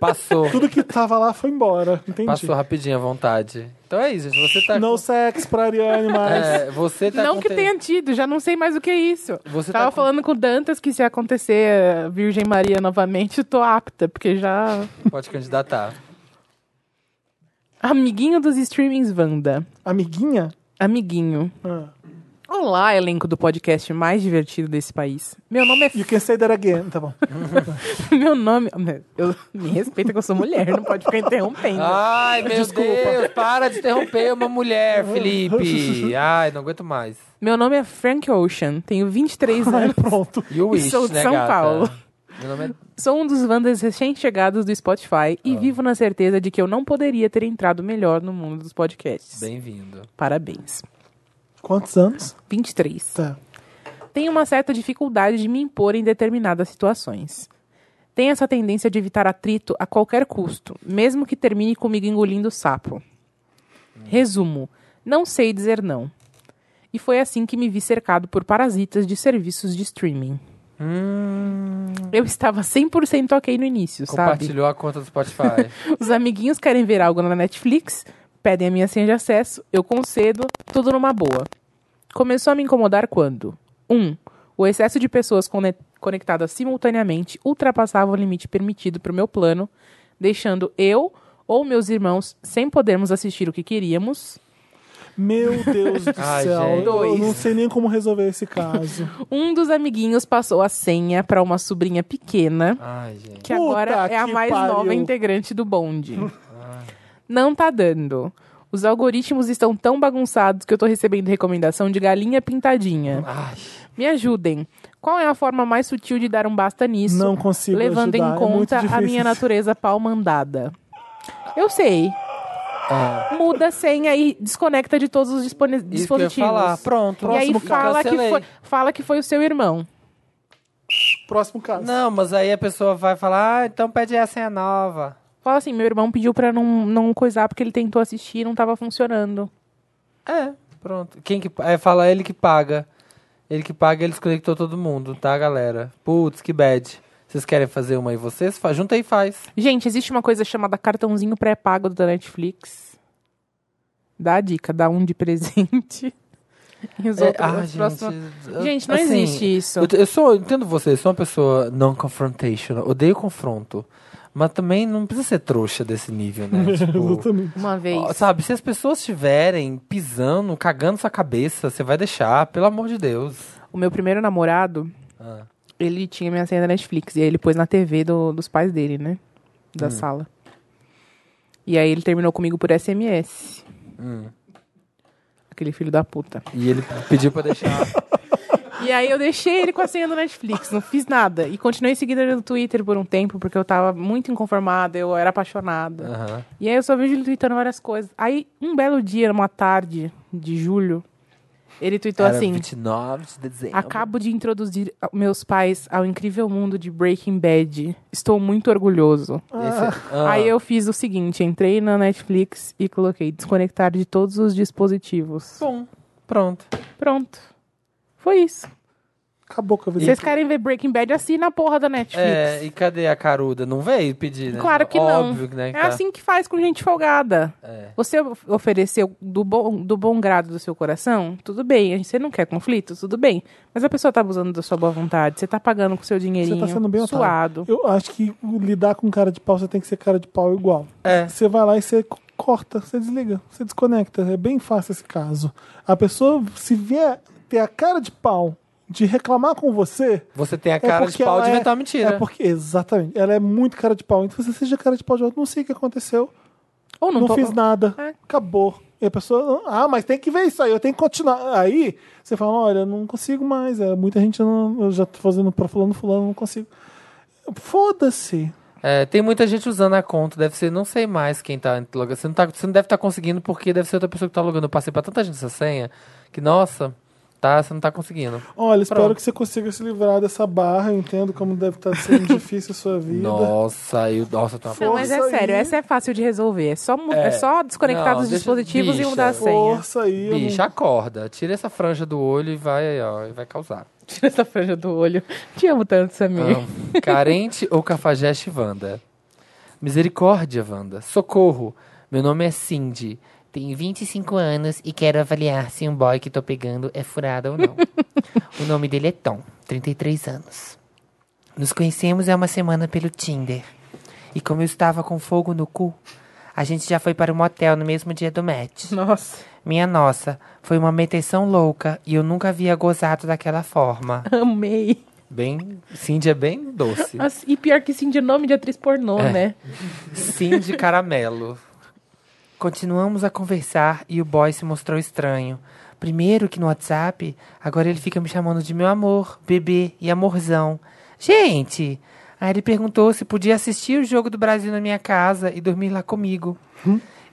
Passou. Tudo que tava lá foi embora. Entendi. Passou rapidinho à vontade. Então é isso, gente. Você tá. No com- sex pra Ariane mais. é, você tá não com que te- tenha tido, já não sei mais o que é isso. Você Tava tá com- falando com o Dantas que se acontecer eh, Virgem Maria novamente, eu tô apta, porque já. Pode candidatar. Amiguinho dos streamings Wanda. Amiguinha? Amiguinho. Ah. Olá, elenco do podcast mais divertido desse país. Meu nome é. You can say that again. Tá bom. <laughs> <laughs> Meu nome. Eu, me respeita que eu sou mulher, não <laughs> pode ficar interrompendo. Ah. Ai, meu Desculpa. Deus, para de interromper uma <laughs> mulher, Felipe. Ai, não aguento mais. Meu nome é Frank Ocean, tenho 23 Ai, anos. pronto. E o Wish, Sou de né, São gata? Paulo. Meu nome é Sou um dos Wanders recém-chegados do Spotify e vivo na certeza de que eu não poderia ter entrado melhor no mundo dos podcasts. Bem-vindo. Parabéns. Quantos anos? 23. Tá. Tenho uma certa dificuldade de me impor em determinadas situações. Tenho essa tendência de evitar atrito a qualquer custo, mesmo que termine comigo engolindo o sapo. Resumo: não sei dizer não. E foi assim que me vi cercado por parasitas de serviços de streaming. Eu estava 100% ok no início, sabe? Compartilhou a conta do Spotify. <laughs> Os amiguinhos querem ver algo na Netflix, pedem a minha senha de acesso, eu concedo, tudo numa boa. Começou a me incomodar quando 1. Um, o excesso de pessoas cone- conectadas simultaneamente ultrapassava o limite permitido para o meu plano, deixando eu ou meus irmãos sem podermos assistir o que queríamos. Meu Deus <laughs> do Ai, céu. gente. Eu Dois. não sei nem como resolver esse <laughs> caso. Um dos amiguinhos passou a senha pra uma sobrinha pequena, Ai, gente. Puta que agora é a que mais pariu. Hum. nova integrante do bonde. Não tá dando. Os algoritmos estão tão bagunçados que eu tô recebendo recomendação de galinha Ah. pintadinha. Ai. Me ajudem. Qual é a forma mais sutil de dar um basta nisso? Não consigo Levando ajudar, em é muito conta a difícil. minha natureza pau-mandada. Eu sei. Ah, Muda a senha e desconecta de todos os dispone- isso que eu ia dispositivos. falar. Pronto. e aí próximo fala caso. que, Cancelei. foi, fala que foi o seu irmão. Próximo caso. Não, mas aí a pessoa vai falar, ah, então pede a senha nova. Fala assim, meu irmão pediu pra não, não coisar porque ele tentou assistir e não tava funcionando. É, pronto. Quem que é, fala ele que paga. Ele que paga, ele desconectou todo mundo, tá, galera? Putz, que bad. Vocês querem fazer uma e vocês? Fa- Junta e faz. Gente, existe uma coisa chamada cartãozinho pré-pago da Netflix. Dá a dica, dá um de presente. <laughs> E os É, outros, ah, os próximos- eu- Gente, não assim, existe isso. Eu, eu sou, eu entendo você, eu sou uma pessoa non-confrontational, odeio confronto. Mas também não precisa ser trouxa desse nível, né? tipo, Exatamente. Uma vez. ó, sabe, se as pessoas estiverem pisando, cagando sua cabeça, você vai deixar, pelo amor de Deus. O meu primeiro namorado, Ah. ele tinha minha senha da Netflix. E aí ele pôs na TV do- dos pais dele, né? Hum. Da sala. E aí ele terminou comigo por SMS. Hum. Aquele filho da puta. E ele pediu pra deixar. E aí eu deixei ele com a senha do Netflix, não fiz nada. E continuei seguindo ele no Twitter por um tempo, porque eu tava muito inconformada, eu era apaixonada. <laughs> Aham. E aí eu só vejo ele tweetando várias coisas. Aí, um belo dia, numa tarde de julho, ele tweetou Era assim... 29 de dezembro. Acabo de introduzir meus pais ao incrível mundo de Breaking Bad. Estou muito orgulhoso. Esse- ah. Aí eu fiz o seguinte: entrei na Netflix e coloquei desconectar de todos os dispositivos. ah, Bom, pronto. Pronto. Foi isso. Acabou com a vida. Vocês querem ver Breaking Bad? Assina a porra da Netflix. É, e cadê a caruda? Não veio pedir, né? Claro que não. Óbvio, né? que É tá- assim que faz com gente folgada. É. Você of- ofereceu do bom, do bom grado do seu coração, tudo bem. Você não quer conflito, tudo bem. Mas a pessoa tá abusando da sua boa vontade. Você tá pagando com seu dinheirinho tá sendo bem otário. suado. Eu acho que lidar com cara de pau, você tem que ser cara de pau igual. É. Você vai lá e você co- corta, você desliga, você desconecta. É bem fácil esse caso. A pessoa, se vier ter a cara de pau de reclamar com você. Você tem a é cara de porque pau ela de é- inventar uma mentira. É porque, exatamente. Ela é muito cara de pau. Então você seja cara de pau de outro. Não sei o que aconteceu. Ou Não, não, tô- fiz nada. É. Acabou. E a pessoa, ah, mas tem que ver isso aí, eu tenho que continuar. Aí você fala, olha, eu não consigo mais. é, muita gente não, eu já tô fazendo pra fulano, fulano, não consigo. Foda-se. É, tem muita gente usando a conta, deve ser, não sei mais quem tá logando. Você não, tá, você não deve estar conseguindo porque deve ser outra pessoa que tá logando. Eu passei pra tanta gente essa senha que, nossa, tá, você não tá conseguindo. Olha, espero Pronto. que você consiga se livrar dessa barra. Eu entendo como deve estar <laughs> sendo difícil a sua vida. Nossa, eu, nossa, eu tô uma Não, mas é Força aí. sério, essa é fácil de resolver. É só, mu- é só desconectar Não, dos deixa- dispositivos e bicha. mudar a senha. Força aí. eu não- Bicha, acorda. Tira essa franja do olho e vai aí, ó, e vai causar. <laughs> Tira essa franja do olho. Te amo tanto, Samir. Ah, carente ou cafajeste, Wanda? Misericórdia, Wanda. Socorro. Meu nome é Cindy. Tenho 25 anos e quero avaliar se um boy que tô pegando é furado ou <laughs> não. o nome dele é Tom, 33 anos. Nos conhecemos há uma semana pelo Tinder. E como eu estava com fogo no cu, a gente já foi para um motel no mesmo dia do match. Nossa, Minha nossa, foi uma meteção louca e eu nunca havia gozado daquela forma. amei. Bem, Cindy é bem doce. Nossa, e pior que Cindy é nome de atriz pornô, É. né? <laughs> Cindy Caramelo. Continuamos a conversar e o boy se mostrou estranho. Primeiro que no WhatsApp, agora ele fica me chamando de meu amor, bebê e amorzão. Gente! Aí ele perguntou se podia assistir o jogo do Brasil na minha casa e dormir lá comigo.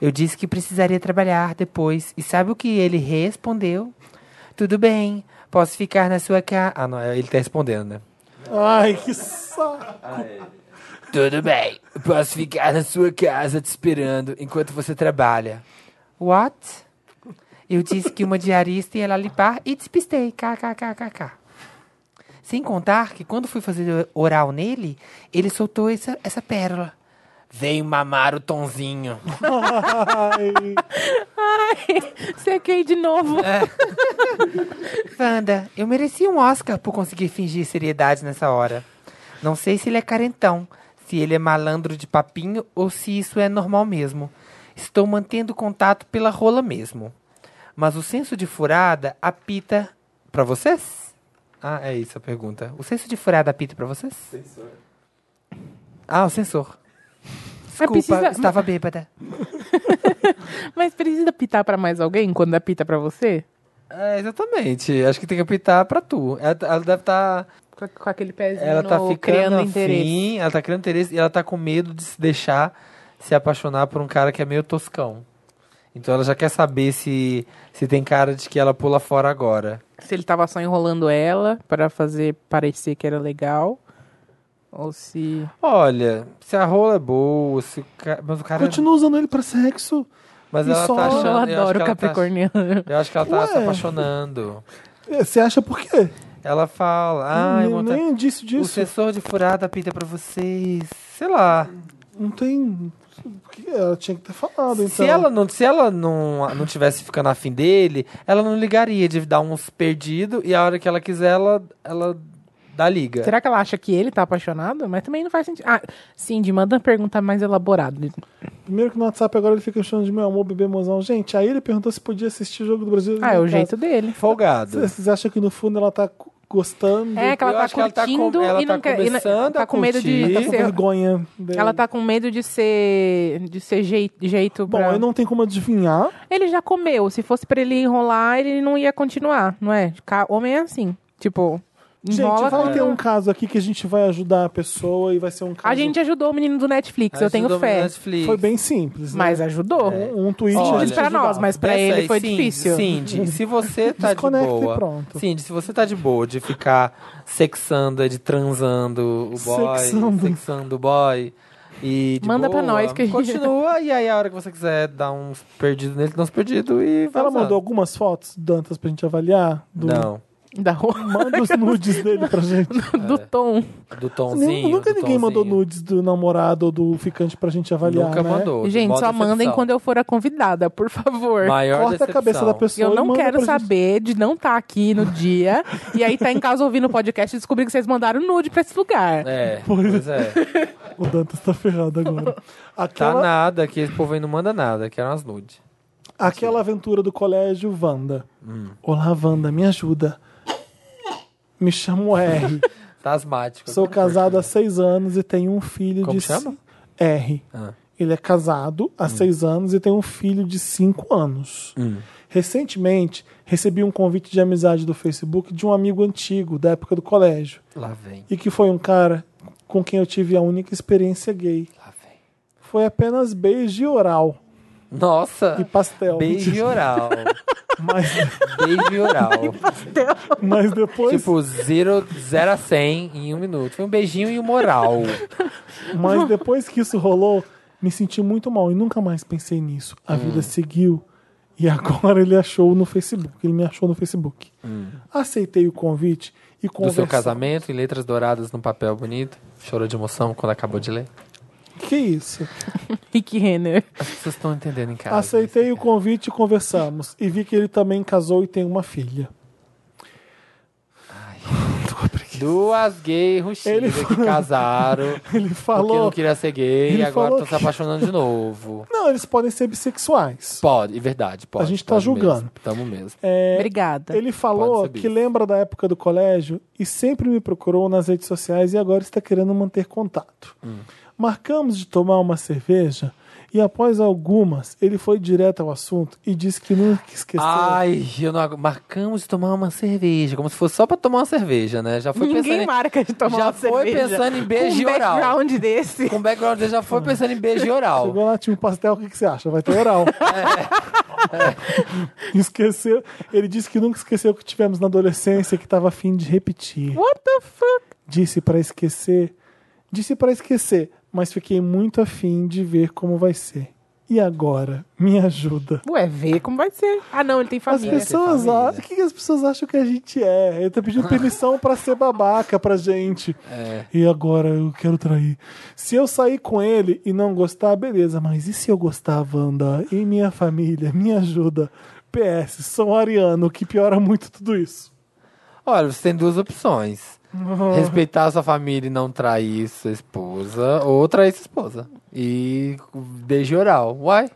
Eu disse que precisaria trabalhar depois. E sabe o que ele respondeu? Tudo bem, posso ficar na sua casa. Ah, não, ele tá respondendo, né? Ai, que saco. Tudo bem, posso ficar na sua casa te esperando enquanto você trabalha. What? Eu disse que uma diarista ia lá limpar e despistei. KKKKK. Sem contar que quando fui fazer oral nele, ele soltou essa, essa pérola. Veio mamar o tonzinho. Ai. Sequei de novo. É. Wanda, eu mereci um Oscar por conseguir fingir seriedade nessa hora. Não sei se ele é carentão, se ele é malandro de papinho ou se isso é normal mesmo. Estou mantendo contato pela rola mesmo. Mas o senso de furada apita pra vocês? Ah, é isso a pergunta. O senso de furada apita pra vocês? Sensor. Ah, o sensor. Desculpa, precisa- estava bêbada. Mas precisa apitar pra mais alguém quando apita pra você? É, exatamente. Acho que tem que apitar pra tu. Ela, tá- ela deve estar. Com, com aquele pezinho ela tá no- ficando criando interesse. afim, ela tá criando interesse e ela tá com medo de se deixar se apaixonar por um cara que é meio toscão. Então ela já quer saber se, se tem cara de que ela pula fora agora. Se ele tava só enrolando ela pra fazer parecer que era legal. Ou se. Olha, se a rola é boa, se o ca- mas o cara. Continua usando ele pra sexo. Mas e ela só- tá achando. Oh, eu eu acho adoro que ela tá- Capricorniano. eu acho que ela tá se Ué. apaixonando. É, Você acha por quê? Ela fala, ai, Nem- monta... nem indício o disso. sensor de furada pinta pra vocês. Sei lá. Não tem. O que ela tinha que ter falado, então. Se ela, não, se ela não, não tivesse ficando afim dele, ela não ligaria de dar uns perdidos e a hora que ela quiser, ela, ela dá liga. Será que ela acha que ele tá apaixonado? Mas também não faz sentido. Ah, Cindy, manda uma pergunta mais elaborada. Primeiro que no WhatsApp agora ele fica me chamando de meu amor, bebê mozão. Gente, aí ele perguntou se podia assistir o jogo do Brasil. Ah, tá Em é o casa. jeito dele. Folgado. Vocês acham que no fundo ela tá cu- gostando? É que ela Eu tá acho que ela tá com- curtindo ela e tá não quer. e não- começando tá a com medo de. curtir. tá Tá com ser- vergonha. dele. ela tá com medo de ser. de ser jei- jeito. Bom, pra... aí não tem como adivinhar. Ele já comeu. Se fosse pra ele enrolar, ele não ia continuar, não é? Ca- Homem é assim. Tipo, enrola. gente, vai com- ter um caso aqui que a gente vai ajudar a pessoa e vai ser um caso. A gente ajudou o menino do Netflix, eu tenho Ajudou fé. no Netflix. É. Foi bem simples. né? Mas ajudou. Um, um tweet. Olha, a Simples gente pra ajudava. nós, mas pra Pensa ele aí, foi Cindy, difícil. Cindy, se você tá de Desconecta e boa. pronto. Cindy, se você tá de boa de ficar sexando, de transando o boy, Sexando. sexando o boy. E de Manda pra boa, nós que a gente- Continua, e aí a hora que você quiser dar uns perdidos nele, dá uns perdidos e vai. tá Ela usando. mandou algumas fotos, Dantas, pra gente avaliar. Do... Não, <laughs> Da rua, Manda <laughs> os nudes dele pra gente. do É. tom. do tonzinho. Nunca do ninguém mandou tonzinho. nudes do namorado ou do ficante pra gente avaliar. Nunca né? mandou. Gente, só mandem quando é eu eu for a convidada, por favor. Maior Corta a decepção. cabeça da pessoa. Eu e não manda quero pra gente. saber de não estar <laughs> aqui no dia e aí tá em casa ouvindo o podcast e descobrir que vocês mandaram nude pra esse lugar. É, <laughs> pois é. O Dantas tá ferrado agora. <laughs> Tá Aquela, nada, que esse povo aí não manda nada, que eram as nudes. aquela aventura do colégio, Wanda. Hum. Olá, Wanda, me ajuda. Me <laughs> chamo R. Tá asmático. Sou casado assim. há seis anos e tenho um filho Como de. chama? ci- R. Ah. Hum. Ele é casado há seis anos e tem um filho de cinco anos. Recentemente, recebi um convite de amizade do Facebook de um amigo antigo, da época do colégio. Lá vem, e que foi um cara com quem eu tive a única experiência gay. lá vem. Foi apenas beijo e oral Nossa! e pastel. Beijo oral. Mas, Beijo oral. <laughs> mas depois, tipo, zero, zero a 100 em um minuto. Foi um beijinho e um moral. <laughs> mas depois que isso rolou, me senti muito mal e nunca mais pensei nisso. A vida Hum. seguiu e agora ele achou no Facebook. Ele me achou no Facebook. Aceitei o convite e Hum. Do seu conversei. casamento, em letras douradas num papel bonito. Chorou de emoção quando acabou de ler. Que isso? Rick Renner. As pessoas estão entendendo em casa. Aceitei o convite e conversamos. E vi que ele também casou e tem uma filha. <laughs> Duas gays Ele ruxidas que casaram. Ele Porque não <laughs> falou. queria ser gay Ele e agora falou estão se que- apaixonando de novo. Não, eles podem ser bissexuais. É, Pode, é verdade, pode. A gente tá pode julgando. Mesmo, tamo mesmo. Obrigada. Ele falou ser bis. que lembra da época do colégio e sempre me procurou nas redes sociais e agora está querendo manter contato. Marcamos de tomar uma cerveja e após algumas ele foi direto ao assunto e disse que nunca esqueceu. Ai, eu não agu- Marcamos de tomar uma cerveja, como se fosse só pra tomar uma cerveja, né? Já foi pensando Ninguém em- marca de tomar já uma foi cerveja pensando em com beijo um oral. background desse. Com background, você já foi pensando em beijo oral. Chegou lá, tinha um pastel, o que, que você acha? Vai ter oral. Esqueceu. Ele disse que nunca esqueceu o que tivemos na adolescência, que estava afim de repetir. What the fuck? Disse para esquecer. Disse para esquecer, mas fiquei muito afim de ver como vai ser. E agora? Me ajuda. Ué, vê como vai ser. Ah, não, ele tem As família. pessoas família. acham. O que que as pessoas acham que a gente é? Ele tá pedindo permissão pra ser babaca pra gente. É. E agora eu quero trair. Se eu sair com ele e não gostar, beleza. Mas e se eu gostar, Wanda? E minha família? Me ajuda. PS, sou ariano, o que piora muito tudo isso. Olha, você tem duas opções. Uhum. Respeitar a sua família e não trair sua esposa, ou trair sua esposa. E beijo oral. Uai?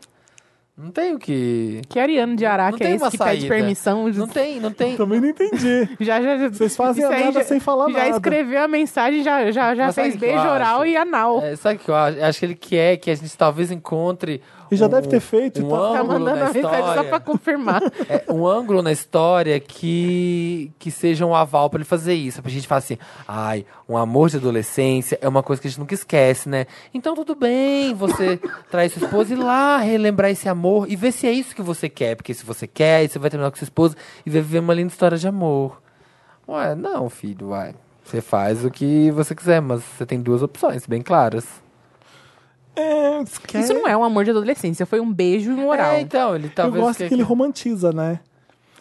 Não tem o que. Que Ariano de Ará Não que é tem esse uma que pede saída. permissão? Não tem, não tem. Também não entendi. Já, já, já- Vocês fazem isso a aí nada já- sem falar Já nada. escreveu a mensagem, já, já, já Mas sabe fez o que eu beijo acho? oral e anal. É, sabe o que eu acho? Acho que ele quer que a gente talvez encontre. E já um- deve ter feito e um tá- ângulo na tá mandando a mensagem só história. pra <laughs> confirmar. É, um ângulo na história que, que seja um aval pra ele fazer isso. Pra gente falar assim, ai, um amor de adolescência é uma coisa que a gente nunca esquece, né? Então tudo bem você <laughs> trair sua esposa e ir lá relembrar esse amor e ver se é isso que você quer. Porque se você quer, aí você vai terminar com sua esposa e vai viver uma linda história de amor. Ué, não, filho, ué. Você faz o que você quiser, mas você tem duas opções bem claras. É, quer- Isso não é um amor de adolescência, foi um beijo e um oral. É, então, ele Eu talvez... gosto que, quer ele romantiza, né?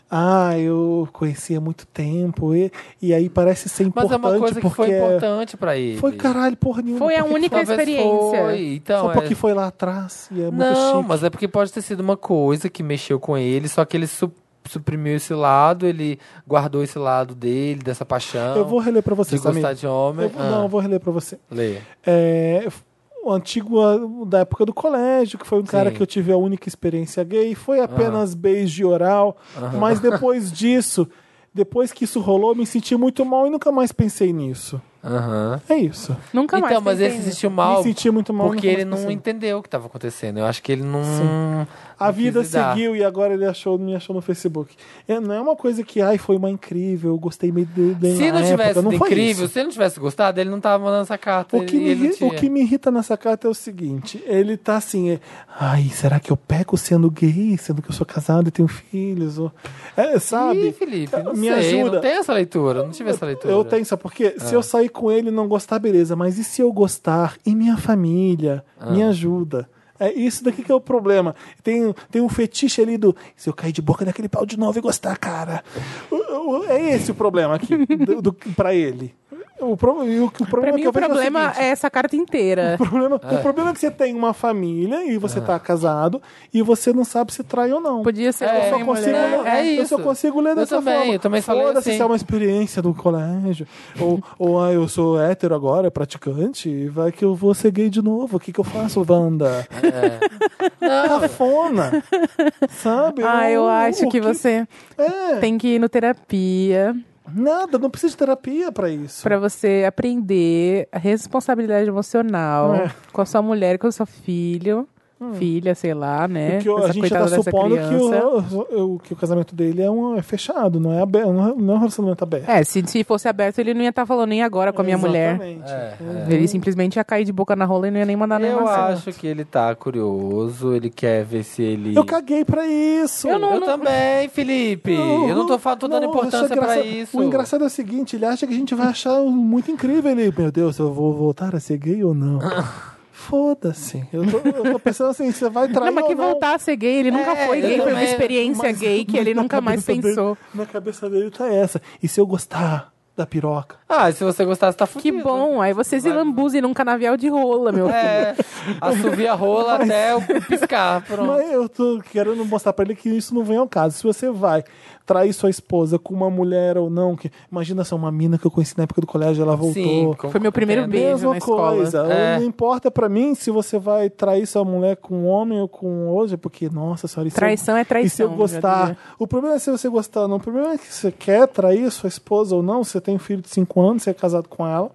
Ah, eu conhecia há muito tempo e, e aí parece ser Mas importante é uma coisa que porque foi é- importante pra ele. Foi caralho, porra nenhuma. Foi a porque- única Talvez experiência. Foi. Então, Só é- porque foi lá atrás e é muito Não, chique. mas é porque pode ter sido uma coisa que mexeu com ele, só que ele su- suprimiu esse lado, ele guardou esse lado dele, dessa paixão. Eu vou reler pra de você, gostar Samir. de homem. Eu vou- Ah, Não, eu vou reler pra você. Lê. É, o antigo ah, da época do colégio, que foi um cara Sim. Ah. que eu tive a única experiência gay, foi apenas beijo de oral, mas depois disso, depois que isso rolou, me senti muito mal e nunca mais pensei nisso. Aham. É isso. Nunca mais. Então, mas ele pensei se nisso. sentiu mal me senti muito mal e porque nunca ele mais não pensei. entendeu o que estava acontecendo. Eu acho que ele não. assim. A não vida quis lidar. seguiu e agora ele achou, me achou no Facebook. É, não é uma coisa que, ai, foi uma incrível, eu gostei meio de, de Se na não tivesse época. sido Não foi incrível, isso. se ele não tivesse gostado, ele não tava mandando essa carta. O que, me, ele, ele irri- o que me irrita nessa carta é o seguinte: ele tá assim, é, ai, será que eu peco sendo gay, sendo que eu sou casado e tenho filhos? Ou- É, sabe? Ih, Felipe, não me sei, ajuda. Não tem essa leitura, não tive essa leitura. Eu né? tenho, sabe por quê? Ah. Se eu sair com ele e não gostar, beleza, mas e se eu gostar? E minha família? Ah. Me ajuda. É isso daqui que é o problema. Tem, tem um fetiche ali do. Se eu cair de boca naquele pau de novo e gostar, cara. O- o- é esse o problema aqui, do, do, pra ele. O, pro, e o, que- o Pra problema mim, que eu o vejo é o problema Ah. seguinte. é essa <laughs> carta inteira. O problema, o problema é que você tem uma família e Ah. você tá casado e você não sabe se trai ou não. Podia ser É, Eu só homem, consigo mulher. né? ler, É eu só isso. consigo ler Eu dessa também, forma. eu também só leio Foda-se assim. se é uma experiência do colégio. ou, ou ah, eu sou hétero agora, praticante, e vai que eu vou ser gay de novo. O que, que eu faço, Wanda? <laughs> Cafona. Sabe? É. Ah, eu O- acho o que você É, tem que ir no terapia nada, não precisa de terapia pra isso. pra você aprender a responsabilidade emocional É. Hum. com a sua mulher, com o seu filho. Filha, sei lá, né? Porque a Essa gente tá coitada dessa supondo que criança. o, o- que o casamento dele é, um, é fechado, não é, abe- não é não é um relacionamento aberto. É, se, se fosse aberto, ele não ia estar falando nem agora com a minha mulher. Exatamente. Ele simplesmente ia cair de boca na rola e não ia nem Tá mandar Eu nenhuma cena. acho que ele tá curioso, ele quer ver se ele. Eu caguei pra isso. Eu, também, Felipe. Eu, não tô, fa- tô dando não, eu importância sou pra engraçado. isso. O engraçado é o seguinte, ele acha que a gente vai achar um- muito incrível ele. Meu Deus, eu vou voltar a ser gay <laughs> ou não? Foda-se. Eu tô, eu tô pensando assim, você vai trair Não, mas que ou não. voltar a ser gay, ele nunca É, foi eu gay, foi uma também- experiência Mas gay que na <laughs> ele nunca cabeça mais dele- pensou. na cabeça dele tá essa. E se eu gostar da piroca? Ah, se você gostar, você tá Que fudido. bom, aí você se lambuze num canavial de rola, meu filho. É, assovia a rola até o piscar, pronto. Mas eu tô querendo mostrar pra ele que isso não vem ao caso. Se você vai trair sua esposa com uma mulher ou não, que imagina só uma mina que eu conheci na época do colégio, ela voltou. com- Foi meu primeiro entendo. beijo. mesma na escola. coisa. É. Não importa pra mim se você vai trair sua mulher com um homem ou com outro, porque, nossa senhora, e se eu- Traição é traição, E se eu já gostar? diria. O problema é se você gostar ou não. O problema é que você quer trair sua esposa ou não. Você tem um filho de 5 anos, você é casado com ela.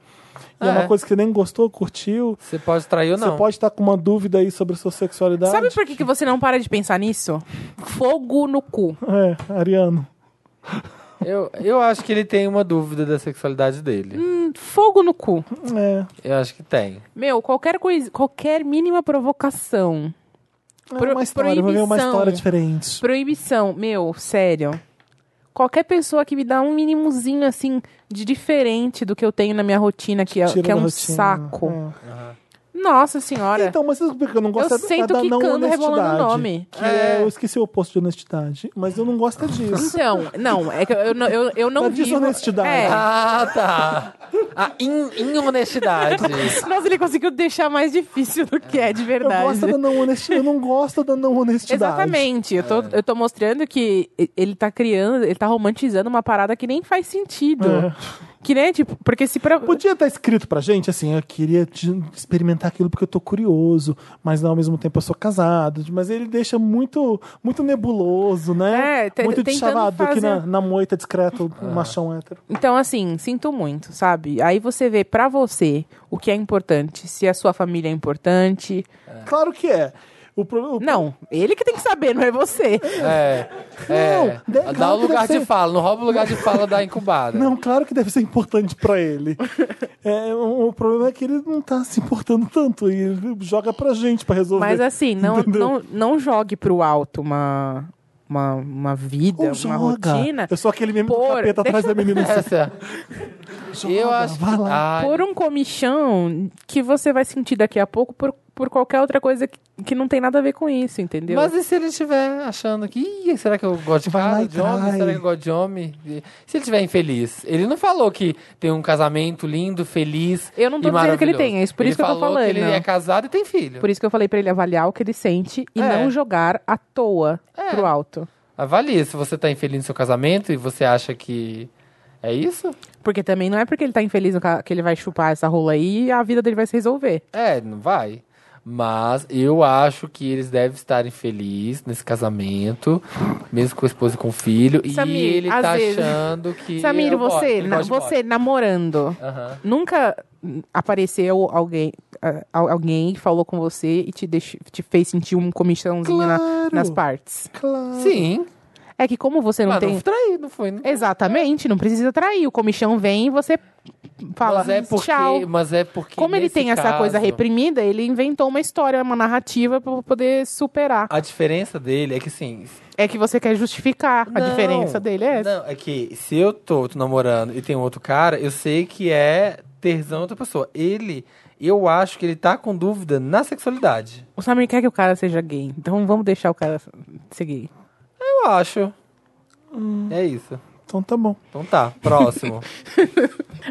E é. É. uma coisa que nem gostou, curtiu. Você pode trair ou não. Você pode estar com uma dúvida aí sobre a sua sexualidade. Sabe por que, que você não para de pensar nisso? Fogo no cu. É, Ariano. Eu, eu acho que ele tem uma dúvida da sexualidade dele. Fogo no cu. É. Eu acho que tem. Meu, qualquer coisa, qualquer mínima provocação, É Pro- uma história, eu vou ver uma proibição. história diferente. proibição, meu, sério. Qualquer pessoa que me dá um mínimozinho assim de diferente do que eu tenho na minha rotina, que é, Tira que é da um rotina. saco. É. Nossa senhora. Então, mas vocês que eu não gosto Eu é da- sento da não quicando, rebolando o honestidade, nome. Que é. eu esqueci o oposto de honestidade, mas eu não gosto é <laughs> disso. Então, não, é que eu, eu, não- eu, eu não Da vivo... desonestidade. É. Ah, tá. A in, inonestidade. Nossa, ele conseguiu deixar mais difícil do que é de Eu verdade. gosto da não honestidade, eu não gosto da não honestidade. Exatamente. Eu tô, É. eu tô mostrando que ele tá criando, ele tá romantizando uma parada que nem faz sentido. É. Que nem, tipo, porque se pra. Podia estar escrito pra gente, assim, eu queria te- experimentar aquilo porque eu tô curioso, mas ao mesmo tempo eu sou casado. Mas ele deixa muito, muito nebuloso, né? É, te- muito de tentando chavado que na, fazer- na moita discreto, um machão hétero. Então, assim, sinto muito, sabe? Aí você vê pra você o que é importante, se a sua família é importante. Claro que é. O pro- o- Não, ele que tem que saber, não é você. É. é. Não, de- Dá claro o que lugar deve de ser. fala, não rouba o lugar de fala da incubada. Não, claro que deve ser importante pra <laughs> ele. É, o, o problema é que ele não tá se importando tanto e ele joga pra gente pra resolver. Mas assim, não, Entendeu? não, não jogue pro alto uma, uma, uma vida, Ou uma joga. rotina. Eu sou aquele mesmo Por- capeta atrás da menina. assim, Essa. <laughs> Joga, Eu acho. tá. vai lá. Ai, Por um comichão que você vai sentir daqui a pouco por, por qualquer outra coisa que, que não tem nada a ver com isso, entendeu? Mas e se ele estiver achando que. "Ih, será que eu gosto de Vai lá cara e de homem? trai." Será que eu gosto de homem? E Se ele estiver infeliz. Ele não falou que tem um casamento lindo, feliz. Eu não tô e dizendo que ele maravilhoso. tem, é isso por Ele isso que eu tô falou falando. Que ele é casado e tem filho. Por isso que eu falei pra ele avaliar o que ele sente e É. não jogar à toa É. pro alto. Avalie se você tá infeliz no seu casamento e você acha que. É isso? Porque também não é porque ele tá infeliz no ca- que ele vai chupar essa rola aí e a vida dele vai se resolver. É, não vai. Mas eu acho que eles devem estarem felizes nesse casamento, mesmo com a esposa e com o filho. e Samir, ele às tá vezes- achando que. Samir, eu gosto, você, ele na- gosta de boy. você namorando, Aham. nunca hum, apareceu alguém, ah, al- alguém que falou com você e te, deixou, te fez sentir um comichãozinho na- Claro. nas partes. Claro. Sim. É que como você não mas tem. não traí, não foi. né? Não... Exatamente, não precisa trair. O comichão vem e você fala mas é porque, tchau. Mas é porque. Como ele nesse tem essa caso, coisa reprimida, ele inventou uma história, uma narrativa pra poder superar. A diferença dele é que assim. É que você quer justificar. a não, diferença dele é essa. Não, é que se eu tô, tô namorando e tem outro cara, eu sei que é terzão outra pessoa. Ele, eu acho que ele tá com dúvida na sexualidade. O Samir quer que o cara seja gay, então vamos deixar o cara ser gay. Eu acho. É isso. Então tá bom. Então tá, <laughs> próximo.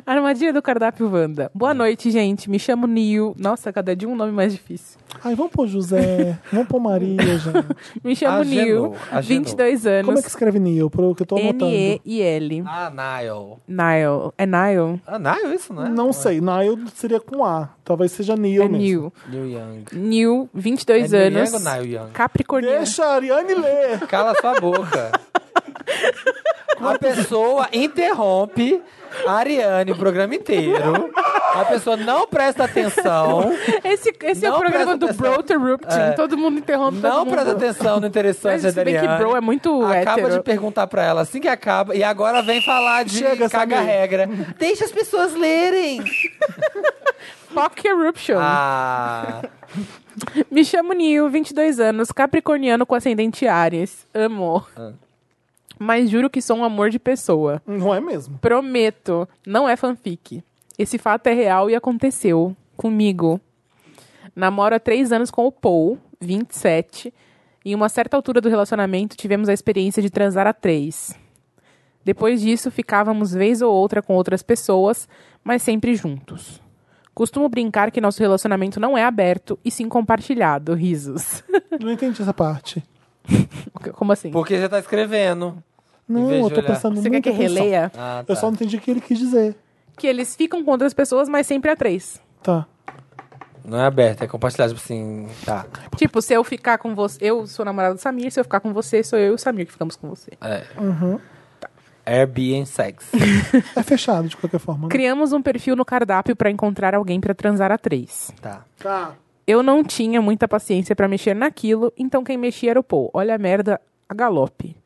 Armadilha do cardápio Wanda. É. Boa noite, gente. Me chamo Nil. Nossa, cada dia um nome mais difícil. Ai, vamos pôr José, vamos pôr <laughs> Maria, gente. Me chamo Agenou, Nil, agenou. 22 Como é anos. que escreve Neil? Pro que eu tô anotando. N-E-I-L. ah, Nile. Nile. É Nile? Ah, Nile isso, né? Não sei, Nile seria com A. Talvez seja Neil É mesmo. Nil. Neil Young. Nil, 22 É Neil anos. Young ou Nile Young? Capricorniano. Deixa a Ariane ler. Cala sua boca. A pessoa interrompe a Ariane o programa inteiro. A pessoa não presta atenção. Esse, esse é o Não programa presta do atenção. Bro Interrupting. É. Todo mundo interrompe Não todo mundo. presta atenção no interessante Mas da se bem que Ariane. bro é muito Acaba hétero. de perguntar pra ela assim que acaba. E agora vem falar de Chega, Samir. caga-regra. Deixa as pessoas lerem. Pop Eruption. Ah, Me chamo Nil, 22 anos, capricorniano com ascendente Áries. Amo. Ah. Mas juro que sou um amor de pessoa. Não é mesmo. Prometo, não é fanfic. Esse fato é real e aconteceu comigo. Namoro há três anos com o Paul, 27. Em uma certa altura do relacionamento, tivemos a experiência de transar a três. Depois disso, ficávamos vez ou outra com outras pessoas, mas sempre juntos. Costumo brincar que nosso relacionamento não é aberto e sim compartilhado. Risos. <laughs> Não entendi essa parte. Como assim? porque já tá escrevendo. Em Não, vez de eu tô olhar. prestando Você quer muita que atenção. releia? Ah, tá. Eu só não entendi o que ele quis dizer. Que eles ficam com outras pessoas, mas sempre a três. Tá. Não é aberto, é compartilhado. Tipo assim, tá. Tipo, se eu ficar com você, eu sou namorada do Samir, se eu ficar com você, sou eu e o Samir que ficamos com você. É. Uhum. Airbnb sex. É fechado de qualquer forma. Né? Criamos um perfil no cardápio pra encontrar alguém pra transar a três. tá. Tá. Eu não tinha muita paciência pra mexer naquilo, então quem mexia era o Paul. Olha a merda a galope.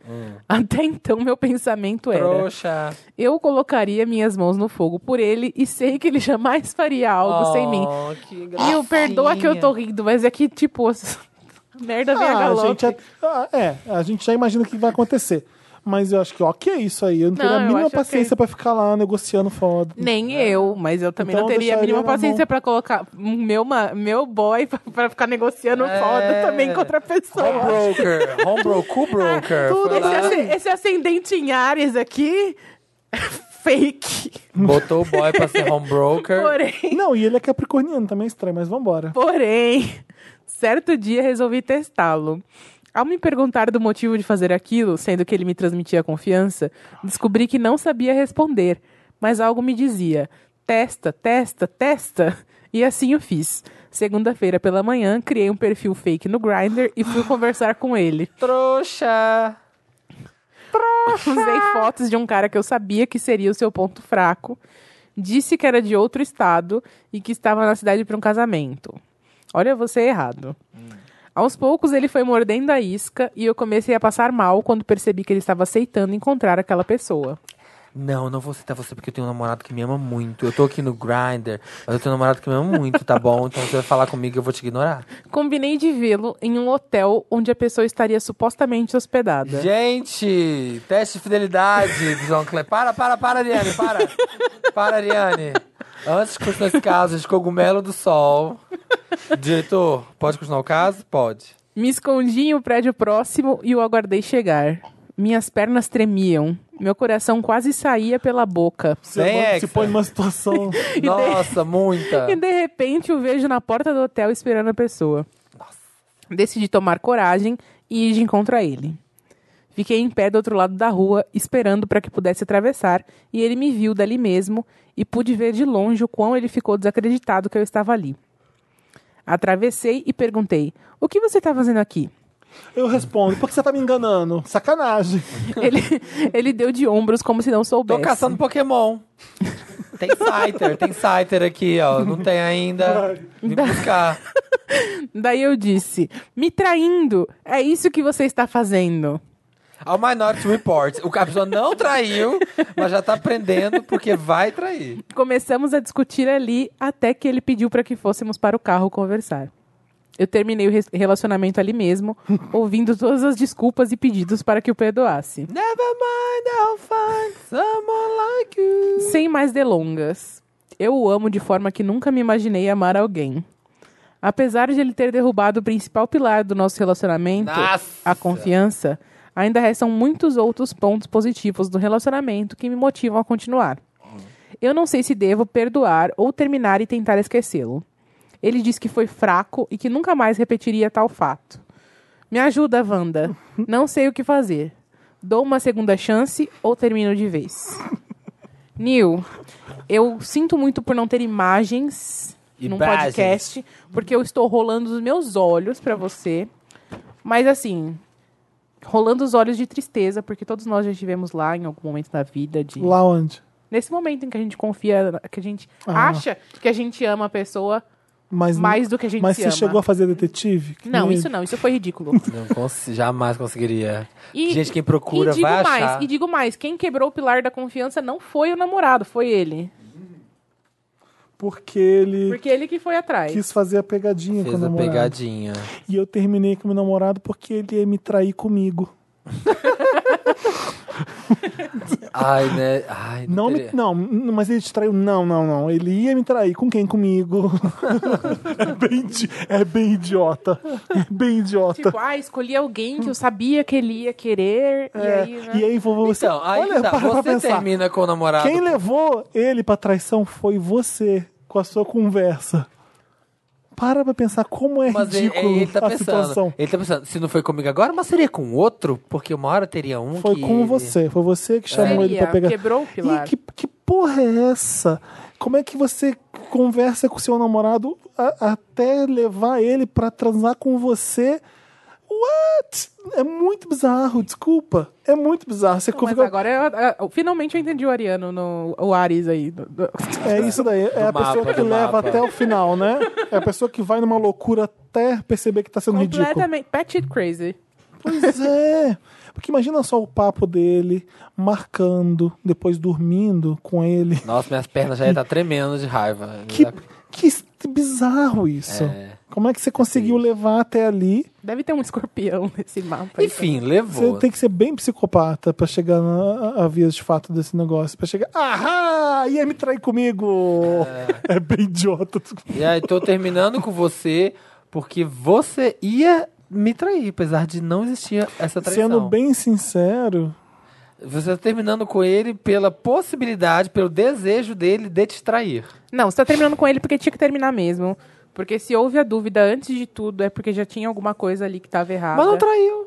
Até então meu pensamento era, Trouxa. eu colocaria minhas mãos no fogo por ele e sei que ele jamais faria algo sem mim. Oh, que Meu, perdoa que eu tô rindo, mas é que tipo, <laughs> merda vem a Ah, a galope. gente é, ah, é, a gente já imagina o que vai acontecer. Mas eu acho que ok isso aí. Eu não teria a eu mínima acho ok. paciência pra ficar lá negociando foda. Nem eu, É, mas eu também Então não eu teria a deixaria mínima na mão. paciência pra colocar um meu, ma- meu boy <laughs> pra, pra ficar negociando É. foda também com outra Home pessoa. broker. Home Ah, broker. Cool broker. Foi Esse, lá, asce- esse ascendente em Ares aqui <laughs> é fake. botou o boy pra ser home broker. Porém, Não, e ele é capricorniano, também é estranho, mas vambora. porém, <laughs> certo dia resolvi testá-lo. Ao me perguntar do motivo de fazer aquilo, sendo que ele me transmitia confiança, descobri que não sabia responder. mas algo me dizia: testa, testa, testa. E assim eu fiz. Segunda-feira pela manhã, criei um perfil fake no Grindr e fui conversar com ele. Trouxa! Usei fotos de um cara que eu sabia que seria o seu ponto fraco. Disse que era de outro estado e que estava na cidade para um casamento. Olha você errado. Aos poucos ele foi mordendo a isca e eu comecei a passar mal quando percebi que ele estava aceitando encontrar aquela pessoa. Não, eu não vou citar você porque eu tenho um namorado que me ama muito. Eu tô aqui no Grindr, mas eu tenho um namorado que me ama muito, tá bom? Então você vai falar comigo e eu vou te ignorar. Combinei de vê-lo em um hotel onde a pessoa estaria supostamente hospedada. Gente, teste de fidelidade do João Cleber. Para, para, para, Ariane, para. Para, Ariane. Antes de continuar esse caso de cogumelo do sol. Diretor, pode continuar o caso? Pode. Me escondi em um prédio próximo e o aguardei chegar. Minhas pernas tremiam. Meu coração quase saía pela boca. Você Tem põe- se Hexa. põe numa <laughs> situação. Nossa, muita. E de repente o vejo na porta do hotel esperando a pessoa. Decidi tomar coragem e ir de encontro a ele. Fiquei em pé do outro lado da rua, esperando para que pudesse atravessar, e ele me viu dali mesmo e pude ver de longe o quão ele ficou desacreditado que eu estava ali. Atravessei e perguntei: O que você está <laughs> fazendo aqui? Eu respondo, por que você tá me enganando? Sacanagem. ele, ele deu de ombros como se não Tô soubesse. caçando Pokémon. Tem Scyther, tem Scyther aqui, ó. Não tem ainda. Vim buscar. Daí eu disse: Me traindo! É isso que você está fazendo. Ao Minority Report. O a pessoa não traiu, mas já tá aprendendo porque vai trair. Começamos a discutir ali até que ele pediu para que fôssemos para o carro conversar. Eu terminei o res- relacionamento ali mesmo, ouvindo todas as desculpas e pedidos para que o perdoasse. Never mind, I'll find someone like you. Sem mais delongas, eu o amo de forma que nunca me imaginei amar alguém. Apesar de ele ter derrubado o principal pilar do nosso relacionamento, Nossa! a confiança, ainda restam muitos outros pontos positivos do relacionamento que me motivam a continuar. Eu não sei se devo perdoar ou terminar e tentar esquecê-lo. Ele disse que foi fraco e que nunca mais repetiria tal fato. Me ajuda, Wanda. Não sei o que fazer. Dou uma segunda chance ou termino de vez. Nil, eu sinto muito por não ter imagens num Imagens. podcast, porque eu estou rolando os meus olhos para você. Mas assim, rolando os olhos de tristeza, porque todos nós já estivemos lá em algum momento da vida de Lá onde? Nesse momento em que a gente confia, que a gente Ah. acha que a gente ama a pessoa Mas, mais do que a gente mas se você ama. chegou a Hum. fazer detetive? Que Não, nem isso ele. não, isso foi ridículo. <laughs> Não cons- jamais conseguiria. E- Gente, quem procura e digo vai mais, achar. e digo mais, quem quebrou o pilar da confiança não foi o namorado, foi ele. Porque ele Porque é ele que foi atrás. quis fazer a pegadinha com o Fez a namorado. pegadinha. E eu terminei com meu namorado porque ele ia me trair comigo. Ai, né? Ai, Não, me, teria- não, n- mas ele te traiu. Não, não, não. Ele ia me trair. Com quem? <laughs> Comigo. é, bem, idi- é bem idiota. É bem idiota. Tipo, ah, escolhi alguém que eu sabia que ele ia querer, e É, aí, né? e aí vou- vou- você. Então, aí olha, tá, para pra você pensar. termina com o namorado. Quem levou ele pra traição foi você, com a sua conversa. Para pra pensar como é Mas ele, ridículo ele tá a pensando. situação. Ele tá pensando, se não foi comigo agora, mas seria com outro, porque uma hora teria um Foi que com ele- você. Foi você que chamou ele pra Seria, pegar. quebrou o pilar. Ih, que, que porra é essa? Como é que você conversa com seu namorado a- até levar ele pra transar com você? What? É muito bizarro, desculpa. É muito bizarro. Você Mas fica- agora, eu- eu- finalmente eu entendi o Ariano, no, o Ares aí. do- <laughs> do- <laughs> É isso daí. É a mapa, pessoa <laughs> que do leva mapa. até o final, né? É a pessoa que vai numa loucura até perceber que tá sendo ridículo. Completamente, patch it crazy. Pois é. Porque imagina só o papo dele, marcando, depois dormindo com ele. Nossa, minhas pernas já iam estar tremendo de raiva. Que, que es- bizarro isso. É. Como é que você conseguiu levar até ali? Deve ter um escorpião <laughs> nesse mapa. aí. Enfim, Você levou. tem que ser bem psicopata pra chegar na a via de fato desse negócio. Pra chegar, ahá, ia me trair comigo. <laughs> É, bem idiota. E aí, tô terminando com você, porque você ia me trair, apesar de não existir essa traição. Sendo bem sincero, Você tá terminando com ele pela possibilidade, pelo desejo dele de te trair. Não, você tá terminando com ele porque tinha que terminar mesmo. Porque tá se houve a dúvida antes de tudo, é porque já tinha alguma coisa ali que tava errada. Mas não traiu.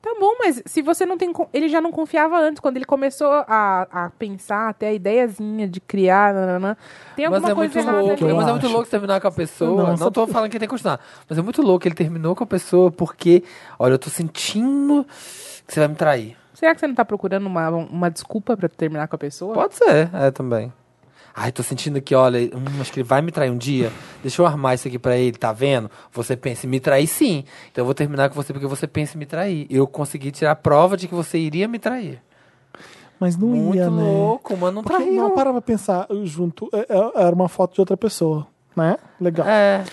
Tá bom, mas se você não tem. con- Ele já não confiava antes, quando ele começou a, a pensar, até a ideiazinha de criar, nananã. Tem alguma mas é coisa muito errada louco. ali. eu Mas é acho. muito louco terminar com a pessoa. Não, Não, só- tô falando que tem que continuar. Mas é muito louco. Ele terminou com a pessoa porque, olha, eu tô sentindo que você vai me trair. Será que você não tá procurando uma, uma desculpa pra terminar com a pessoa? Pode ser, é também. Ai, tô sentindo que, olha, hum, acho que ele vai me trair um dia. Deixa eu armar isso aqui pra ele, tá vendo? Você pensa em me trair, sim. Então eu vou terminar com você porque você pensa em me trair. Eu consegui tirar a prova de que você iria me trair. Mas não Muito ia, né? louco, mas não Porque traiu. não para pra pensar eu junto. é, é, Era uma foto de outra pessoa, né? Legal. É.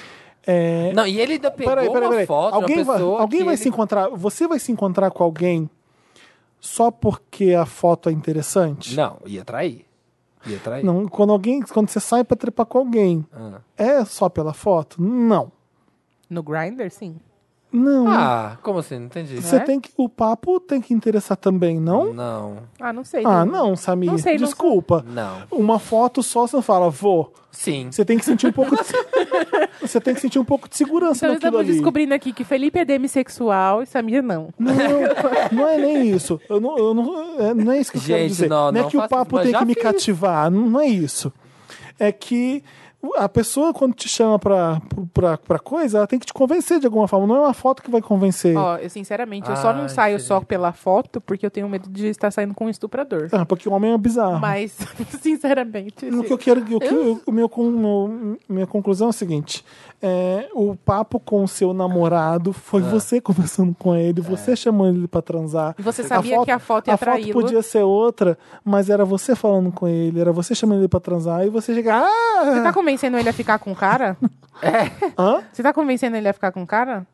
É, Não, e ele ainda pegou uma foto Alguém de uma vai, pessoa alguém que vai ele- se encontrar. Você vai se encontrar com alguém só porque a foto é interessante? Não, ia trair. Ia É. trair. Não, quando alguém, quando você sai pra trepar com alguém, Ah. é só pela foto? Não. No Grindr, sim. Não. Ah, como assim? Não entendi. você é um é? tem que o papo tem que interessar também, não? Não, Ah, não sei. Ah, Dudu. não, Samir. Não sei, não sei. Desculpa. não. Uma foto só você não fala, vou. Sim. Você tem que sentir um pouco de... <laughs> Você tem que sentir um pouco de segurança Então naquilo estamos ali. descobrindo aqui que Felipe é demissexual e Samir não. Não, não é nem isso. Eu não, eu não, é, não é isso que eu quero Gente, dizer. não, é não que o faça papo isso, mas tem já que me fiz. cativar. Não não é isso. É que a pessoa, quando te chama pra, pra, pra coisa, ela tem que te convencer de alguma forma. Não é uma foto que vai convencer. Ó, eu sinceramente, eu só não Ai, saio só Felipe. pela foto porque eu tenho medo de estar saindo com um estuprador. Ah, porque o homem é bizarro. Mas, <laughs> sinceramente. O que eu quero, o que eu- o meu, con- meu- minha conclusão é o seguinte: é, o papo com o seu namorado foi É. você conversando com ele, você chamando ele pra transar. E você sabia que a foto ia a foto traí-lo. podia ser outra, mas era você falando com ele, era você chamando ele pra transar e você chega, ah, Você tá convencendo ele a ficar com o cara? É. hã? Você tá convencendo ele a ficar com o cara?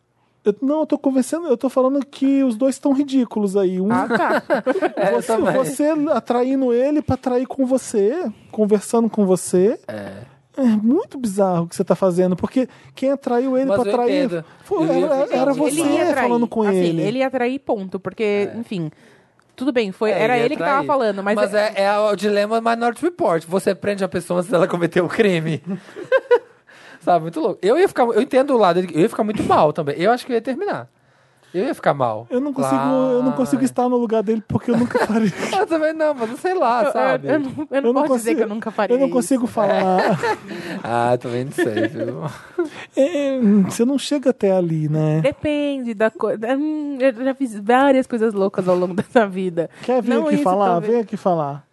Eu- não, eu tô conversando, eu tô falando que os dois estão ridículos aí. Um, Ah, tá. <laughs> É, você, é um você atraindo ele pra atrair com você, conversando com você. É. É muito bizarro o que você tá fazendo, porque quem atraiu ele Mas pra eu atrair entendo. foi- Ele ia era, ficar <laughs> era com você ele ia falando com assim, ele. Ele ia atrair, ponto. Porque, enfim. Tudo bem, foi, É, era ia ele que tava trair. falando, mas. mas é, é o dilema Minority Report. Você prende a pessoa antes dela cometer o crime. <laughs> Sabe, muito louco. Eu ia ficar. Eu entendo o lado, eu ia ficar muito mal também. Eu acho que eu ia terminar. Eu ia ficar mal. Eu não consigo, eu não consigo Claro. estar no lugar dele porque eu nunca parei. <laughs> Eu também não, mas eu sei lá, eu, sabe? eu, eu não, eu não posso dizer que eu nunca faria Eu não isso. É. consigo falar. Ah, também não sei, viu? É, você não chega até ali, né? Depende da coisa. Hum, Eu já fiz várias coisas loucas ao longo <laughs> dessa vida. Quer vir Não aqui isso, falar? talvez. Vem aqui falar.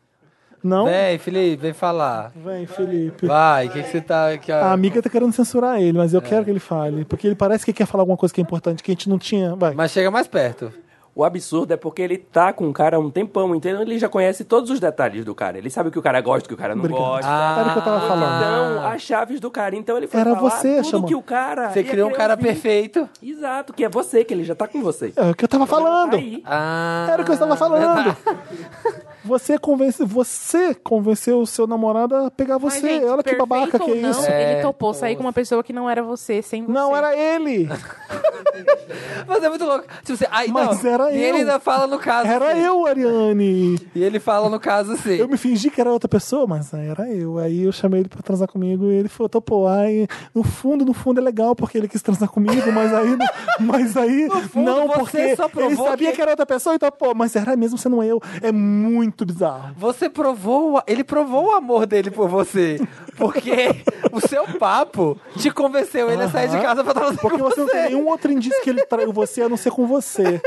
Não? Vem, Felipe, vem falar. Vem, Felipe. Vai, o que, que você tá aqui, ó? A amiga tá querendo censurar ele, mas eu quero que ele fale. Porque ele parece que quer falar alguma coisa que é importante, que a gente não tinha. Vai. Mas chega mais perto. O absurdo é porque ele tá com o cara há um tempão, entendeu? Ele já conhece todos os detalhes do cara. Ele sabe o que o cara gosta, o que o cara não Obrigado. gosta. Era o que eu tava falando. Ah. Então, as chaves do cara. Então ele foi Era falar você, tudo chamando. que o cara... Você ia criou um querer cara ouvir. perfeito. Exato, que é você, que ele já tá com você. É o que eu tava falando. Aí, Ah. Era o que eu estava <laughs> falando. Você convence, você convenceu o seu namorado a pegar Mas, você. gente, Olha que perfeito babaca que ou é não, isso. É, ele topou sair com uma pessoa que não era você, sem você. Não, era ele. Mas é muito louco. Tipo, você... Ai, Mas não. era e eu. ele ainda fala no caso. Era assim. eu, Ariane. E ele fala no caso assim. Eu me fingi que era outra pessoa, mas era eu. Aí eu chamei ele pra transar comigo e ele falou, topou. Aí, no fundo, no fundo é legal porque ele quis transar comigo, mas aí, <laughs> mas aí fundo, não, você porque só ele provou sabia que- que era outra pessoa e topou. Mas era mesmo sendo eu. É muito bizarro. Você provou, ele provou o amor dele por você. Porque o seu papo te convenceu ele a sair de casa pra transar Porque com você você. não tem nenhum outro indício que ele traiu você a não ser com você.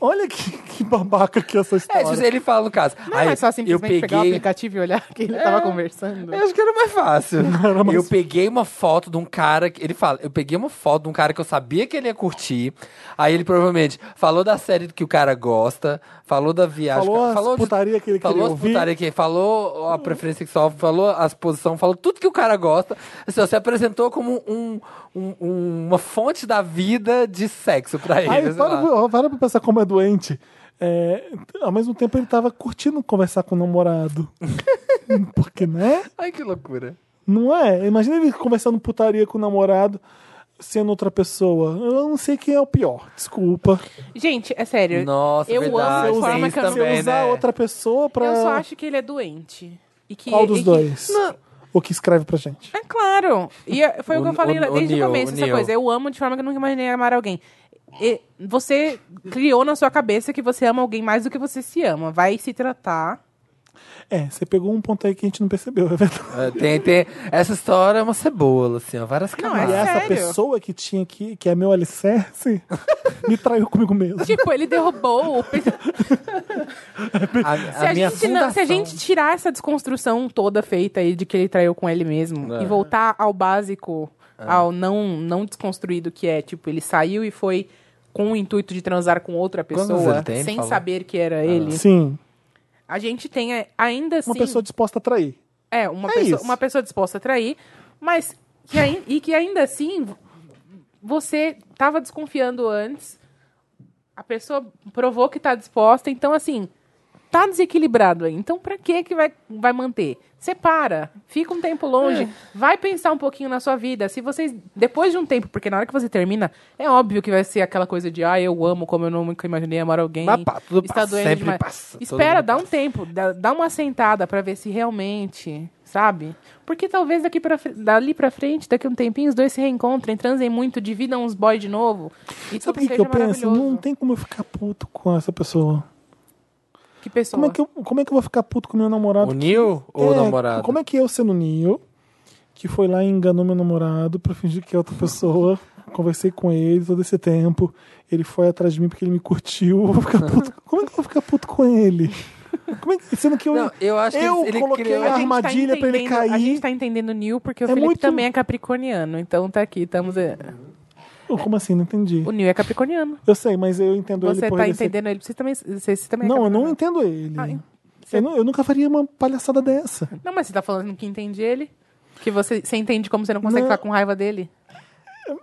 Olha que, que babaca que é essa É, história. tipo, ele fala no caso. Não Ai, é só eu simplesmente peguei... pegar o aplicativo e olhar <laughs> que ele É. tava conversando. Eu acho que era mais fácil. mais eu peguei uma foto de um cara. Que, ele fala, eu peguei uma foto de um cara que eu sabia que ele ia curtir. Aí ele provavelmente falou da série que o cara gosta, falou da viagem. Falou de- as putaria que ele falou queria as ouvir. putaria que falou a preferência sexual, falou as posições, falou tudo que o cara gosta. Assim, ó, se apresentou como um, um- um- uma fonte da vida de sexo pra ele. Aí, É, sei para, lá. ó, para pra pensar como é doente. É, ao mesmo tempo ele tava curtindo conversar com o namorado. <laughs> Porque, né? Ai, que loucura. Não é? Imagina ele conversando putaria com o namorado sendo outra pessoa. Eu não sei quem é o pior. Desculpa. Gente, é sério. Nossa, eu verdade, amo tem a forma isso que eu Você também, usar né? outra pessoa pra. Eu só acho que ele é doente. E que, Qual dos e que- dois? O que escreve pra gente. É claro. E é- foi o, que O- eu falei o- lá o desde o, Neil, começo, o essa Neil. coisa. Eu amo de forma que eu nunca imaginei amar alguém. e- você criou na sua cabeça que você ama alguém mais do que você se ama. Vai se tratar. É, você pegou um ponto aí que a gente não percebeu, é verdade. É, Tem, tem, essa história é uma cebola, assim, ó, várias Não, é- camadas. E essa Ah, sério? pessoa que tinha aqui, que é meu alicerce, <laughs> me traiu comigo mesmo. Tipo, ele derrubou. o pe- é A, se, <laughs> a a minha gente não- se a gente tirar essa desconstrução toda feita aí de que ele traiu com ele mesmo É. e voltar ao básico, ao não, não desconstruído que é, tipo, ele saiu e foi com o intuito de transar com outra Quantos pessoa ele tem? Ele sem falou. Ah, saber que era ele. Sim, A gente tem é, ainda assim uma pessoa disposta a trair. é, uma, É pessoa, isso. uma pessoa disposta a trair, mas que ai- e que ainda assim você tava desconfiando antes, a pessoa provou que tá disposta, então assim, tá desequilibrado aí. Então pra que que vai, vai manter? Separa, fica um tempo É. longe, vai pensar um pouquinho na sua vida. Se vocês, depois de um tempo, porque na hora que você termina, é óbvio que vai ser aquela coisa de, ah, eu amo como eu nunca imaginei amar alguém. Mas pá, tudo está passa, doendo sempre demais. passa, todo Espera, mundo dá um tempo, dá, dá uma sentada pra ver se realmente, sabe? Porque talvez daqui pra, fre- dali pra frente, daqui a um tempinho, os dois se reencontrem, transem muito, dividam os boys de novo. Sabe o E tudo que, que eu seja penso? maravilhoso. Não tem como eu ficar puto com essa pessoa. Que pessoa. Como é que eu, como é que eu vou ficar puto com meu namorado? um O Nil ou o É, namorado? Como é que eu sendo Nil, que foi lá e enganou meu namorado pra fingir que é outra pessoa, conversei com ele todo esse tempo, ele foi atrás de mim porque ele me curtiu, eu <laughs> vou ficar puto- como é que eu vou ficar puto com ele? Como é que, sendo que eu, Não, eu acho que ele coloquei criou- a A gente tá armadilha pra ele entendendo- A gente cair. tá entendendo o Neil, porque o É Felipe muito- também é capricorniano. Então tá aqui, estamos. é, Oh, Como assim? Não entendi. O Neil é capricorniano. Eu sei, mas eu entendo ele Você por tá ele ser- entendendo ele? Você também, você, você também é Não, eu não capricorniano. entendo ele. Ah, en- Eu, nu- eu nunca faria uma palhaçada dessa. Não, mas você tá falando que entende ele? Que você, você entende como você não consegue Não. ficar com raiva dele?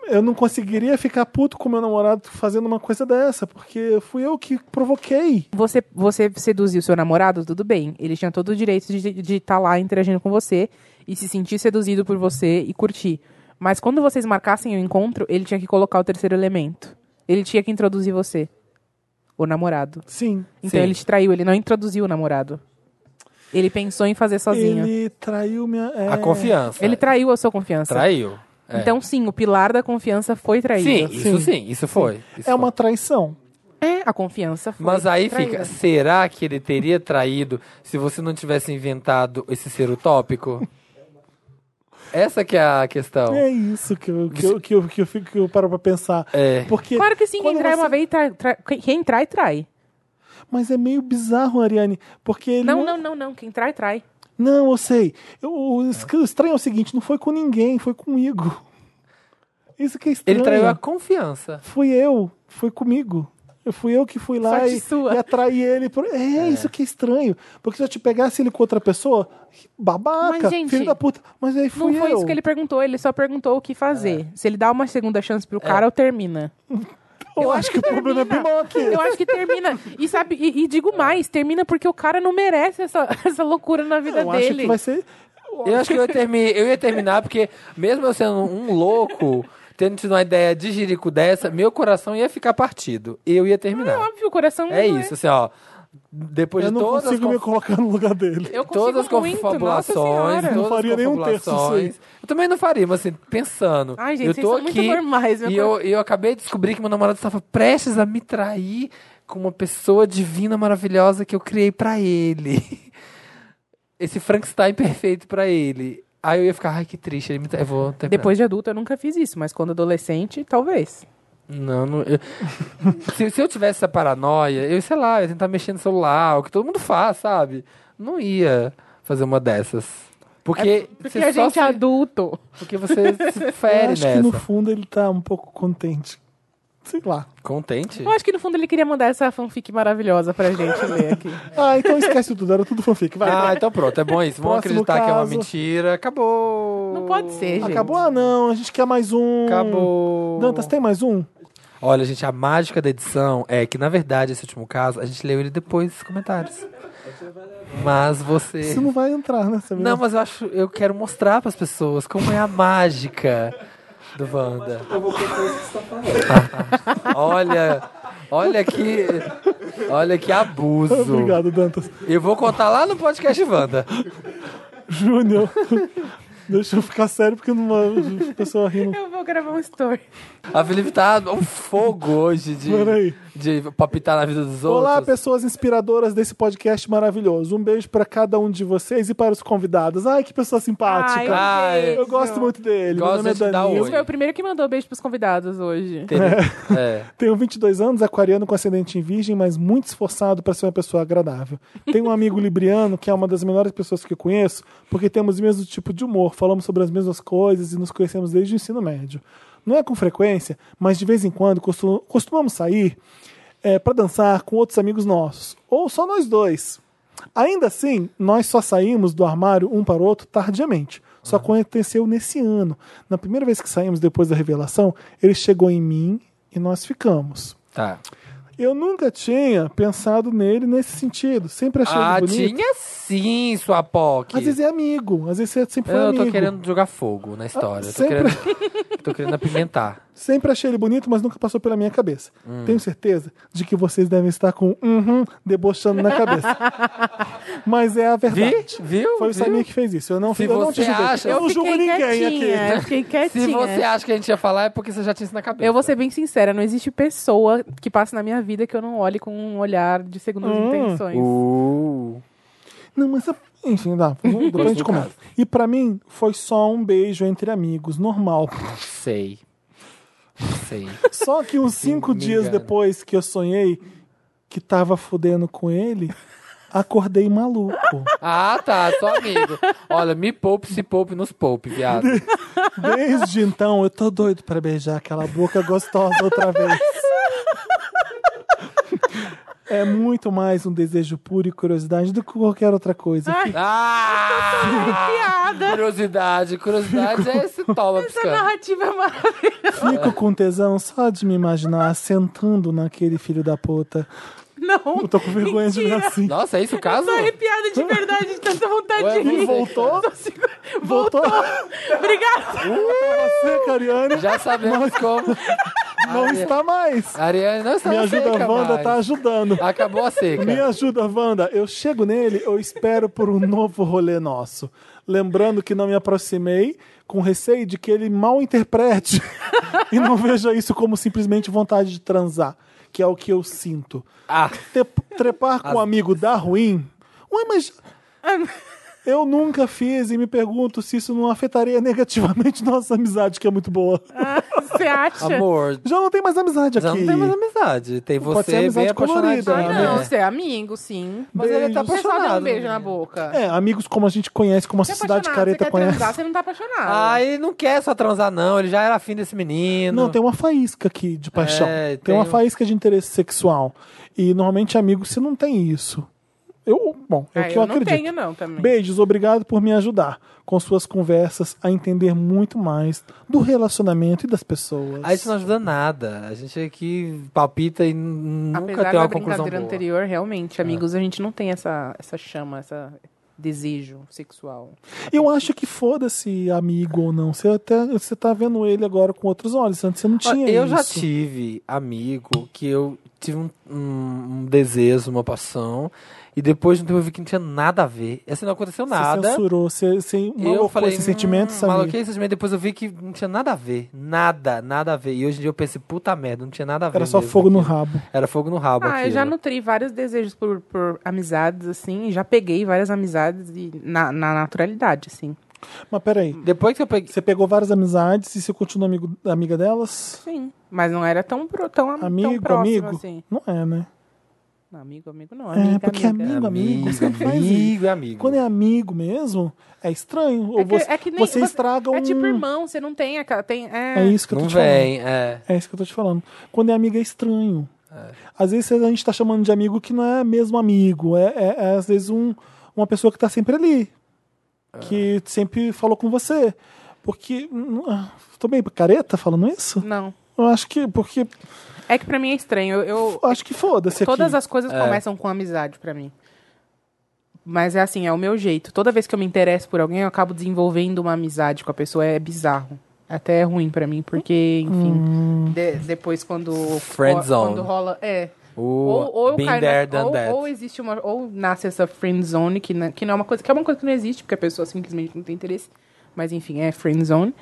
Eu não conseguiria ficar puto com meu namorado fazendo uma coisa dessa, porque fui eu que provoquei. Você, você seduziu seu namorado, tudo bem. Ele tinha todo o direito de estar de tá lá interagindo com você e se sentir seduzido por você e curtir. Mas quando vocês marcassem o encontro, ele tinha que colocar o terceiro elemento. Ele tinha que introduzir você. O namorado. Sim. Sim. Então ele te traiu, ele não introduziu o namorado. Ele pensou em fazer sozinho. Ele, Ele traiu minha. é, A confiança. traiu a sua confiança. traiu. É. Então sim, o pilar da confiança foi traído. sim, isso sim, isso foi. isso É uma foi. traição. É, a confiança foi Mas aí traída. fica, será que ele teria traído se você não tivesse inventado esse ser utópico? Essa que é a questão. É isso que eu, que eu, que eu, que eu, fico, que eu paro pra pensar. É. Porque Claro que sim, quem quando trai você- uma vez, trai, trai- quem- quem trai, trai. Mas é meio bizarro, Ariane. Porque ele. Não, não, não, não. Quem trai, trai. Não, eu sei. Eu- o es- o estranho é o seguinte: não foi com ninguém, foi comigo. Isso que é estranho. Ele traiu a confiança. Fui eu, foi comigo. Eu fui eu que fui lá Sorte e, sua. e atraí ele. pro- É, isso que é estranho. Porque se eu te pegasse ele com outra pessoa, babaca, Mas, gente, filho da puta. Mas aí Não fui foi eu. É. isso que ele perguntou, ele só perguntou o que fazer. Se ele dá uma segunda chance pro cara, ou termina. Eu, acho que É. o problema é bem termina. maior aqui. É. Eu acho que termina. E sabe, e, e digo mais, termina porque o cara não merece essa, <laughs> essa loucura na vida Eu acho dele. que vai ser. Eu acho que eu ia, termi- eu ia terminar, porque mesmo eu sendo um louco, tendo tido uma ideia de jirico dessa, meu coração ia ficar partido. Eu ia É terminar. óbvio, o coração É não isso, assim, ó. Depois Eu de não todas as consigo me conf- colocar no lugar dele. é- Eu consigo todas as muito, nossa confabulações, senhora. todas Não faria as nenhum terço confabulações. Eu também não faria, mas assim, pensando. Ai, gente, eu vocês tô são muito aqui normais, meu e coração. eu, eu acabei de descobrir que meu namorado estava prestes a me trair com uma pessoa divina, maravilhosa que eu criei pra ele. <laughs> Esse Frankenstein perfeito pra ele. Aí eu ia ficar, ai, que triste, ele me tra... eu vou terminar. Depois de adulto eu nunca fiz isso, mas quando adolescente, talvez. Não, não eu- se, se eu tivesse essa paranoia, eu sei lá, eu ia tentar mexer no celular, o que todo mundo faz, sabe? Não ia fazer uma dessas. Porque, Porque você a só gente se- é adulto. porque você se Eu fere acho que nessa. no fundo ele tá um pouco contente. Sei lá. Contente? Eu acho que no fundo ele queria mandar essa fanfic maravilhosa pra gente <laughs> ler aqui. Ah, então esquece tudo, era tudo fanfic. Vai. Ah, então pronto, é bom isso. Vamos Próximo acreditar que é uma caso. mentira. Acabou. Não pode ser, gente. Acabou? Ah, não, a gente quer mais um. Acabou. Dantas, tem mais um? Olha, gente, a mágica da edição é que, na verdade, esse último caso, a gente leu ele depois dos comentários. Mas você. Você não vai entrar nessa <laughs> Não, mesmo. mas eu acho, eu quero mostrar pras pessoas como é a mágica do Wanda. Eu vou propor isso que você tá falando. Olha, olha que, olha que abuso. Obrigado, Dantas. Eu vou contar lá no podcast Wanda. Júnior. <laughs> Deixa eu ficar sério porque não vai- a pessoa rindo. Eu vou gravar um story. A Felipe tá um fogo hoje de, Peraí. de papitar na vida dos outros. Olá, pessoas inspiradoras desse podcast maravilhoso. Um beijo pra cada um de vocês e para os convidados. Ai, que pessoa Ai, simpática. Ah, é. eu gosto muito dele. Meu Gosto nome é de te dar Danilo. oi. Esse foi o primeiro que mandou beijo pros convidados hoje. Teve- é. Tenho 22 anos, aquariano com ascendente em virgem, mas muito esforçado para ser uma pessoa agradável. Tenho um amigo libriano, que é uma das melhores pessoas que eu conheço, porque temos o mesmo tipo de humor, falamos sobre as mesmas coisas e nos conhecemos desde o ensino médio. Não é com frequência, mas de vez em quando costu- costumamos sair para dançar com outros amigos nossos, ou só nós dois. Ainda assim, nós só saímos do armário um para o outro tardiamente. Só Uhum. aconteceu nesse ano. Na primeira vez que saímos depois da revelação, ele chegou em mim e nós ficamos. Tá. Eu nunca tinha pensado nele nesse sentido. Sempre achei Ah, ele bonito. tinha sim, sua POC. Às vezes é amigo, às vezes você sempre foi eu amigo. tô querendo jogar fogo na história. eu tô, é sempre- querendo, tô querendo apimentar. Sempre achei ele bonito, mas nunca passou pela minha cabeça. Hum. Tenho certeza de que vocês devem estar com um uhum debochando na <laughs> cabeça. mas é a Vi? verdade. Viu? Foi o Viu? Samir que fez isso. Eu não, Se eu não você te julguei. acha- Eu não fiquei julgo um ninguém quietinha, aqui. Eu <laughs> fiquei Se quietinha. você acha que a gente ia falar, é porque você já tinha isso na cabeça. Eu vou ser bem sincera, não existe pessoa que passe na minha vida que eu não olhe com um olhar de segundas Hum. intenções. Uh. Não, mas. a- <laughs> Enfim, dá. Depois a gente começa. E pra mim, foi só um beijo entre amigos, normal. Sei. Sei. Só <laughs> que uns cinco me dias engana. depois que eu sonhei que tava fudendo com ele, acordei maluco. Ah, tá, só amigo. Olha, me poupe, se poupe, nos poupe, <laughs> viado. Desde então, eu tô doido pra beijar aquela boca gostosa outra vez. É muito mais um desejo puro e curiosidade do que qualquer outra coisa. Ah! Curiosidade, curiosidade é esse tola Essa piscando. narrativa é maravilhosa. Fico com tesão só de me imaginar sentando naquele filho da puta. Não. Eu tô com vergonha de ver assim. Nossa, é isso o caso? Tô arrepiada de verdade, de tanta vontade Ué, de não rir. voltou? Tô segura- Voltou? Voltou. Obrigada. Você, Cariane, Já sabemos como. não Ari- está mais. A Ariane não está Me na ajuda, seca Wanda, é mais. tá ajudando. Acabou a seca. Me ajuda, Wanda. Eu chego nele, eu espero por um novo rolê nosso. Lembrando que não me aproximei, com receio de que ele mal interprete <laughs> e não veja isso como simplesmente vontade de transar, que é o que eu sinto. Ah, Te- Trepar com um amigo dá ruim? Ué, <laughs> mas. Eu nunca fiz e me pergunto se isso não afetaria negativamente <laughs> nossa amizade, que é muito boa. Você acha? amor, Já não tem mais amizade já aqui. não tem mais amizade. Tem Pode ser você bem amizade apaixonadinha. colorida, Ah, não, né? você é amigo, sim. Mas ele tá Beijos. Você só deu um apaixonado. beijo na boca. É, amigos como a gente conhece, como a Você é sociedade apaixonado, careta você quer conhece. transar, você não tá apaixonado. Ah, ele não quer só transar, não. Ele já era afim desse menino. Não, tem uma faísca aqui de paixão. É, tem, tem uma um- faísca de interesse sexual. E normalmente, amigos, você não tem isso. Eu, bom, é o Ah, que eu, eu não acredito. tenho, não, também. Beijos, obrigado por me ajudar com suas conversas a entender muito mais do relacionamento e das pessoas. Aí isso não ajuda nada. A gente aqui palpita e n- nunca Apesar tem da uma conclusão brincadeira boa. anterior, É. realmente, amigos, a gente não tem essa, essa chama, essa desejo sexual. Eu acho que foda-se amigo ou não. Você até você tá vendo ele agora com outros olhos. Antes você não Ó, tinha Ah, eu isso. já tive amigo que eu tive um, um- um desejo, uma paixão, e depois de um tempo eu vi que não tinha nada a ver. Assim, não aconteceu Você nada. censurou, você, você Eu malocou falei, esse sentimento, hum, Samir. maloquei esse sentimento, depois eu vi que não tinha nada a ver. Nada, nada a ver. E hoje em dia eu pensei, puta merda, não tinha nada a ver. Era só mesmo fogo no aquilo. rabo. Era fogo no rabo. Ah, eu aquilo. já nutri vários desejos por, por amizades, assim, e já peguei várias amizades e na, na naturalidade, assim. Mas peraí. Depois que eu peguei. Você pegou várias amizades e você continua amigo, amiga delas? Sim. Mas não era tão, pro- tão, am- tão Amigo, próximo, amigo? assim. Não é, né? Não, amigo, amigo não. é, Amiga, porque amiga. amigo, amigo, você não faz amigo, isso. é amigo. Quando é amigo mesmo, é estranho. Ou É que- você, é que nem- você estraga um... É tipo irmão, você não tem aquela... Tem, É é, isso que eu tô Não te falando. vem, é. É isso que eu tô te falando. Quando é amigo é estranho. Às vezes a gente tá chamando de amigo que não é mesmo amigo. É, é- é, às vezes um, uma pessoa que tá sempre ali. Que sempre falou com você. Porque... hum, ah, Tô bem careta falando isso? Não. Eu acho que... Porque... É que pra mim é estranho. Eu, eu- eu Acho que foda-se aqui. É. Todas as coisas começam com amizade pra mim. Mas é assim, é o meu jeito. Toda vez que eu me interesso por alguém, eu acabo desenvolvendo uma amizade com a pessoa. É bizarro. Até é ruim pra mim, porque, enfim. Hum. de- depois quando. Friendzone. Quando rola. É. O Ou, ou eu been caio na- there, done ou, that. ou existe né, uma. Ou nasce essa friendzone, que, na- que não é uma coisa. Que é uma coisa que não existe, porque a pessoa simplesmente não tem interesse. Mas enfim, é friend zone.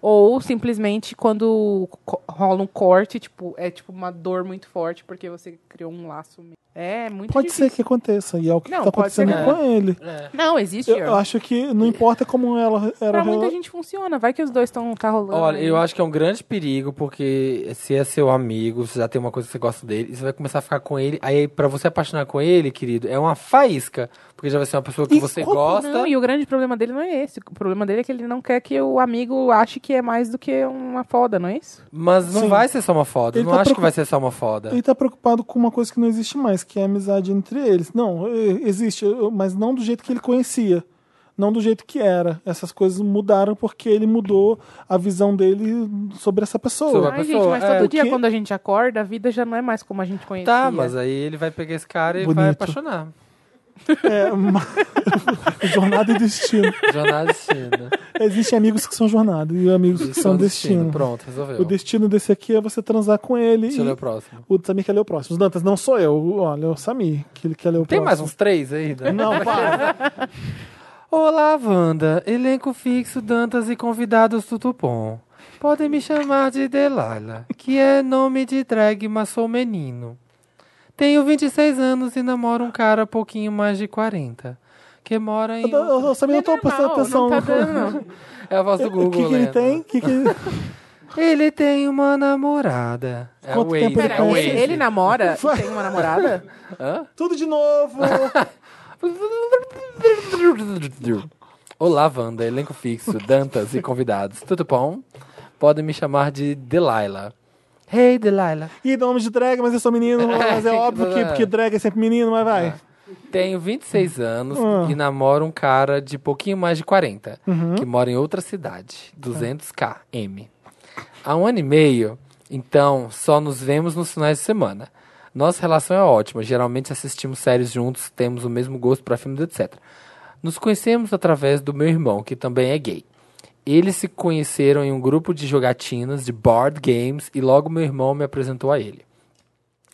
Ou simplesmente quando co- rola um corte, tipo, é tipo uma dor muito forte porque você criou um laço. me- É muito Pode difícil. ser que aconteça, e é o que Não, tá pode ser acontecendo com ele. Não, existe. Eu acho que não importa como ela era pra o muita rela- gente funciona. Vai que os dois estão tá rolando. Olha, aí. eu acho que é um grande perigo, porque se é seu amigo, você já tem uma coisa que você gosta dele, e você vai começar a ficar com ele. Aí, pra você apaixonar com ele, querido, é uma faísca. Porque já vai ser uma pessoa que E você qual- gosta. Não, e o grande problema dele não é esse. O problema dele é que ele não quer que o amigo ache que é mais do que uma foda, não é isso? Mas não Sim. vai ser só uma foda. Eu Ele não tá acho que preocup- vai ser só uma foda. Ele tá preocupado com uma coisa que não existe mais, que é a amizade entre eles. Não, eh, existe, eh, mas não do jeito que ele conhecia. Não do jeito que era. Essas coisas mudaram porque ele mudou a visão dele sobre essa pessoa. Sobre a Ai, gente, pessoa, mas é, todo o dia que- quando a gente acorda, a vida já não é mais como a gente conhecia. Tá, mas aí ele vai pegar esse cara e vai Bonito. apaixonar. <laughs> É, uma- jornada e destino. Jornada e <laughs> destino. Existem amigos que são jornada e amigos que são Jornada e destino. Pronto, resolveu. O destino desse aqui é você transar com ele. Deixa eu e- ler o próximo. O Samir quer ler o próximo. Os Dantas, não sou eu. Olha, é o Samir que ele quer ler o Tem mais próximo. uns três aí? Dan? <laughs> Não, para. <laughs> Olá, Wanda. Elenco fixo, Dantas e convidados do Tupom. Podem me chamar de Delilah, que é nome de drag, mas sou menino. Tenho 26 anos e namoro um cara pouquinho mais de 40, que mora em... um- Eu, eu, eu, Samir, eu tô Não, prestando atenção. Não tá dando, não. <laughs> É a voz do <laughs> O que, Google, que ele né? tem? Que que... <laughs> Ele tem uma namorada. É Quanto o Waze, tempo ele é Pera, o conhece? Waze. ele, ele namora <laughs> e tem uma namorada? Tudo de novo! Olá, Wanda, elenco fixo, Dantas e convidados. Tudo bom? Podem me chamar de Delilah. Hey, Delilah. e dá nome de drag, mas eu <laughs> sou menino, mas é óbvio que porque drag é sempre menino, mas vai. Tenho 26 anos e namoro um cara de pouquinho mais de 40, que mora em outra cidade, 200k M. Há um ano e meio, então só nos vemos nos finais de semana. Nossa relação é ótima, geralmente assistimos séries juntos, temos o mesmo gosto para filmes, etc. Nos conhecemos através do meu irmão, que também é gay. Eles se conheceram em um grupo de jogatinas, de board games, e logo meu irmão me apresentou a ele.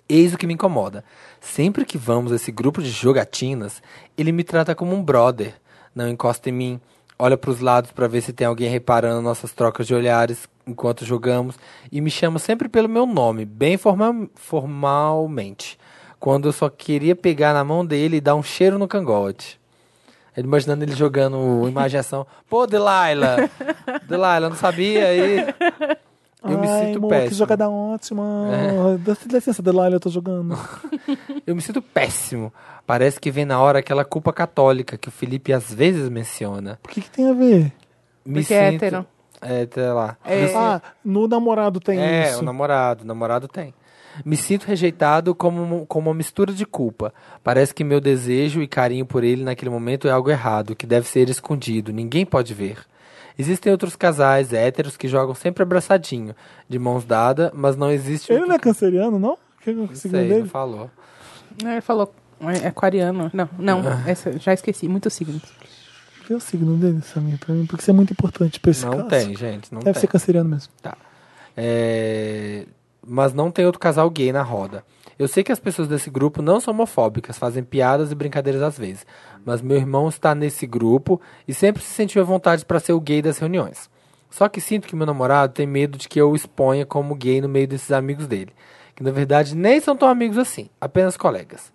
Eis o que me incomoda. Sempre que vamos a esse grupo de jogatinas, ele me trata como um brother. Não encosta em mim, olha para os lados para ver se tem alguém reparando nossas trocas de olhares enquanto jogamos e me chama sempre pelo meu nome, bem forma- formalmente, quando eu só queria pegar na mão dele e dar um cheiro no cangote. Ele imaginando ele jogando o imagem e ação. Pô, <laughs> Delilah! Delilah, não sabia? E... Eu me Ai, sinto amor, péssimo. É. Que jogada ótima. Dá licença, Delilah, eu tô jogando. Eu me sinto péssimo. Parece que vem na hora aquela culpa católica que o Felipe às vezes menciona. O que, que tem a ver? Me Porque é sinto... hétero. É, tá lá. Ah, no namorado tem É, isso. o namorado, o namorado tem. Me sinto rejeitado como, um- como uma mistura de culpa. Parece que meu desejo e carinho por ele naquele momento é algo errado, que deve ser escondido, ninguém pode ver. Existem outros casais héteros que jogam sempre abraçadinho, de mãos dadas, mas não existe Ele não é canceriano, não? O que eu não consigo sei, não dele? falou. Não, Ele falou. É aquariano. Não, não. Ah. essa- já esqueci. Muitos signos. Vê é o signo dele, Samir, pra mim, porque isso é muito importante pra esse Não caso. tem, gente, não Deve tem. ser canceriano mesmo. Tá. É, Mas não tem outro casal gay na roda. Eu sei que as pessoas desse grupo não são homofóbicas, fazem piadas e brincadeiras às vezes. Mas meu irmão está nesse grupo e sempre se sentiu à vontade para ser o gay das reuniões. Só que sinto que meu namorado tem medo de que eu o exponha como gay no meio desses amigos dele. Que na verdade nem são tão amigos assim, apenas colegas.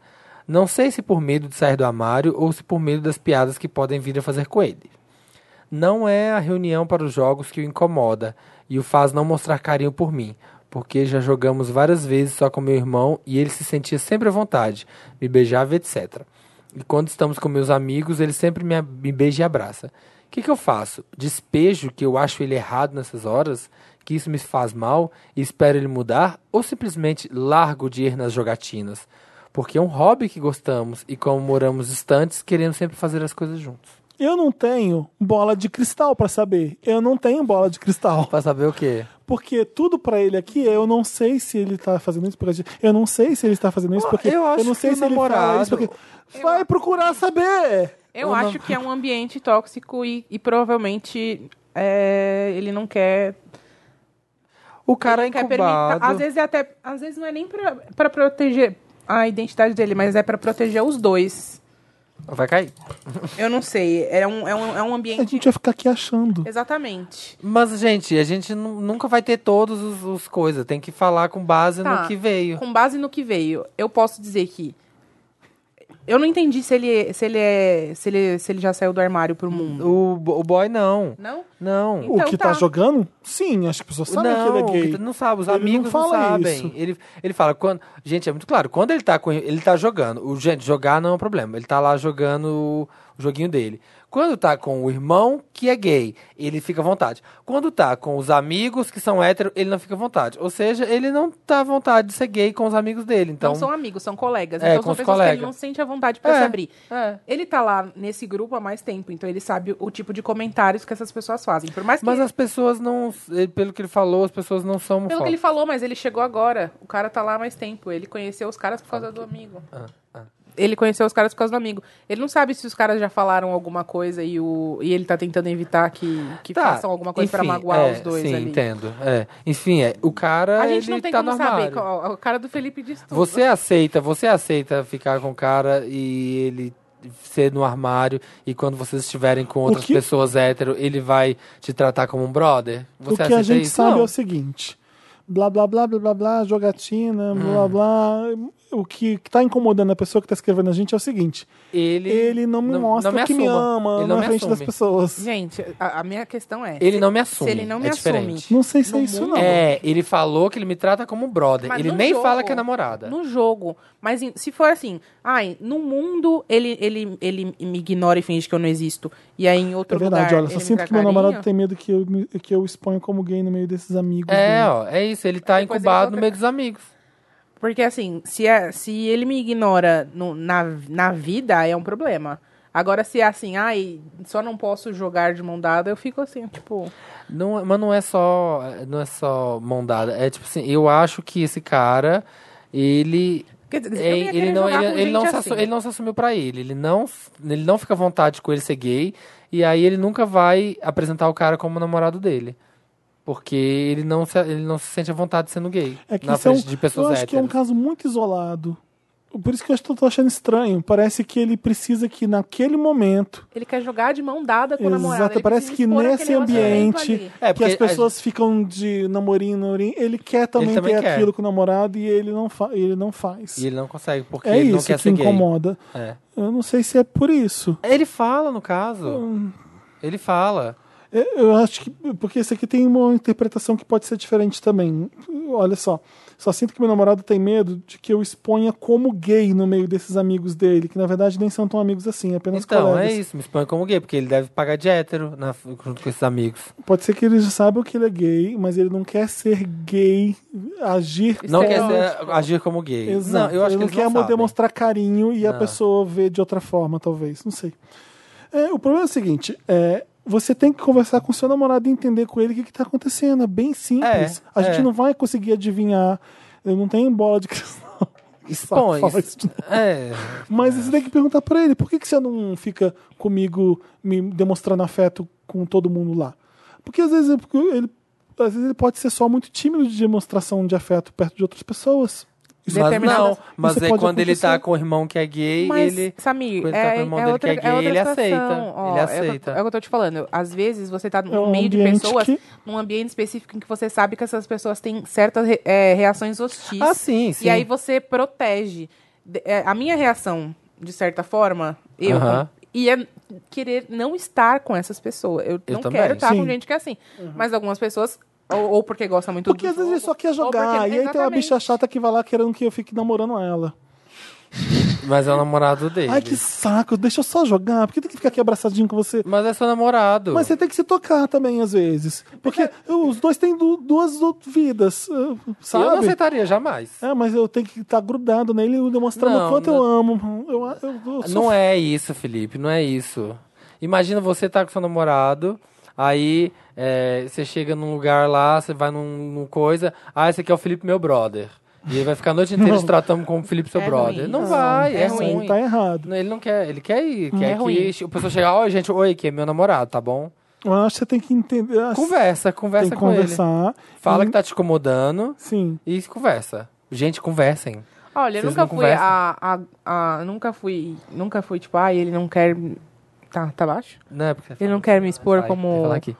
Não sei se por medo de sair do armário ou se por medo das piadas que podem vir a fazer com ele. Não é a reunião para os jogos que o incomoda e o faz não mostrar carinho por mim, porque já jogamos várias vezes só com meu irmão e ele se sentia sempre à vontade, me beijava, etc. E quando estamos com meus amigos, ele sempre me, a- me beija e abraça. O que, que eu faço? Despejo que eu acho ele errado nessas horas, que isso me faz mal e espero ele mudar, ou simplesmente largo de ir nas jogatinas? Porque é um hobby que gostamos e, como moramos distantes, queremos sempre fazer as coisas juntos. Eu não tenho bola de cristal pra saber. Eu não tenho bola de cristal. <laughs> Pra saber o quê? Porque tudo pra ele aqui é eu não sei se ele tá fazendo isso porque eu não sei se ele está fazendo isso porque eu acho não sei que o se ele fala namorado- isso porque vai procurar saber. Eu acho que é um ambiente tóxico e, e provavelmente é, ele não quer. O cara é ele não quer permitir. incubado. Às vezes é até. Às vezes não é nem pra, pra proteger a identidade dele, mas é pra proteger os dois. Vai cair. Eu não sei. É um, é um, é <laughs> um A ambiente. gente vai ficar aqui achando. Exatamente. Mas, gente, a gente nu- nunca vai ter todos os, os coisas. Tem que falar com base Tá. no que veio. Com base no que veio, eu posso dizer que. Eu não entendi se ele, se ele, é, se ele, se ele já saiu do armário pro mundo. O, bo- o boy, não. Não? Não. o Então que tá. tá. jogando? Sim, acho que as pessoas sabem não, que ele é que gay. tu não sabe, os Ele não amigos não, fala isso. sabem. Ele, ele fala, quando. Gente, é muito claro, quando ele tá com. Ele tá jogando. O, gente, jogar não é um problema. Ele tá lá jogando o, o joguinho dele. Quando tá com o irmão que é gay, ele fica à vontade. Quando tá com os amigos que são héteros, ele não fica à vontade. Ou seja, ele não tá à vontade de ser gay com os amigos dele. Então. não são amigos, são colegas. É, então com são os pessoas que colegas. ele não sente a vontade pra É, se abrir. é. Ele tá lá nesse grupo há mais tempo, então ele sabe o tipo de comentários que essas pessoas fazem. Por mais que. Mas as pessoas não. eh, Pelo que ele falou, as pessoas não são. Pelo que ele homofóbicas. falou, mas ele chegou agora. O cara tá lá há mais tempo. Ele conheceu os caras por causa do amigo. Ah, Ele conheceu os caras por causa do amigo. Ele não sabe se os caras já falaram alguma coisa e, o, e ele tá tentando evitar que, que Tá, façam alguma coisa pra enfim, magoar é, os dois Sim, ali. entendo. É. Enfim, é, o cara. A gente ele não tem tá como no armário. saber. qual- é o cara do Felipe diz tudo. Você é aceita, você aceita ficar com o cara e ele ser no armário e quando vocês estiverem com outras que- pessoas hétero, ele vai te tratar como um brother? Você O que aceita a gente isso? sabe Não. é o seguinte: blá blá blá blá blá blá, Hum. jogatina, blá blá. O que que tá incomodando a pessoa que tá escrevendo a gente é o seguinte: ele, ele não me mostra que me assuma. ama Ele na não me frente das assume. pessoas. Gente, a, a minha questão é... Ele se- não me assume. Se ele não me é assume... diferente. Não sei se é No isso, mundo- não. É, ele falou que ele me trata como um brother. Mas ele no nem jogo- fala que é namorada. No jogo. Mas em- se for assim, ai, no mundo ele, ele, ele me ignora e finge que eu não existo. E aí em outro É verdade, lugar. olha, só ele me sinto dá que meu carinho. namorado tem medo que eu, me- que eu exponho como gay no meio desses amigos. É, dele. ó, é isso. Ele tá Depois ele incubado coloca- no meio dos amigos. Porque assim, se, é- se ele me ignora no- na, na vida, é um problema. Agora, se é assim, ai, só não posso jogar de mão dada, eu fico assim, tipo. Não, é- mas não é só, não é só mão dada. É tipo assim, eu acho que esse cara, ele Quer dizer, eu É, não ia ele, querer não, jogar ele, com ele gente não se assim. assu- ele não se assumiu pra ele. Ele não, ele não fica à vontade com ele ser gay. E aí ele nunca vai apresentar o cara como namorado dele. Porque ele não se, ele não se sente à vontade sendo gay. É que na isso é um, frente de pessoas eu acho que é um héteras. caso muito isolado. Por isso que eu acho que eu tô achando estranho. Parece que ele precisa que naquele momento. Ele quer jogar de mão dada com o namorado. Exato, ele parece precisa que expor nesse aquele relacionamento ambiente ali. É, que porque as a pessoas ficam de namorinho, namorinho, ele quer também, Ele também ter quer. aquilo com o namorado e ele não, fa ele não faz. E ele não consegue, porque é ele não isso quer que ser gay. incomoda. É. Eu não sei se é por isso. Ele fala, no caso. Hum. Ele fala. Eu- É, Eu acho que. Porque isso aqui tem uma interpretação que pode ser diferente também. Olha só. Só sinto que meu namorado tem medo de que eu exponha como gay no meio desses amigos dele, que na verdade nem são tão amigos assim, apenas Então, é colegas. isso. Me expõe como gay, porque ele deve pagar de hétero na- junto com esses amigos. Pode ser que ele já saiba que ele é gay, mas ele não quer ser gay, agir Não como... quer ser- agir como gay. é Exato. Não, eu acho ele que não eles quer não sabem. demonstrar carinho e a Não. pessoa vê de outra forma, talvez. Não sei. É, o problema é o seguinte: é, você tem que conversar com seu namorado e entender com ele o que está acontecendo. É bem simples. É, a gente é. não vai conseguir adivinhar. Eu não tenho bola de cristal. Expõe. Fala isso de novo. É. Mas você tem que perguntar pra ele: por que, que você não fica comigo me demonstrando afeto com todo mundo lá? Porque às vezes, é porque ele, às vezes ele pode ser só muito tímido de demonstração de afeto perto de outras pessoas. Isso Mas Determinadas- tipo não, mas isso é pode quando ele tá acontecer. com o irmão que é gay, Mas, ele. Samir, quando ele tá é, com o irmão é dele outra, que é gay, ele outra aceita. situação, ó, Ele é o que- aceita. É o, que eu tô te falando. Às vezes você tá no É um meio de ambiente pessoas, que- num ambiente específico em que você sabe que essas pessoas têm certas re- é, reações hostis. Ah, sim, sim. E aí você protege. De- é, a minha reação, de certa forma, eu Aham. ia querer não estar com essas pessoas. Eu, Eu não também. quero estar Sim. com gente que é assim. Mas algumas pessoas, ou, ou porque gosta muito Porque do às vezes ele só quer jogo, ou jogar. porque- E aí tem uma Exatamente. bicha chata que vai lá querendo que eu fique namorando ela. Mas é o namorado dele. Ai, que saco, deixa eu só jogar. Por que tem que ficar aqui abraçadinho com você? Mas é seu namorado. Mas você tem que se tocar também, às vezes. Porque os dois têm du- duas ou- vidas, eh, sabe? Eu não aceitaria jamais. É, mas eu tenho que estar grudado nele e demonstrando Não, o quanto não. eu amo. Eu, eu, eu sou- Não é isso, Felipe, não é isso. Imagina você tá com seu namorado, aí é, você chega num lugar lá, você vai num, num coisa, ah, esse aqui é o Felipe, meu brother. E ele vai ficar a noite inteira te tratando como o Felipe, seu É brother. ruim. Não, vai, é, é ruim. Tá errado. Não, Ele não quer, ele quer ir, quer É que ruim. o pessoal chegar, oi, gente, oi, que é meu namorado, tá bom? Eu acho que você tem que entender. eu acho que Conversa, Tem conversa que com ele. conversar. Uhum. Fala E- que tá te incomodando Sim. e conversa. Gente, conversem. Ó, Olha, eu Vocês nunca não fui conversam? a, a, a- Nunca fui. Nunca fui, tipo, ah, ele não quer. Tá, tá baixo? Não, é porque você Ele fala- não quer me expor Vai, tem que como tipo, falar aqui.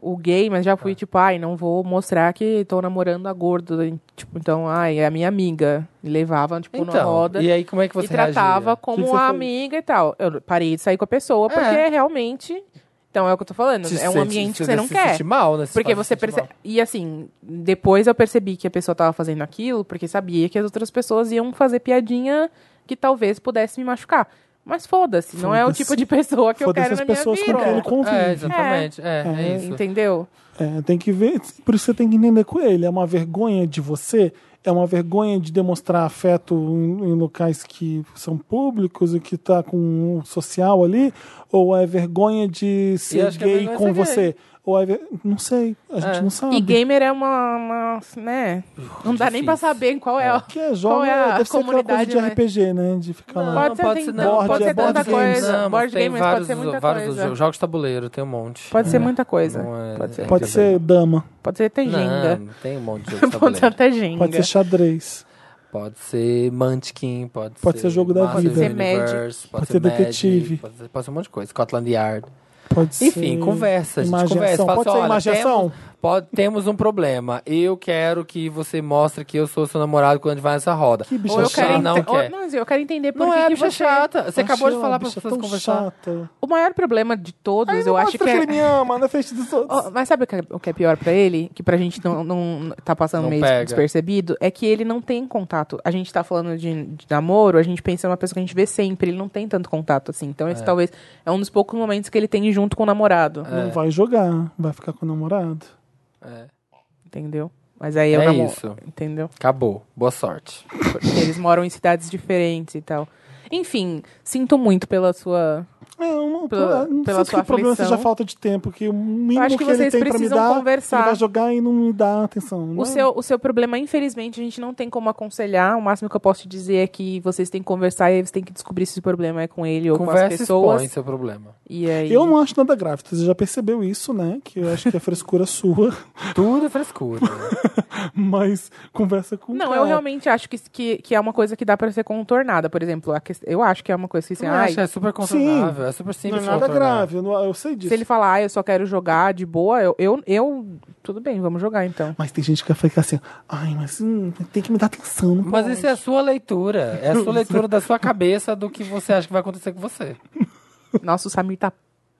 o gay, mas já Tá. fui, tipo, ai, não vou mostrar que tô namorando a gorda. e, Tipo, então, ai, é a minha amiga. E levava, tipo, na roda. e aí como é que você e tratava reagia? como que você uma fez? amiga e tal. Eu parei de sair com a pessoa porque É. realmente. Então é o que eu tô falando. Te é um sente- ambiente que você não se quer. sente mal, né? Se Porque faz você se sentir percebe. E assim, depois eu percebi que a pessoa tava fazendo aquilo porque sabia que as outras pessoas iam fazer piadinha que talvez pudesse me machucar. Mas foda-se, não é o Foda-se. tipo de pessoa que eu Foda-se quero as na minha pessoas com vida. quem ele mal. É, convive. exatamente. É, é, isso. Entendeu? É, tem que ver, por isso você tem que entender com ele. É uma vergonha de você, é uma vergonha de demonstrar afeto em, em locais que são públicos e que tá com o social ali, ou é vergonha de ser acho que é gay vergonha com ser gay. você. Ou é ver- não sei, a gente não sabe. E gamer é uma. uma, né? Não dá nem pra difícil. saber qual é, a. que é jovem, Qual é a deve ser aquela coisa comunidade, de né? RPG, né? De ficar lá. Pode ser tem- não, pode ser tanta coisa. né? mas Board tem game, mas pode vários ser muita jo- vários coisa. jo- Jogos de tabuleiro, tem um monte. Pode ser muita coisa. Não é- Pode ser. Pode ser dama, Pode ser até Não, Jenga. não tem um <laughs> monte de jogo de Pode ser tabuleiro. até Jenga. pode ser xadrez, Pode ser Munchkin, pode, Pode ser jogo da Masters vida. Pode ser Universe, Pode ser Magic, detetive. Pode ser, pode ser um monte de coisa. Scotland Yard. pode ser. Enfim, conversa, a gente imaginação. conversa. Fala Pode assim, ser "Olha, imaginação? Temos, pode- temos um problema. Eu quero que você mostre que eu sou seu namorado quando a gente vai nessa roda. Que bicha Ou eu Você é chata. quero, ente- não ou- quer. não, mas eu quero entender por Não que, é, que bicha você... chata. Você acabou de Achei falar uma para bicha pessoas tão conversar. chata. O maior problema de todos, Aí eu não acho que mostra é... ele me ama na frente dos outros. Ó, mas sabe o que, é- o que é pior pra ele? Que pra gente não, não tá passando Não meio pega. despercebido? É que ele não tem contato. A gente tá falando de, de namoro, a gente pensa numa pessoa que a gente vê sempre. Ele não tem tanto contato assim. Então esse talvez é um dos poucos momentos que ele tem junto com o namorado. É. Não vai jogar, vai ficar com o namorado. Entendeu? Mas aí é, o É namoro. isso. Entendeu? Acabou. Boa sorte. Porque eles moram em cidades diferentes e tal. Enfim, sinto muito pela sua. É, eu não, Pela- eu não pela sinto sua que o problema aflição. seja falta de tempo, que o mínimo acho que, que ele vocês tem pra me precisam dar, conversar. ele vai jogar e não me dá atenção. né? O seu, o seu problema, infelizmente, a gente não tem como aconselhar. O máximo que eu posso te dizer é que vocês têm que conversar e aí você tem que descobrir se o problema é com ele ou com as Conversa e pessoas. expõe seu problema. E aí... Eu não acho nada grave, você já percebeu isso, né? Que eu acho que é frescura <laughs> sua, Tudo é frescura. mas conversa com o Não, cara. eu realmente acho que, que, que é uma coisa que dá pra ser contornada. Por exemplo, a que- eu acho que é uma coisa que assim, Eu ai, acho que é super contornável. É super Não é simples. nada contornar. grave, eu, não- eu sei disso. se ele falar, ah, eu só quero jogar de boa, eu, eu, eu- Tudo bem, vamos <laughs> jogar então. Mas tem gente que fica assim, ai, mas hum, tem que me dar atenção, não Mas pode." isso é a sua leitura. É a <laughs> sua leitura da sua cabeça do que você acha que vai acontecer com você. Nossa, o Samir tá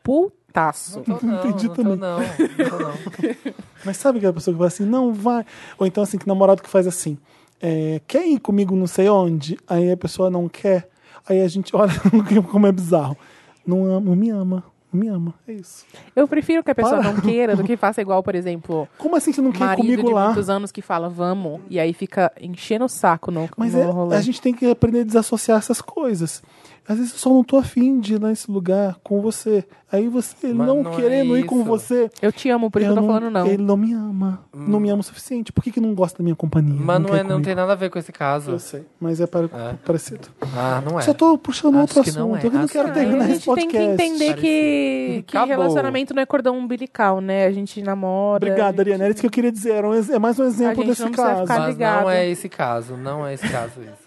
putaço. Não, tô, não, entendi não tô, também. não. Não tô, não. Mas sabe aquela pessoa que fala assim, não vai. Ou então assim, que namorado que faz assim, é, quer ir comigo não sei onde? Aí a pessoa não quer. Aí a gente olha <laughs> como é bizarro. Não ama, não me ama, não me ama. É isso. Eu prefiro que a pessoa Para. não queira do que faça igual, por exemplo, Como assim você não quer ir marido comigo de lá? muitos anos que fala vamos, e aí fica enchendo o saco no, Mas no é- rolê. a gente tem que aprender a desassociar essas coisas. Às vezes eu só não tô afim de ir nesse lugar com você. Aí você Mas não, não é querendo ir com isso. você. Eu te amo, por isso que eu tô falando não. Ele não me ama. Não me ama o suficiente. Por que, que não gosta da minha <laughs> companhia? Mas não, não, quer é, ir não comigo? tem nada a ver com esse caso. Eu sei, mas é, pare- parecido. Ah, não é. Só tô puxando Acho outro que assunto. não é, Eu não acho quero que não é. terminar Ah, a esse gente tem que podcast. entender que, que Acabou. relacionamento não é cordão umbilical, né? A gente namora. Obrigado, a gente... Ariana. Era isso que eu queria dizer. Era um ex- é mais um exemplo gente desse não precisa caso. ficar Mas ligado. não é esse caso. Não é esse caso <laughs> isso.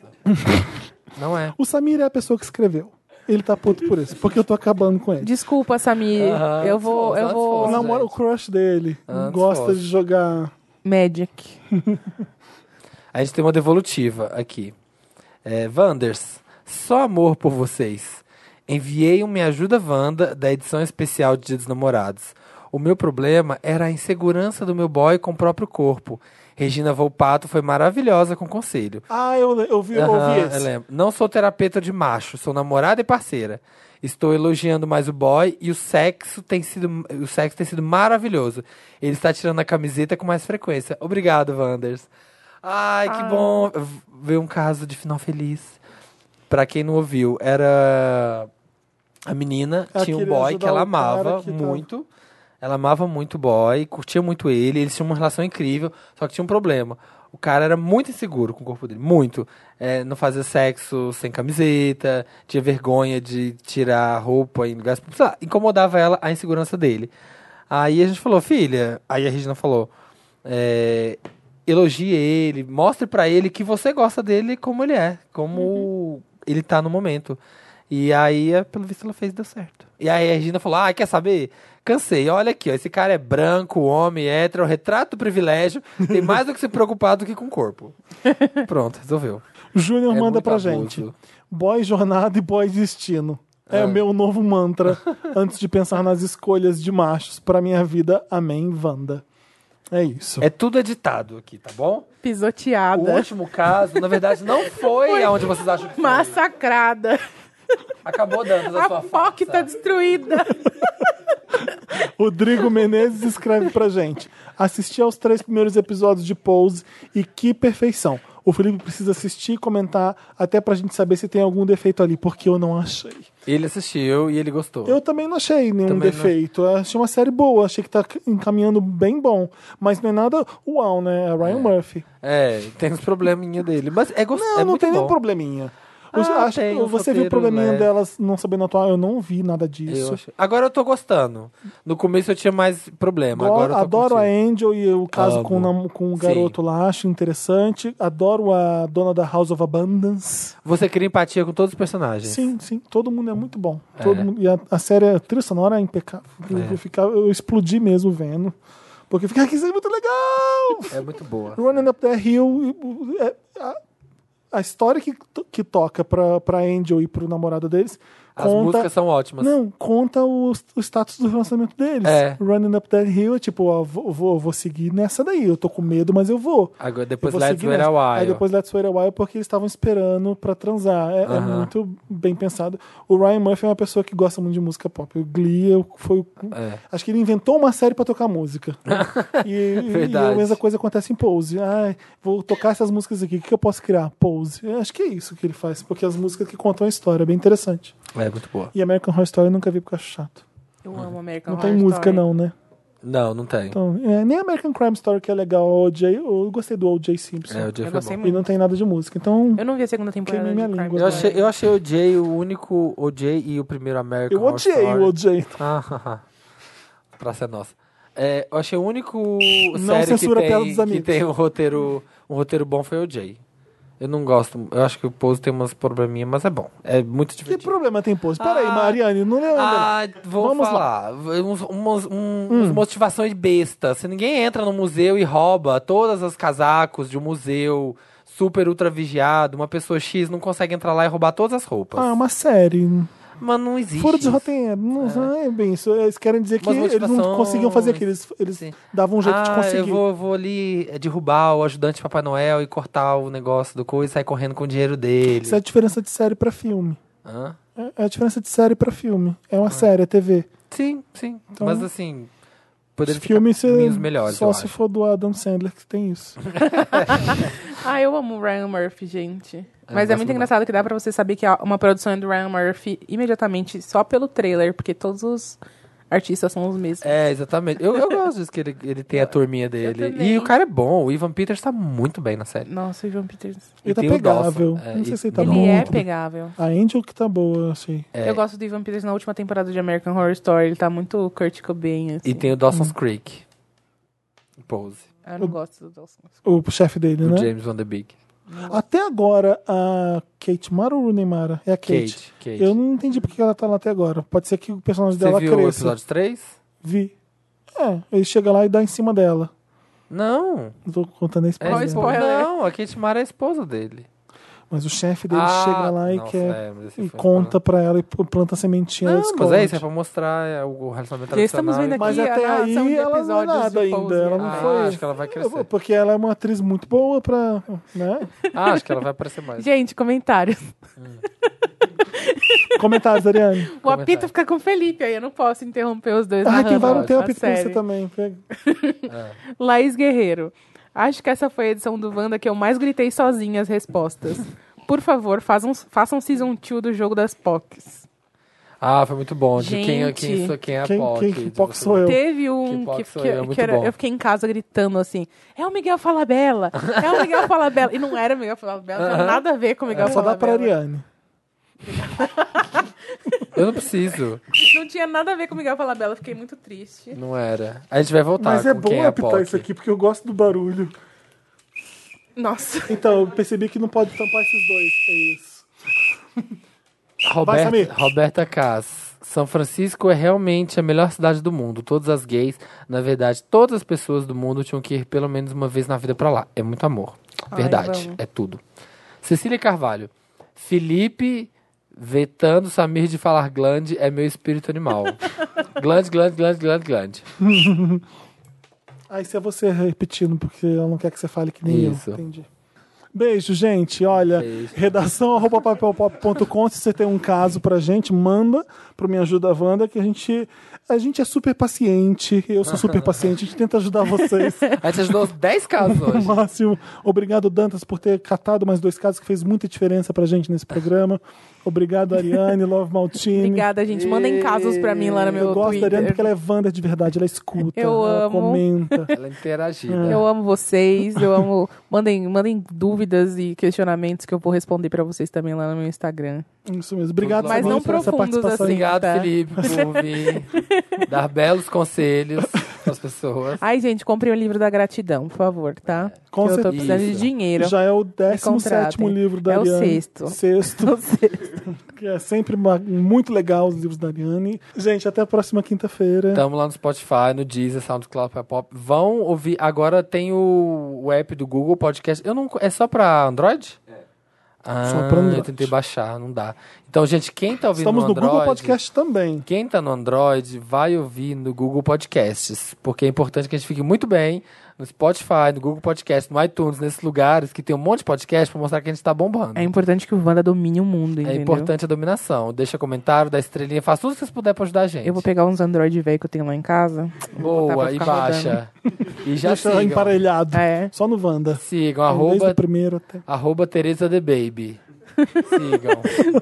Não é. O Samir é a pessoa que escreveu. Ele tá puto por isso, porque eu tô acabando com ele. Desculpa, Samir. Aham, eu vou. desculpa, Eu O desculpa. vou. Não. namoro- o gente. crush dele. Ah, gosta desfosse. de jogar. Magic. A gente tem uma devolutiva aqui. É, Wanders, só amor por vocês. Enviei um Me Ajuda Wanda da edição especial de Dia dos Namorados. O meu problema era a insegurança do meu boy com o próprio corpo. Regina Volpato foi maravilhosa com conselho. Ah, eu, eu, vi, eu Aham, ouvi eu esse. lembro. Não sou terapeuta de macho, sou namorada e parceira. Estou elogiando mais o boy e o sexo tem sido, o sexo tem sido maravilhoso. Ele está tirando a camiseta com mais frequência. Obrigado, Wanders. Ai, Ah. que bom v- ver um caso de final feliz. Pra quem não ouviu, era a menina Ela tinha um queria boy ajudar que ela o cara amava que tá- muito. Ela amava muito o boy, curtia muito ele, eles tinham uma relação incrível, só que tinha um problema. O cara era muito inseguro com o corpo dele, muito. É, não fazia sexo sem camiseta, tinha vergonha de tirar a roupa em lugares. Sei lá, incomodava ela a insegurança dele. Aí a gente falou, filha. Aí a Regina falou: é, elogie ele, mostre pra ele que você gosta dele como ele é, como ele tá no momento. E aí, eh, pelo visto, ela fez e deu certo. E aí a Regina falou: Ah, quer saber? Cansei, olha aqui, ó, esse cara é branco, homem, hétero, retrato do privilégio, tem mais do que se preocupar do que com o corpo. Pronto, resolveu. Júnior É manda muito pra abuso. gente. Boy jornada <laughs> e boy destino. É o meu <laughs> novo mantra antes de pensar nas escolhas de machos pra minha vida. Amém, Wanda. É isso. É tudo editado aqui, tá bom? O Pisoteada. último caso, na verdade, não foi aonde vocês acham que foi. Massacrada. Acabou dando a A sua POC tá farsa. destruída. Rodrigo Menezes escreve pra gente. Assisti aos três primeiros episódios de Pose e que perfeição. O Felipe precisa assistir e comentar até pra gente saber se tem algum defeito ali, porque eu não achei. Ele assistiu e ele gostou. Eu também não achei nenhum Também não. defeito. Eu Achei uma série boa, achei que tá encaminhando bem bom. Mas não é nada uau, né? É Ryan Murphy. É, tem uns probleminha dele. Mas é gostoso. Não, é não muito tem nenhum bom. probleminha. Os- Ah, acho tem que uns você viu o roteiros probleminha leves. delas não sabendo atuar? Eu não vi nada Eu disso. acho- Agora eu tô gostando. No começo eu tinha mais problema. Agora eu tô adoro a curtindo. Angel e o caso Amo. com, o nam- com o Sim. garoto lá, acho interessante. Adoro a dona da House of Abundance. Você cria empatia com todos os personagens. Sim, sim, todo mundo é muito bom. Todo É. mundo- e a, a série, a trilha sonora é impecável. Eu, eu ficava- eu explodi mesmo vendo. Porque fica aqui, isso é muito legal! É muito boa. Running Up That Hill. e- é- a, a história que, to- que toca pra, pra Angel e pro namorado deles. As conta, músicas são ótimas. Não, conta o, o status do relacionamento deles. É. Running Up That Hill é tipo, ó, vou, vou, vou seguir nessa daí. Eu tô com medo, mas eu vou. Agora, Eu depois vou Let's seguir Wait a nessa. Aí While. depois Let's Wait a While porque eles estavam esperando pra transar. É, é Aham. muito bem pensado. O Ryan Murphy é uma pessoa que gosta muito de música pop. O Glee eu- foi. o- É. Acho que ele inventou uma série pra <laughs> tocar música. e, e- Verdade. e a mesma coisa acontece em Pose. Ai, vou tocar essas músicas aqui. O que eu posso criar? Pose. Eu acho que é isso que ele faz, porque as músicas que contam a história. É bem interessante. É muito boa. E American Horror Story eu nunca vi porque eu acho chato. Eu amo É American Não Horror tem música, Story. não, né? Não, não tem. Então, é, nem American Crime Story que é legal. O OJ, eu gostei do O.J. Simpson. É, o Jay Eu foi gostei bom. E muito. não tem nada de música. Então, Eu não vi a segunda temporada Queimei de minha Crime língua. Eu Story. achei, eu achei o Jay o único OJ e o primeiro American eu Horror odiei Story. o O.J. Ah, <laughs> praça é nossa. É, eu achei o único Não série que censura a piada tem, dos que amigos. tem um roteiro, um roteiro bom foi o Jay. Eu não gosto, eu acho que o Pose tem umas probleminhas, mas é bom. É muito Que divertido. problema tem pose? Peraí, Ah. Mariane, não lembra. Ah, vou Vamos Hum. falar. Uns, umas, um- umas motivações bestas. Se ninguém entra no museu e rouba todas as casacos de um museu super ultra vigiado, uma pessoa X não consegue entrar lá e roubar todas as roupas. Ah, uma série. Mas não existe. Furo de isso. roteiro. Não não é bem isso. Eles querem dizer que Umas eles não motivações. conseguiam fazer aquilo. Eles, eles Sim. davam um jeito ah, de conseguir. Eu vou, vou ali eh, derrubar o ajudante de Papai Noel e cortar o negócio do coisa e sair correndo com o dinheiro dele. Isso é a diferença de série pra filme. Hã? É- É a diferença de série pra filme. É Ah. uma série, é TV. Sim, sim. Então, Mas assim, Os poderia ficar filmes cê- caminhos melhores, só eu se acho. for do Adam Sandler que tem isso. Ah, eu amo o Ryan Murphy, gente. Mas gosto é muito muito. engraçado que dá pra você saber que a- uma produção é do Ryan Murphy imediatamente só pelo trailer, porque todos os artistas são os mesmos. É, exatamente. Eu, eu gosto disso que ele, ele <laughs> tem a turminha dele. também. E o cara é bom. O Ivan Peters tá muito bem na série. Nossa, o Ivan Peters. Ele tá tem o pegável. Dawson. É, não sei e- se ele tá ele muito. é bem. pegável. A Angel que tá boa, assim. É. Eu gosto do Ivan Peters na última temporada de American Horror Story. Ele tá muito Kurt Cobain, assim. E tem o Hum. Dawson's Creek. Pose. Eu não gosto do Dawson. O chefe dele, O né? James Van Der Beek. Até agora, a Kate Mara ou Rooney Mara? É a Kate. Kate. Kate. Eu não entendi porque ela tá lá até agora. Pode ser que o personagem Você dela viu o cresça. episódio 3? Vi. É, ele chega lá e dá em cima dela. Não. Não tô contando a É spoiler. a esposa- Não, a Kate Mara é a esposa dele. Mas o chefe dele Ah, chega lá e nossa, quer. é, mas esse E foi conta pra ela e p- planta a sementinha Não, ela mas descobre. é isso, é pra mostrar é, o relacionamento Já estamos tradicional. vendo Mas aqui a até aí narração de ela não é episódios nada de ainda. Pose. Ela não Ah, foi. acho que ela vai crescer. Porque ela é uma atriz muito boa pra. Né? Ah, acho que ela vai aparecer mais. <laughs> Gente, comentários. <laughs> Comentários, Ariane. O apito fica com o Felipe, aí eu não posso interromper os dois. Ai, tem narrando vários a tem um apito com série. você também. Pega. Laís Guerreiro. Acho que essa foi a edição do Wanda que eu mais gritei sozinha as respostas. Por favor, façam, façam Season 2 do jogo das POCs. Ah, foi muito bom. De quem, Gente. quem, sou- quem é a Quem- POC. quem- de que POC você- sou eu? Teve um Que que, POC que, sou é eu, muito que era- bom. eu fiquei em casa gritando assim, é o Miguel Falabella, é o Miguel Falabella. E não era o Miguel Falabella, não tinha nada a ver com o Miguel Só dá Falabella. pra Ariane. Eu não preciso. Não tinha nada a ver com o Miguel Falabella, eu fiquei muito triste. Não era. A gente vai voltar Mas é com bom quem é a POC. apitar isso aqui, porque eu gosto do barulho. Nossa. Então, eu percebi que não pode tampar esses dois. É isso. Roberta, Samir. Roberta Cass. São Francisco é realmente a melhor cidade do mundo. Todas as gays, na verdade, todas as pessoas do mundo tinham que ir pelo menos uma vez na vida pra lá. É muito amor. Verdade. vamos. é tudo. Cecília Carvalho. Felipe vetando Samir de falar glande é meu espírito <laughs> animal. glande, glande, glande, glande, glande. Aí se é você repetindo, porque ela não quer que você fale que nem Isso. eu. Entendi. Beijo, gente. Olha, redação <laughs> arroba papelpop.com. Se você tem um caso pra gente, manda pro Me Ajuda Wanda, que a gente, a gente é super paciente. Eu sou super paciente. A gente tenta <laughs> ajudar vocês A gente ajudou os 10 casos o hoje. máximo. Obrigado, Dantas, por ter catado mais dois casos que fez muita diferença pra gente nesse programa. Obrigado, Ariane, Love Maltini. <laughs> Obrigada, gente. Mandem casos pra mim lá no meu Eu gosto da Ariane Twitter. porque ela é Wanda de verdade, ela escuta, Eu ela amo. comenta. Ela né? interagida. Eu amo vocês, eu amo. Mandem, mandem dúvidas e questionamentos que eu vou responder pra vocês também lá no meu Instagram. Isso mesmo. Obrigado, Mas Samir, não por essa profundos participação. assim. Obrigado, Tá. Felipe, por vir dar belos conselhos <laughs> às pessoas. Ai, gente, comprem o livro da gratidão, por favor, tá? Com que eu tô certeza. precisando de Isso. dinheiro. Já é o contratem. 17 livro da É o Ariane. sexto. Sexto. <laughs> Não sei. que é sempre ma- muito legal os livros da Ariane. Gente, até a próxima quinta-feira. Tá Estamos lá no Spotify, no Deezer, SoundCloud, Pop Pop. Vão ouvir. Agora tem o, o app do Google Podcast. Eu não, co- é só pra Android? É. Ah, Só pra Android. eu tentei baixar, não dá. Então, gente, quem tá ouvindo Estamos no no Android... Google Podcast também. Quem tá no Android vai ouvir no Google Podcasts, porque é importante que a gente fique muito bem no Spotify, no Google Podcast, no iTunes, nesses lugares que tem um monte de podcast pra mostrar que a gente tá bombando. É importante que o Wanda domine o mundo, É entendeu? importante a dominação. Deixa comentário, dá estrelinha, faz tudo que vocês puderem pra ajudar a gente. Eu vou pegar uns Android velho que eu tenho lá em casa. vou botar pra Boa, e ficar rodando. baixa. E já Deixa sigam. emparelhado. <laughs> É. Só no Wanda. Sigam, Desde arroba, o primeiro até. arroba Tereza The Baby. <laughs> Sigam.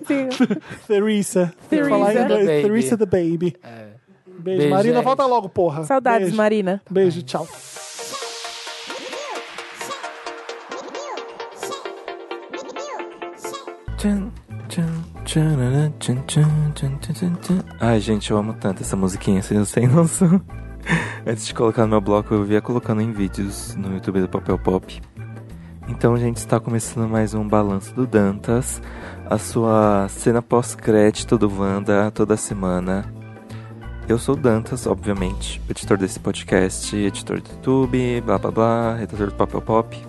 Theresa. Tem que falar em Theresa. É. inglês. The Baby. Theresa the Baby. Beijo. Marina, gente. volta logo, porra. Saudades, Beijo. Marina. Beijo, tchau. Tchan, tchan, tcharará, tchan, tchan, tchan, tchan, tchan, tchan. Ai, gente, eu amo tanto essa musiquinha, vocês não têm <laughs> noção. Antes de colocar no meu bloco, eu via colocando em vídeos no YouTube do Papel Pop. Então, gente, está começando mais um Balanço do Dantas, a sua cena pós-crédito do Wanda toda semana. Eu sou o Dantas, obviamente, editor desse podcast, editor do YouTube, blá blá blá, redator do Papel Pop.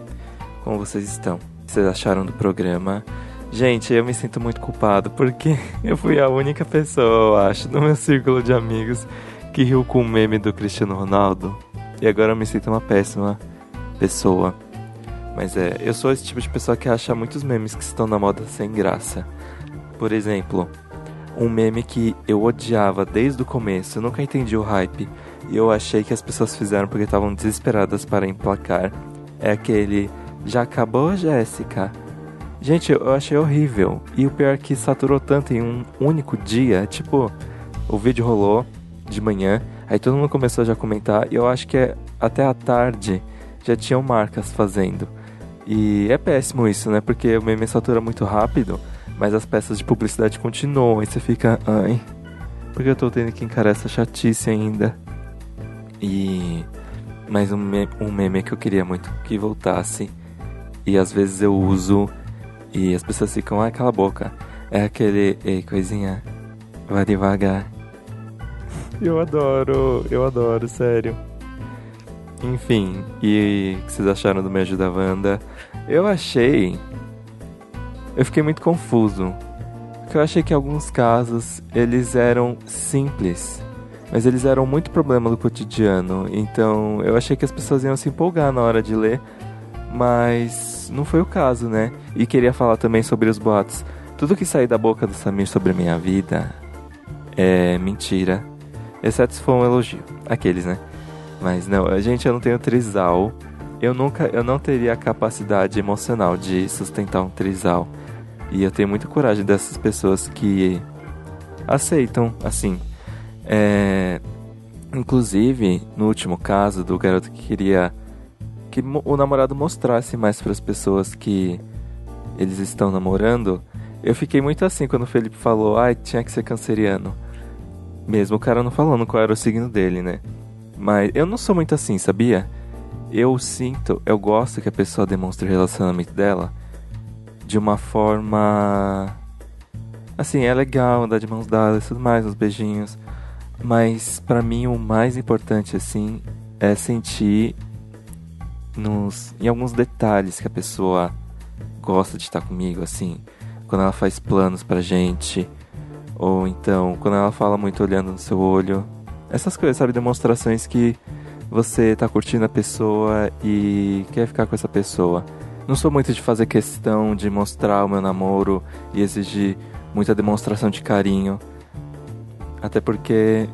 Como vocês estão? O que vocês acharam do programa? Gente, eu me sinto muito culpado porque <laughs> eu fui a única pessoa, eu acho, no meu círculo de amigos que riu com o meme do Cristiano Ronaldo. E agora eu me sinto uma péssima pessoa. Mas é, eu sou esse tipo de pessoa que acha muitos memes que estão na moda sem graça. Por exemplo, um meme que eu odiava desde o começo, eu nunca entendi o hype, e eu achei que as pessoas fizeram porque estavam desesperadas para emplacar, é aquele Já acabou, Jéssica? Gente, eu achei horrível. E o pior é que saturou tanto em um único dia. Tipo, o vídeo rolou de manhã, aí todo mundo começou já a comentar, e eu acho que é- até à tarde já tinham marcas fazendo. E é péssimo isso, né? Porque o meme satura muito rápido, mas as peças de publicidade continuam, e você fica, ai, porque eu tô tendo que encarar essa chatice ainda. E. Mas um me- um meme que eu queria muito que voltasse, e às vezes eu uso e as pessoas ficam, ai, cala a boca. É aquele, ei, coisinha, vai devagar. <laughs> Eu adoro, eu adoro, sério. Enfim, e o que vocês acharam do Me Ajuda Wanda? Eu achei. Eu fiquei muito confuso. Porque eu achei que alguns casos eles eram simples, mas eles eram muito problema do cotidiano. Então eu achei que as pessoas iam se empolgar na hora de ler, mas não foi o caso, né? E queria falar também sobre os boatos. Tudo que sair da boca do Samir sobre minha vida é mentira. Exceto se for um elogio. Aqueles, né? Mas não, eh, gente, eu não tenho trisal. Eu nunca, eu não teria a capacidade emocional de sustentar um trisal. E eu tenho muita coragem dessas pessoas que aceitam, assim. É, Inclusive, no último caso do garoto que queria que mo- o namorado mostrasse mais para as pessoas que eles estão namorando. Eu fiquei muito assim quando o Felipe falou, ai, tinha que ser canceriano. Mesmo o cara não falando qual era o signo dele, né? Mas eu não sou muito assim, sabia? eu sinto, eu gosto que a pessoa demonstre o relacionamento dela de uma forma. Assim, é legal andar de mãos dadas e tudo mais, uns beijinhos. Mas pra mim o mais importante, assim, é sentir nos, em alguns detalhes que a pessoa gosta de estar comigo, assim. Quando ela faz planos pra gente. Ou então, quando ela fala muito olhando no seu olho. Essas coisas, sabe? Demonstrações que você tá curtindo a pessoa e quer ficar com essa pessoa. Não sou muito de fazer questão de mostrar o meu namoro e exigir muita demonstração de carinho. Até porque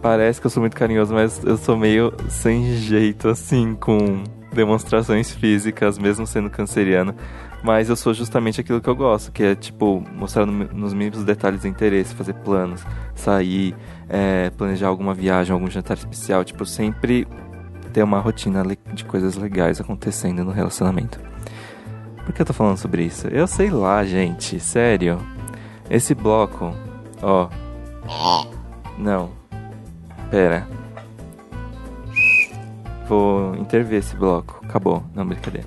parece que eu sou muito carinhoso, mas eu sou meio sem jeito assim com demonstrações físicas, mesmo sendo canceriano. Mas eu sou justamente aquilo que eu gosto, que é tipo mostrar no- nos mínimos detalhes de interesse, fazer planos, sair, é, planejar alguma viagem, algum jantar especial, tipo sempre ter uma rotina le- de coisas legais acontecendo no relacionamento. Por que eu tô falando sobre isso? Eu sei lá, gente, sério. Esse bloco, ó. Não. Pera. Vou intervir esse bloco. Acabou. Não, brincadeira.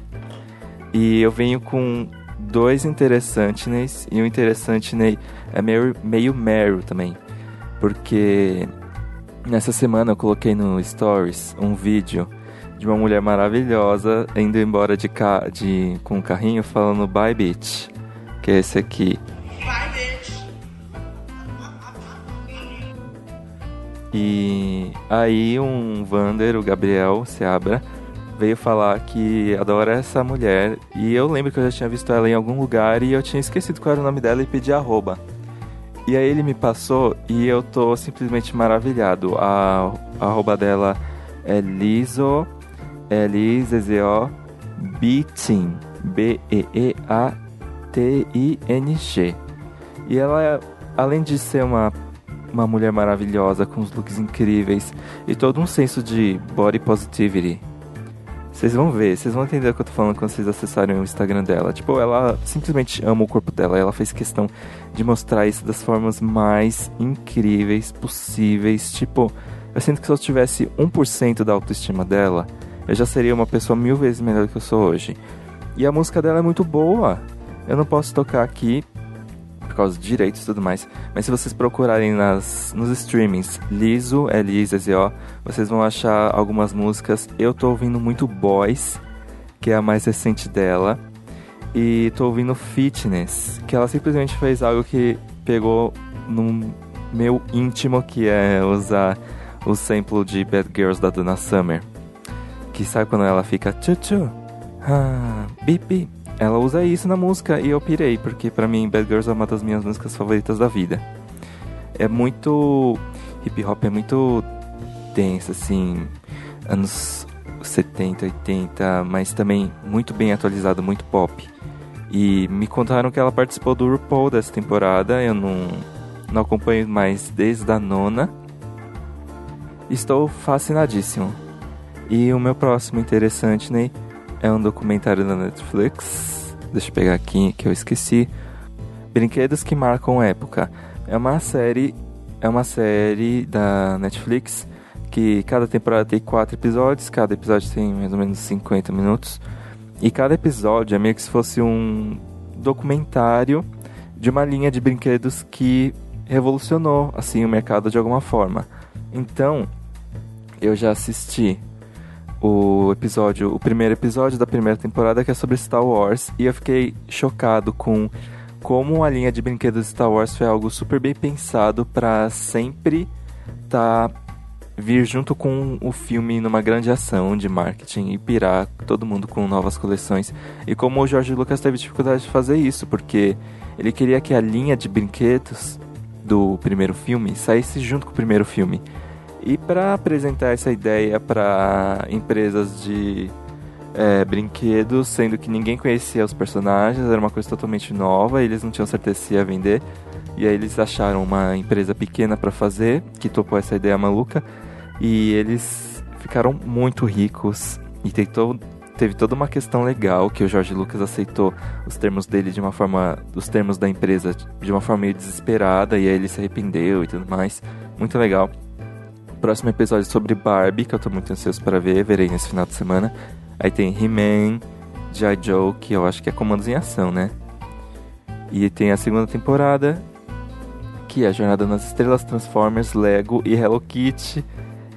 E eu venho com dois interessantes neis, e o interessante Ney é meio, meio mero também. Porque nessa semana eu coloquei no Stories um vídeo de uma mulher maravilhosa indo embora de, ca de com um carrinho falando bye bitch. Que é esse aqui. E aí um Vander, o Gabriel Seabra, veio falar que adora essa mulher. E eu lembro que eu já tinha visto ela em algum lugar e eu tinha esquecido qual era o nome dela e pedi arroba. E aí ele me passou e eu tô simplesmente maravilhado. A, a arroba dela é Liso, é L-I-Z-Z-O, Beating, B-E-E-A-T-I-N-G. E ela, além de ser uma uma mulher maravilhosa com os looks incríveis e todo um senso de body positivity. Vocês vão ver, vocês vão entender o que eu tô falando quando vocês acessarem o Instagram dela. Tipo, ela simplesmente ama o corpo dela. Ela fez questão de mostrar isso das formas mais incríveis possíveis. Tipo, eu sinto que se eu tivesse 1% da autoestima dela, eu já seria uma pessoa mil vezes melhor do que eu sou hoje. E a música dela é muito boa. Eu não posso tocar aqui por causa de direitos e tudo mais. Mas se vocês procurarem nas, nos streamings Liso, L-I-Z-Z-O, vocês vão achar algumas músicas. Eu tô ouvindo muito Boys, que é a mais recente dela. E tô ouvindo Fitness, que ela simplesmente fez algo que pegou no meu íntimo, que é usar o sample de Bad Girls da Donna Summer. Que sabe quando ela fica tchu-tchu, ah, bip ela usa isso na música e eu pirei, porque pra mim Bad Girls é uma das minhas músicas favoritas da vida. É muito. hip hop é muito denso, assim. Anos 70, 80, mas também muito bem atualizado, muito pop. E me contaram que ela participou do RuPaul dessa temporada, eu não, não acompanho mais desde a nona. Estou fascinadíssimo. E o meu próximo interessante, Ney, é um documentário da Netflix. Deixa eu pegar aqui que eu esqueci. Brinquedos que marcam época. É uma série, é uma série da Netflix que cada temporada tem quatro episódios, cada episódio tem mais ou menos 50 minutos. E cada episódio é meio que se fosse um documentário de uma linha de brinquedos que revolucionou assim o mercado de alguma forma. Então, eu já assisti o episódio, o primeiro episódio da primeira temporada que é sobre Star Wars e eu fiquei chocado com como a linha de brinquedos de Star Wars foi algo super bem pensado pra sempre tá vir junto com o filme numa grande ação de marketing e pirar todo mundo com novas coleções. E como o George Lucas teve dificuldade de fazer isso, porque ele queria que a linha de brinquedos do primeiro filme saísse junto com o primeiro filme. E para apresentar essa ideia para empresas de é, brinquedos, sendo que ninguém conhecia os personagens, era uma coisa totalmente nova, eles não tinham certeza se ia vender. E aí eles acharam uma empresa pequena para fazer, que topou essa ideia maluca, e eles ficaram muito ricos. E tentou, teve toda uma questão legal que o Jorge Lucas aceitou os termos dele de uma forma, os termos da empresa de uma forma meio desesperada, e aí ele se arrependeu e tudo mais. Muito legal. Próximo episódio é sobre Barbie, que eu tô muito ansioso pra ver, verei nesse final de semana. Aí tem He-Man, G.I. Joe, que eu acho que é Comandos em Ação, né? E tem a segunda temporada, que é Jornada nas Estrelas, Transformers, Lego e Hello Kitty.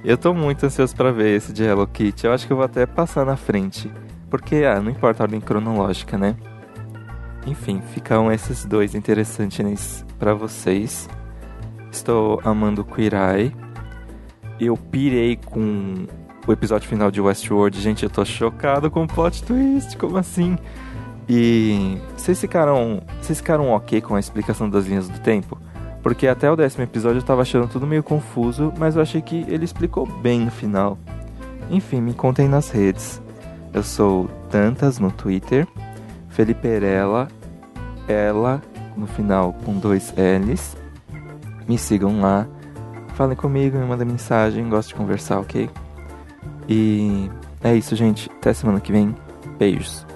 Eu tô muito ansioso pra ver esse de Hello Kitty. Eu acho que eu vou até passar na frente. Porque, ah, não importa a ordem cronológica, né? Enfim, ficam esses dois interessantes pra vocês. Estou amando Queer Eye. Eu pirei com o episódio final de Westworld. Gente, eu tô chocado com o plot twist. Como assim? E vocês ficaram, vocês ficaram ok com a explicação das linhas do tempo? Porque até o décimo episódio eu tava achando tudo meio confuso, mas eu achei que ele explicou bem no final. Enfim, me contem nas redes. Eu sou Tantas no Twitter, Felipe Erela, ela no final com dois L's. Me sigam lá, falem comigo, me mandem mensagem, gosto de conversar, ok? E é isso, gente. Até semana que vem. Beijos.